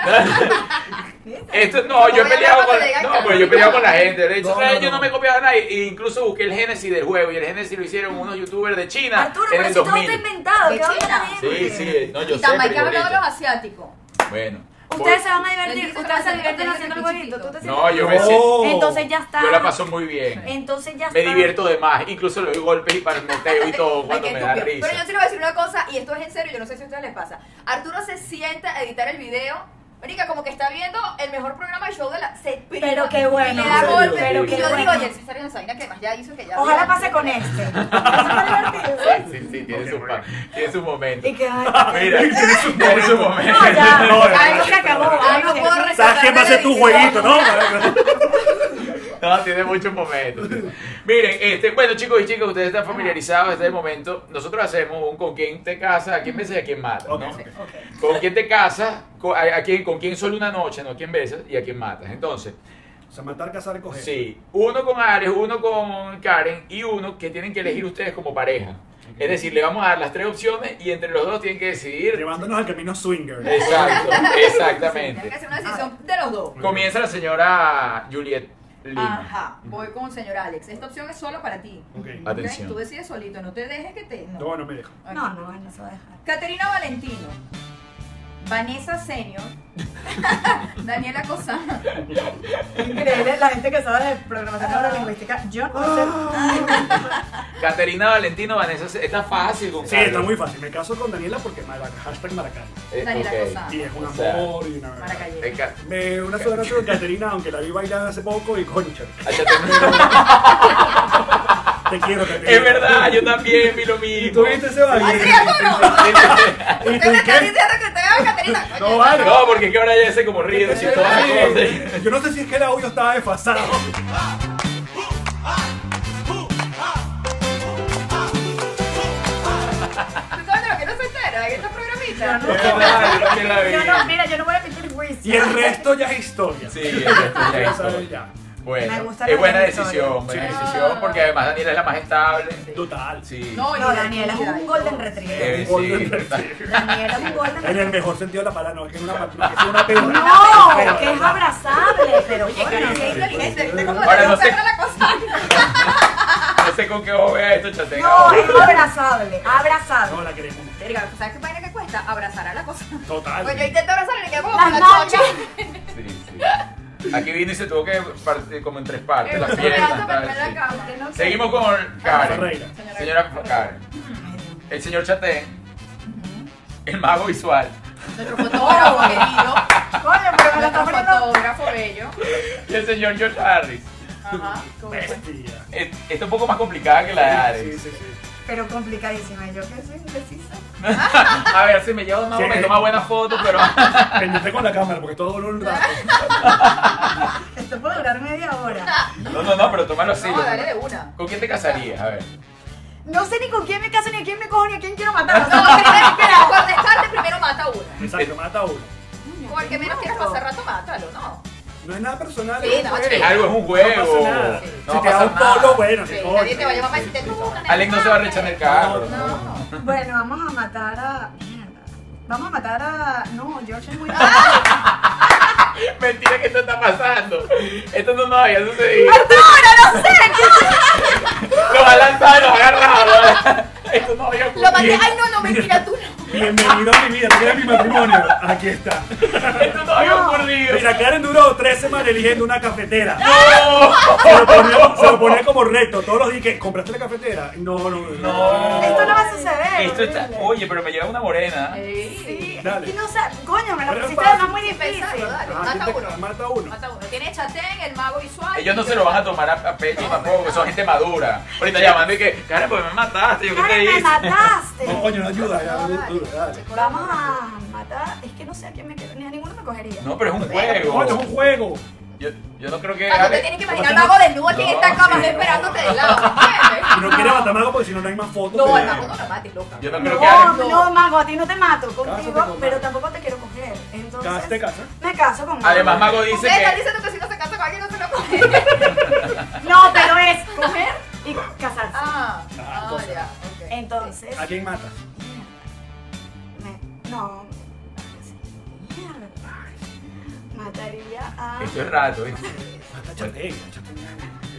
Speaker 1: Esto, no, yo he
Speaker 3: Obviamente
Speaker 1: peleado con,
Speaker 3: cuando le digan
Speaker 1: no,
Speaker 3: que no,
Speaker 1: pero yo he
Speaker 3: no.
Speaker 1: peleado con la gente. De hecho,
Speaker 4: No,
Speaker 1: ¿sabes?
Speaker 4: no,
Speaker 1: yo no
Speaker 4: no.
Speaker 1: me he copiado a nadie. E incluso busqué el génesis del juego y el génesis lo hicieron unos youtubers de China
Speaker 6: Arturo,
Speaker 1: en
Speaker 6: pero
Speaker 1: el
Speaker 6: si todo está
Speaker 1: 2000.
Speaker 6: inventado,
Speaker 3: De
Speaker 6: ¿qué habla
Speaker 3: China.
Speaker 6: la gente?
Speaker 1: Sí, sí, no, yo
Speaker 3: Y
Speaker 1: sé. pero
Speaker 3: Tamaica
Speaker 1: yo
Speaker 3: hablaba de
Speaker 1: ahorita-
Speaker 3: los asiáticos.
Speaker 1: Bueno.
Speaker 6: Ustedes
Speaker 1: voy-
Speaker 6: se van a divertir,
Speaker 3: Bendito
Speaker 6: ustedes se
Speaker 3: sea
Speaker 6: divierten
Speaker 3: Dios,
Speaker 6: haciendo
Speaker 3: que
Speaker 6: algo
Speaker 3: chiquito.
Speaker 6: bonito. tú te
Speaker 1: No, yo me,
Speaker 4: No.
Speaker 1: siento-
Speaker 6: Entonces ya está.
Speaker 1: yo la paso muy bien.
Speaker 6: Entonces ya
Speaker 1: Me
Speaker 6: está.
Speaker 1: divierto de más, incluso le doy golpes y palmoteo y todo
Speaker 3: Ay, qué
Speaker 1: cuando me da
Speaker 3: estúpido.
Speaker 1: risa.
Speaker 3: Pero yo sí le voy a decir una cosa, y esto es en serio, yo no sé si a ustedes les pasa. Arturo se sienta a editar el video. Marica, como que está viendo el mejor programa de show de la... Se
Speaker 6: Pero qué bueno.
Speaker 3: Y le da
Speaker 4: ¿En serio?
Speaker 3: golpe.
Speaker 6: Pero
Speaker 3: y
Speaker 6: qué
Speaker 3: yo digo,
Speaker 6: bueno.
Speaker 3: oye, el César Gonzaina, que más ya hizo que ya...
Speaker 6: Ojalá pase con este. Eso está divertido.
Speaker 1: Sí, sí, sí, tiene
Speaker 4: Ok,
Speaker 1: su, pa-
Speaker 4: bueno.
Speaker 1: tiene su momento.
Speaker 6: Y que ay,
Speaker 1: Ah, Mira, tiene su momento.
Speaker 6: no, ya,
Speaker 4: No,
Speaker 6: algo
Speaker 4: no,
Speaker 6: se acabó.
Speaker 3: Ay,
Speaker 6: algo
Speaker 3: no
Speaker 6: que-
Speaker 3: puedo
Speaker 4: ¿Sabes
Speaker 3: rescatar
Speaker 4: quién va a
Speaker 3: de
Speaker 4: ser
Speaker 3: la
Speaker 4: tu
Speaker 3: edición.
Speaker 4: jueguito, no?
Speaker 1: No, tiene muchos momentos. Miren, este, bueno, chicos y chicas, ustedes están familiarizados desde el momento. Nosotros hacemos un con quién te casas, a quién besas y a quién matas, ¿no? Con quién te casas, con, a, a quién, con quién solo una noche, no a quién besas y a quién matas. Entonces,
Speaker 4: O sea, matar, cazar y coger.
Speaker 1: sí, uno con Ares, uno con Karen y uno que tienen que elegir ustedes como pareja. Es decir, le vamos a dar las tres opciones y entre los dos tienen que decidir.
Speaker 4: Llevándonos al camino swinger.
Speaker 1: Exacto, exactamente.
Speaker 3: Tiene que hacer una decisión de los dos.
Speaker 1: Comienza la señora Juliet Lima.
Speaker 3: Ajá, voy con señor Alex. Esta opción es solo para ti. ¿ok?
Speaker 1: Atención.
Speaker 3: Tú decides solito, no te dejes que te. No,
Speaker 4: No, no me dejo.
Speaker 3: no, no, no se va a dejar. Caterina Valentino, Vanessa Senior, Daniela Cosana.
Speaker 6: Increíble, la gente que sabe de programación neurolingüística, yo no sé.
Speaker 1: Caterina Valentino, Vanessa, se- está fácil,
Speaker 4: Sí,
Speaker 1: Gonzalo.
Speaker 4: está muy fácil. Me caso con Daniela porque Maraca, hashtag Maracay.
Speaker 1: Eh, Daniela ok. Posada.
Speaker 4: Y es un
Speaker 1: O sea,
Speaker 4: amor y una.
Speaker 1: Eh, Ca-
Speaker 4: Me, una sola noche con Caterina, aunque la vi bailar hace poco y concha.
Speaker 1: Ah,
Speaker 4: Te quiero, Caterina.
Speaker 1: Es verdad, yo también vi lo mismo.
Speaker 4: ¿Tú viste ese baile?
Speaker 1: ¿Así
Speaker 4: ¿Y tú qué? No vale.
Speaker 1: No, porque es que ahora ya se como ríe
Speaker 4: Sí,
Speaker 1: chistoso.
Speaker 4: Yo no sé si es que el audio estaba desfasado.
Speaker 3: ¿Tú sabes de lo que no se entera en estos programitas?
Speaker 1: Es verdad, yo también la vi.
Speaker 6: Yo no, mira, yo no voy a emitir juicio.
Speaker 4: Y el resto ya es historia.
Speaker 1: Sí, el resto ya es
Speaker 4: Ya sabes, ya.
Speaker 6: Me
Speaker 1: Bueno,
Speaker 6: gusta
Speaker 1: es
Speaker 6: la
Speaker 1: buena
Speaker 6: Daniela
Speaker 1: decisión,
Speaker 6: Soria.
Speaker 1: buena
Speaker 6: Sí.
Speaker 1: decisión, porque además Daniela es la más estable.
Speaker 4: Total.
Speaker 1: Sí.
Speaker 3: No, y
Speaker 6: No, Daniela es un golden retriever.
Speaker 1: Eh,
Speaker 4: Golden
Speaker 1: sí.
Speaker 6: Daniela es un golden
Speaker 4: En el
Speaker 6: retriever.
Speaker 4: mejor sentido de la palabra, no es que es una, no, es que es una perra.
Speaker 6: No, que es abrazable, pero bueno,
Speaker 3: Qué inteligente, ¿viste cómo
Speaker 1: Ahora,
Speaker 3: le dio
Speaker 1: no sé-
Speaker 3: perro a la Cosana?
Speaker 1: No sé con qué ojo vea esto, chateco.
Speaker 6: no, es abrazable, abrazable.
Speaker 4: No la queremos.
Speaker 3: Verga, ¿sabes qué vaina que cuesta? Abrazar a la Cosana.
Speaker 4: Total.
Speaker 3: Pues yo intento abrazar y le quedo como
Speaker 6: Las
Speaker 3: con la
Speaker 6: nalgas.
Speaker 3: chocha.
Speaker 1: Sí, sí. Aquí vino y se tuvo que partir como en tres partes.
Speaker 3: Eh,
Speaker 1: Las
Speaker 3: un pedazo
Speaker 1: piernas,
Speaker 3: para
Speaker 1: tal,
Speaker 3: la
Speaker 1: sí.
Speaker 3: cama, que no sé.
Speaker 1: Seguimos con Karen.
Speaker 4: Ferreira.
Speaker 1: Señora Karen. El señor Chatén. El mago visual.
Speaker 3: Nuestro fotógrafo querido.
Speaker 6: Coño, pero me lo
Speaker 3: Nuestro
Speaker 6: está poniendo.
Speaker 3: fotógrafo bello.
Speaker 1: Y el señor George Harris.
Speaker 3: Ajá.
Speaker 1: Pues,
Speaker 4: Bestia.
Speaker 1: Es- Esta es un poco más complicada que la de Ares.
Speaker 4: Sí, sí, sí.
Speaker 6: Pero complicadísima, y yo que soy indecisa.
Speaker 1: A ver si me lleva un mago,
Speaker 4: Sí.
Speaker 1: me toma buenas fotos, pero.
Speaker 4: Pendiente con la cámara porque todo dura un rato.
Speaker 6: Esto puede durar media hora.
Speaker 1: No, no, no, pero tómalo así.
Speaker 3: No, dale de una.
Speaker 1: ¿Con quién te casarías? A ver.
Speaker 6: No sé ni con quién me caso, ni a quién me cojo, ni a quién quiero matar. O
Speaker 3: No,
Speaker 6: sea,
Speaker 3: espera, espera. Contestarte primero mata una.
Speaker 4: Exacto, mata uno.
Speaker 3: Con el que menos quieras pasar rato, mátalo, ¿no?
Speaker 4: No es nada personal.
Speaker 3: Sí,
Speaker 4: es un
Speaker 3: no,
Speaker 4: juego.
Speaker 3: chico.
Speaker 1: Es algo, es un
Speaker 4: No
Speaker 1: juego.
Speaker 4: pasa
Speaker 1: No
Speaker 4: nada. si
Speaker 1: va a
Speaker 4: te da
Speaker 1: pasar
Speaker 4: un polo,
Speaker 1: nada.
Speaker 4: bueno,
Speaker 3: Sí,
Speaker 4: te
Speaker 3: nadie te va a llamar para decirte tú. Daniela,
Speaker 1: Alex no se va a rechazar el carro.
Speaker 3: No.
Speaker 6: Bueno, vamos a matar a. Mierda. Vamos a matar a. No, George es muy.
Speaker 1: Mentira que esto está pasando. Esto no nos había sucedido. Nos ha lanzado, nos ha agarrado. Esto no había
Speaker 3: Lo maté.
Speaker 1: ocurrido.
Speaker 3: Ay, no, no, mentira, tú no.
Speaker 4: Bienvenido a mi vida, te queda mi matrimonio. Aquí está.
Speaker 1: Esto no había ocurrido.
Speaker 4: Mira, Karen duró tres semanas eligiendo una cafetera.
Speaker 1: No.
Speaker 4: Se lo ponía, se lo ponía como reto. Todos los días que compraste la cafetera. No, no, no.
Speaker 1: No.
Speaker 6: Esto no va a suceder.
Speaker 1: Esto está.
Speaker 6: horrible.
Speaker 1: Oye, pero me lleva una
Speaker 3: Eh,
Speaker 1: morena.
Speaker 6: Sí,
Speaker 4: Dale.
Speaker 6: y no sé, coño, me la
Speaker 4: Pero es
Speaker 6: pusiste
Speaker 4: fácil.
Speaker 6: además muy difícil.
Speaker 3: Pensalo, dale.
Speaker 4: Ah,
Speaker 3: Mata
Speaker 4: ¿quién te-
Speaker 3: uno.
Speaker 4: Mata uno.
Speaker 3: Mata uno. Tiene Chatén, el mago visual.
Speaker 1: Ellos no se lo van a tomar a, a pecho tampoco, porque son gente madura. Ahorita llamando y que, Karen, pues me mataste, yo qué te
Speaker 6: Karen, me
Speaker 1: hice.
Speaker 6: mataste.
Speaker 4: No, coño, no ayuda. ya,
Speaker 3: No,
Speaker 4: dale, dale.
Speaker 6: Vamos a matar. Es que no sé a quién me quedo, ni a ninguno me cogería.
Speaker 1: No, pero es un
Speaker 4: Coño, es
Speaker 1: juego.
Speaker 4: un juego.
Speaker 1: Yo, yo no creo que.
Speaker 3: Ah, tú
Speaker 1: Ale-
Speaker 3: te tienes que imaginar al mago desnudo aquí en esta cama, así esperándote de lado,
Speaker 4: Y
Speaker 3: ¿entiendes?
Speaker 4: no quiere matar mago porque si no, no hay más fotos.
Speaker 3: No,
Speaker 4: que-
Speaker 3: el mago no lo mates, loca.
Speaker 1: Yo no creo que
Speaker 6: No,
Speaker 1: Ale-
Speaker 6: no, mago, a ti no te mato
Speaker 4: Cásate
Speaker 6: contigo,
Speaker 4: con
Speaker 6: pero
Speaker 4: Mago.
Speaker 6: tampoco te quiero coger. Entonces,
Speaker 4: Cásate, casa.
Speaker 6: me caso con Mago.
Speaker 1: Además, Mago dice
Speaker 3: Ustedes están
Speaker 1: que.
Speaker 3: diciendo que si no se casa con alguien no se lo coge.
Speaker 6: No, pero es coger y casarse.
Speaker 3: Ah,
Speaker 4: Ah,
Speaker 3: ah,
Speaker 4: entonces.
Speaker 3: ya, ok.
Speaker 6: Entonces,
Speaker 4: ¿A quién matas?
Speaker 6: me- no. Mierda. Mataría a.
Speaker 1: Esto es rato, ¿eh?
Speaker 4: Mata a Chatén.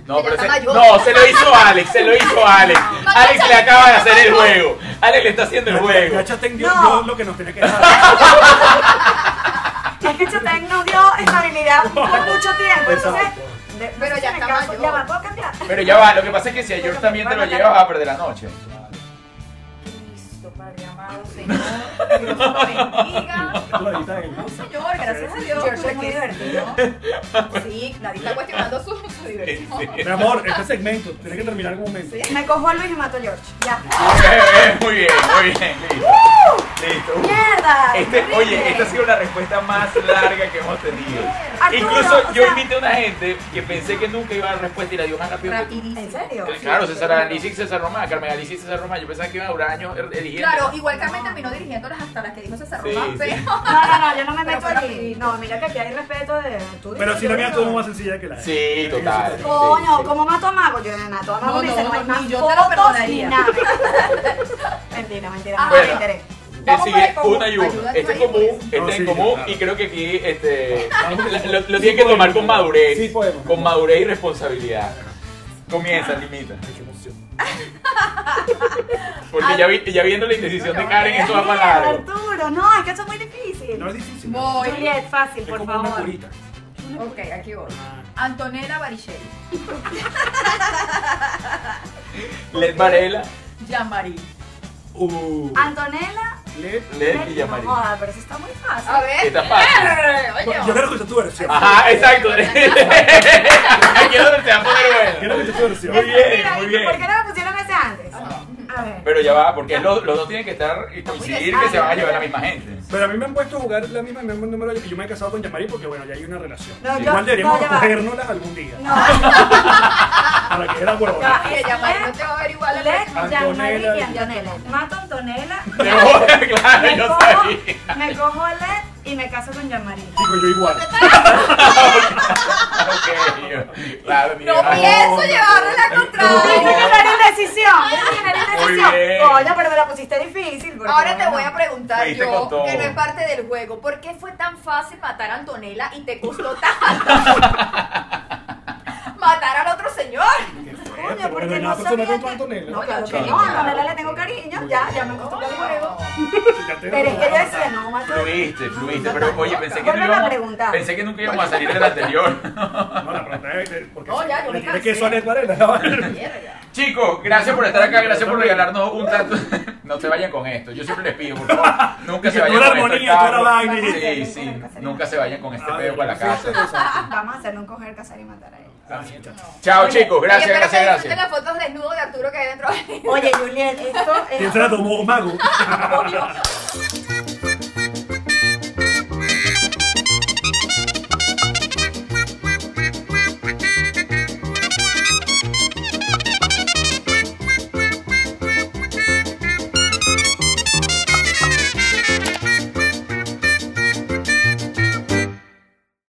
Speaker 1: No, pero
Speaker 3: está
Speaker 1: se-
Speaker 3: mayor.
Speaker 1: no, se lo hizo Alex, se lo hizo Alex. Alex le acaba de hacer el juego. Alex le está haciendo el
Speaker 4: Ya
Speaker 1: juego.
Speaker 4: Chatén dio
Speaker 6: No.
Speaker 4: dio lo que nos tenía que dar.
Speaker 6: Es que Chotec nos dio estabilidad por mucho tiempo. Entonces,
Speaker 4: Exacto.
Speaker 6: de- no
Speaker 3: Pero
Speaker 6: sé
Speaker 3: ya
Speaker 6: si me
Speaker 3: está
Speaker 6: caso,
Speaker 3: mayor.
Speaker 6: Ya va, puedo cambiar.
Speaker 1: Pero ya va, lo que pasa es que si a George también te lo llevas vas a perder la noche.
Speaker 3: Cristo, Padre amado, Señor, Dios lo bendiga.
Speaker 4: Esto lo edita él, ¿no?
Speaker 3: No, señor, gracias a Dios.
Speaker 6: George
Speaker 3: tú
Speaker 6: es muy
Speaker 3: que-
Speaker 6: divertido.
Speaker 3: Sí, nadie está cuestionando sus
Speaker 4: Mi amor, este segmento tiene que terminar en un momento.
Speaker 6: Me cojo a Luis y mato a George. Ya.
Speaker 1: Muy bien, muy bien, listo. Listo.
Speaker 6: ¡Mierda!
Speaker 1: Este-
Speaker 6: horrible.
Speaker 1: oye, esta ha sido la respuesta más larga que hemos tenido.
Speaker 6: Arturo,
Speaker 1: Incluso
Speaker 6: o
Speaker 1: yo
Speaker 6: sea-
Speaker 1: invité a una gente que pensé que nunca iba a dar respuesta y la dio más rápido que tú.
Speaker 6: ¿En serio?
Speaker 1: Eh, Claro, César Alicia y César Román, Carmen Alicia y César Román. Yo pensaba que iban a durar años er- eligiendo.
Speaker 3: Claro, igual Carmen terminó dirigiéndolas hasta las que dijo César
Speaker 1: Sí,
Speaker 3: Román,
Speaker 1: sí.
Speaker 3: pero...
Speaker 6: No, no, no, yo no me meto aquí. No, mira que aquí hay respeto de. tú
Speaker 4: Pero
Speaker 6: dices,
Speaker 4: si la
Speaker 6: yo
Speaker 4: mía
Speaker 6: no.
Speaker 4: estuvo más sencilla que la de
Speaker 1: Sí, total. sí,
Speaker 6: Coño,
Speaker 1: sí.
Speaker 6: ¿cómo mato a Mago? Pues Yo no mato a Mago,
Speaker 3: No,
Speaker 6: me dice,
Speaker 3: no,
Speaker 6: no hay
Speaker 3: ni
Speaker 6: más
Speaker 3: yo te lo
Speaker 6: fotos
Speaker 3: perdonaría.
Speaker 6: ni nada. mentira, mentira,
Speaker 3: Ah,
Speaker 6: no me
Speaker 1: bueno.
Speaker 6: enteré.
Speaker 1: Te
Speaker 3: Vamos
Speaker 1: sigue
Speaker 3: por el
Speaker 1: una y
Speaker 3: común.
Speaker 1: una.
Speaker 3: Ayuda
Speaker 1: Este
Speaker 3: tú
Speaker 1: es
Speaker 3: ahí,
Speaker 1: común,
Speaker 3: pues.
Speaker 1: este
Speaker 4: No,
Speaker 1: es
Speaker 4: sí,
Speaker 1: común
Speaker 4: claro.
Speaker 1: y creo que aquí este, la- lo, lo tienen que tomar con madurez.
Speaker 4: Sí podemos.
Speaker 1: Con madurez y responsabilidad. Comienza, limita. Porque ya, vi- ya viendo la indecisión de Karen, esto va para
Speaker 6: Mierda,
Speaker 1: largo.
Speaker 6: Arturo, no, es que eso es muy difícil.
Speaker 4: No es difícil.
Speaker 3: Voy.
Speaker 6: Juliet, fácil,
Speaker 4: Es
Speaker 6: por
Speaker 4: como una
Speaker 6: favor.
Speaker 4: curita.
Speaker 3: Ok, aquí voy.
Speaker 1: Ah.
Speaker 3: Antonella Barichelli.
Speaker 1: Led Varela,
Speaker 3: Yamari.
Speaker 4: Uh.
Speaker 6: Ah, Antonella,
Speaker 4: Led.
Speaker 1: Led
Speaker 6: Leti, no
Speaker 1: Villamari.
Speaker 6: joda, pero eso está muy fácil.
Speaker 3: A ver.
Speaker 1: Está fácil.
Speaker 3: Oye,
Speaker 4: Yo quiero escuchar tu versión.
Speaker 1: Ajá, exacto. Aquí es donde se va a poner bueno.
Speaker 4: Quiero escuchar tu versión.
Speaker 1: Muy bien,
Speaker 6: Mira,
Speaker 1: muy
Speaker 6: ¿y
Speaker 1: bien. Ah.
Speaker 6: ¿Por qué no me pusieron ese antes? A ver.
Speaker 1: Pero ya va, porque los, los dos tienen que estar y coincidir que se van a llevar la misma gente.
Speaker 4: Pero a mí me han puesto a jugar la misma, el mismo número y yo me he casado con Yamari porque, bueno, ya hay una relación.
Speaker 6: No, yo-
Speaker 4: Igual
Speaker 6: no,
Speaker 4: deberíamos
Speaker 6: ya va.
Speaker 4: cogérnoslas algún día.
Speaker 6: No,
Speaker 4: Para que era huevona.
Speaker 3: Mira, Yamari no te va a ver igual a la
Speaker 6: Leti,
Speaker 3: próxima.
Speaker 6: Jean-Marie y
Speaker 4: Antonella.
Speaker 6: Antonella. Mato a Antonella.
Speaker 1: Te voy, claro,
Speaker 6: me,
Speaker 1: yo sabía.
Speaker 6: cojo, me cojo a Led y me caso con Jean-Marie.
Speaker 4: Digo yo igual.
Speaker 1: Ok, yo- claro, mi
Speaker 3: No
Speaker 1: hija.
Speaker 3: pienso llevarle la
Speaker 6: Tienes que
Speaker 3: contraria.
Speaker 6: tener indecisión. Tienes que tener
Speaker 1: Muy
Speaker 6: indecisión.
Speaker 1: bien.
Speaker 6: Oye, pero me la pusiste difícil. porque,
Speaker 3: Ahora te
Speaker 6: bueno.
Speaker 3: voy a preguntar
Speaker 1: Ahí te
Speaker 3: yo,
Speaker 1: contó.
Speaker 3: que no es parte del juego, ¿por qué fue tan fácil matar a Antonella y te costó tanto matar al otro señor?
Speaker 6: Coño,
Speaker 4: Pero
Speaker 6: porque
Speaker 4: de
Speaker 6: no
Speaker 4: nada
Speaker 6: sabía
Speaker 4: personal con tu
Speaker 6: que...
Speaker 4: Antonella.
Speaker 6: No, claro que
Speaker 1: Claro.
Speaker 6: no. A Antonella le tengo cariño. Ya, ya me acostumbré al juego.
Speaker 4: Ya te-
Speaker 6: Pero es que yo decía, no, mato.
Speaker 1: Fluiste, fluiste, pero oye, pensé que, no
Speaker 6: Vuelve a
Speaker 1: íbamos,
Speaker 6: preguntar.
Speaker 1: pensé que nunca íbamos a salir del anterior.
Speaker 4: No, la pregunta es. Porque
Speaker 3: No, ya, yo me
Speaker 4: le tiene
Speaker 3: cansé.
Speaker 4: queso a Led Varela. ¿no?
Speaker 3: Mierda.
Speaker 1: Chicos, gracias por estar acá, gracias por regalarnos un tanto. No se vayan con esto, yo siempre les pido, por favor, nunca se
Speaker 4: Tú
Speaker 1: vayan
Speaker 4: la
Speaker 1: con esto.
Speaker 4: armonía, tú la vaina.
Speaker 1: Sí, sí, nunca se vayan con este pedo para la casa.
Speaker 6: Vamos a hacerle un coger, casar y matar a él.
Speaker 1: Chao chicos, gracias,
Speaker 3: Oye,
Speaker 1: gracias,
Speaker 3: espero que disfruten
Speaker 1: gracias.
Speaker 3: las fotos desnudo de Arturo que hay dentro de
Speaker 6: Oye, Juliet, esto es...
Speaker 4: ¿Quién se la tomó, Mago?
Speaker 6: Obvio.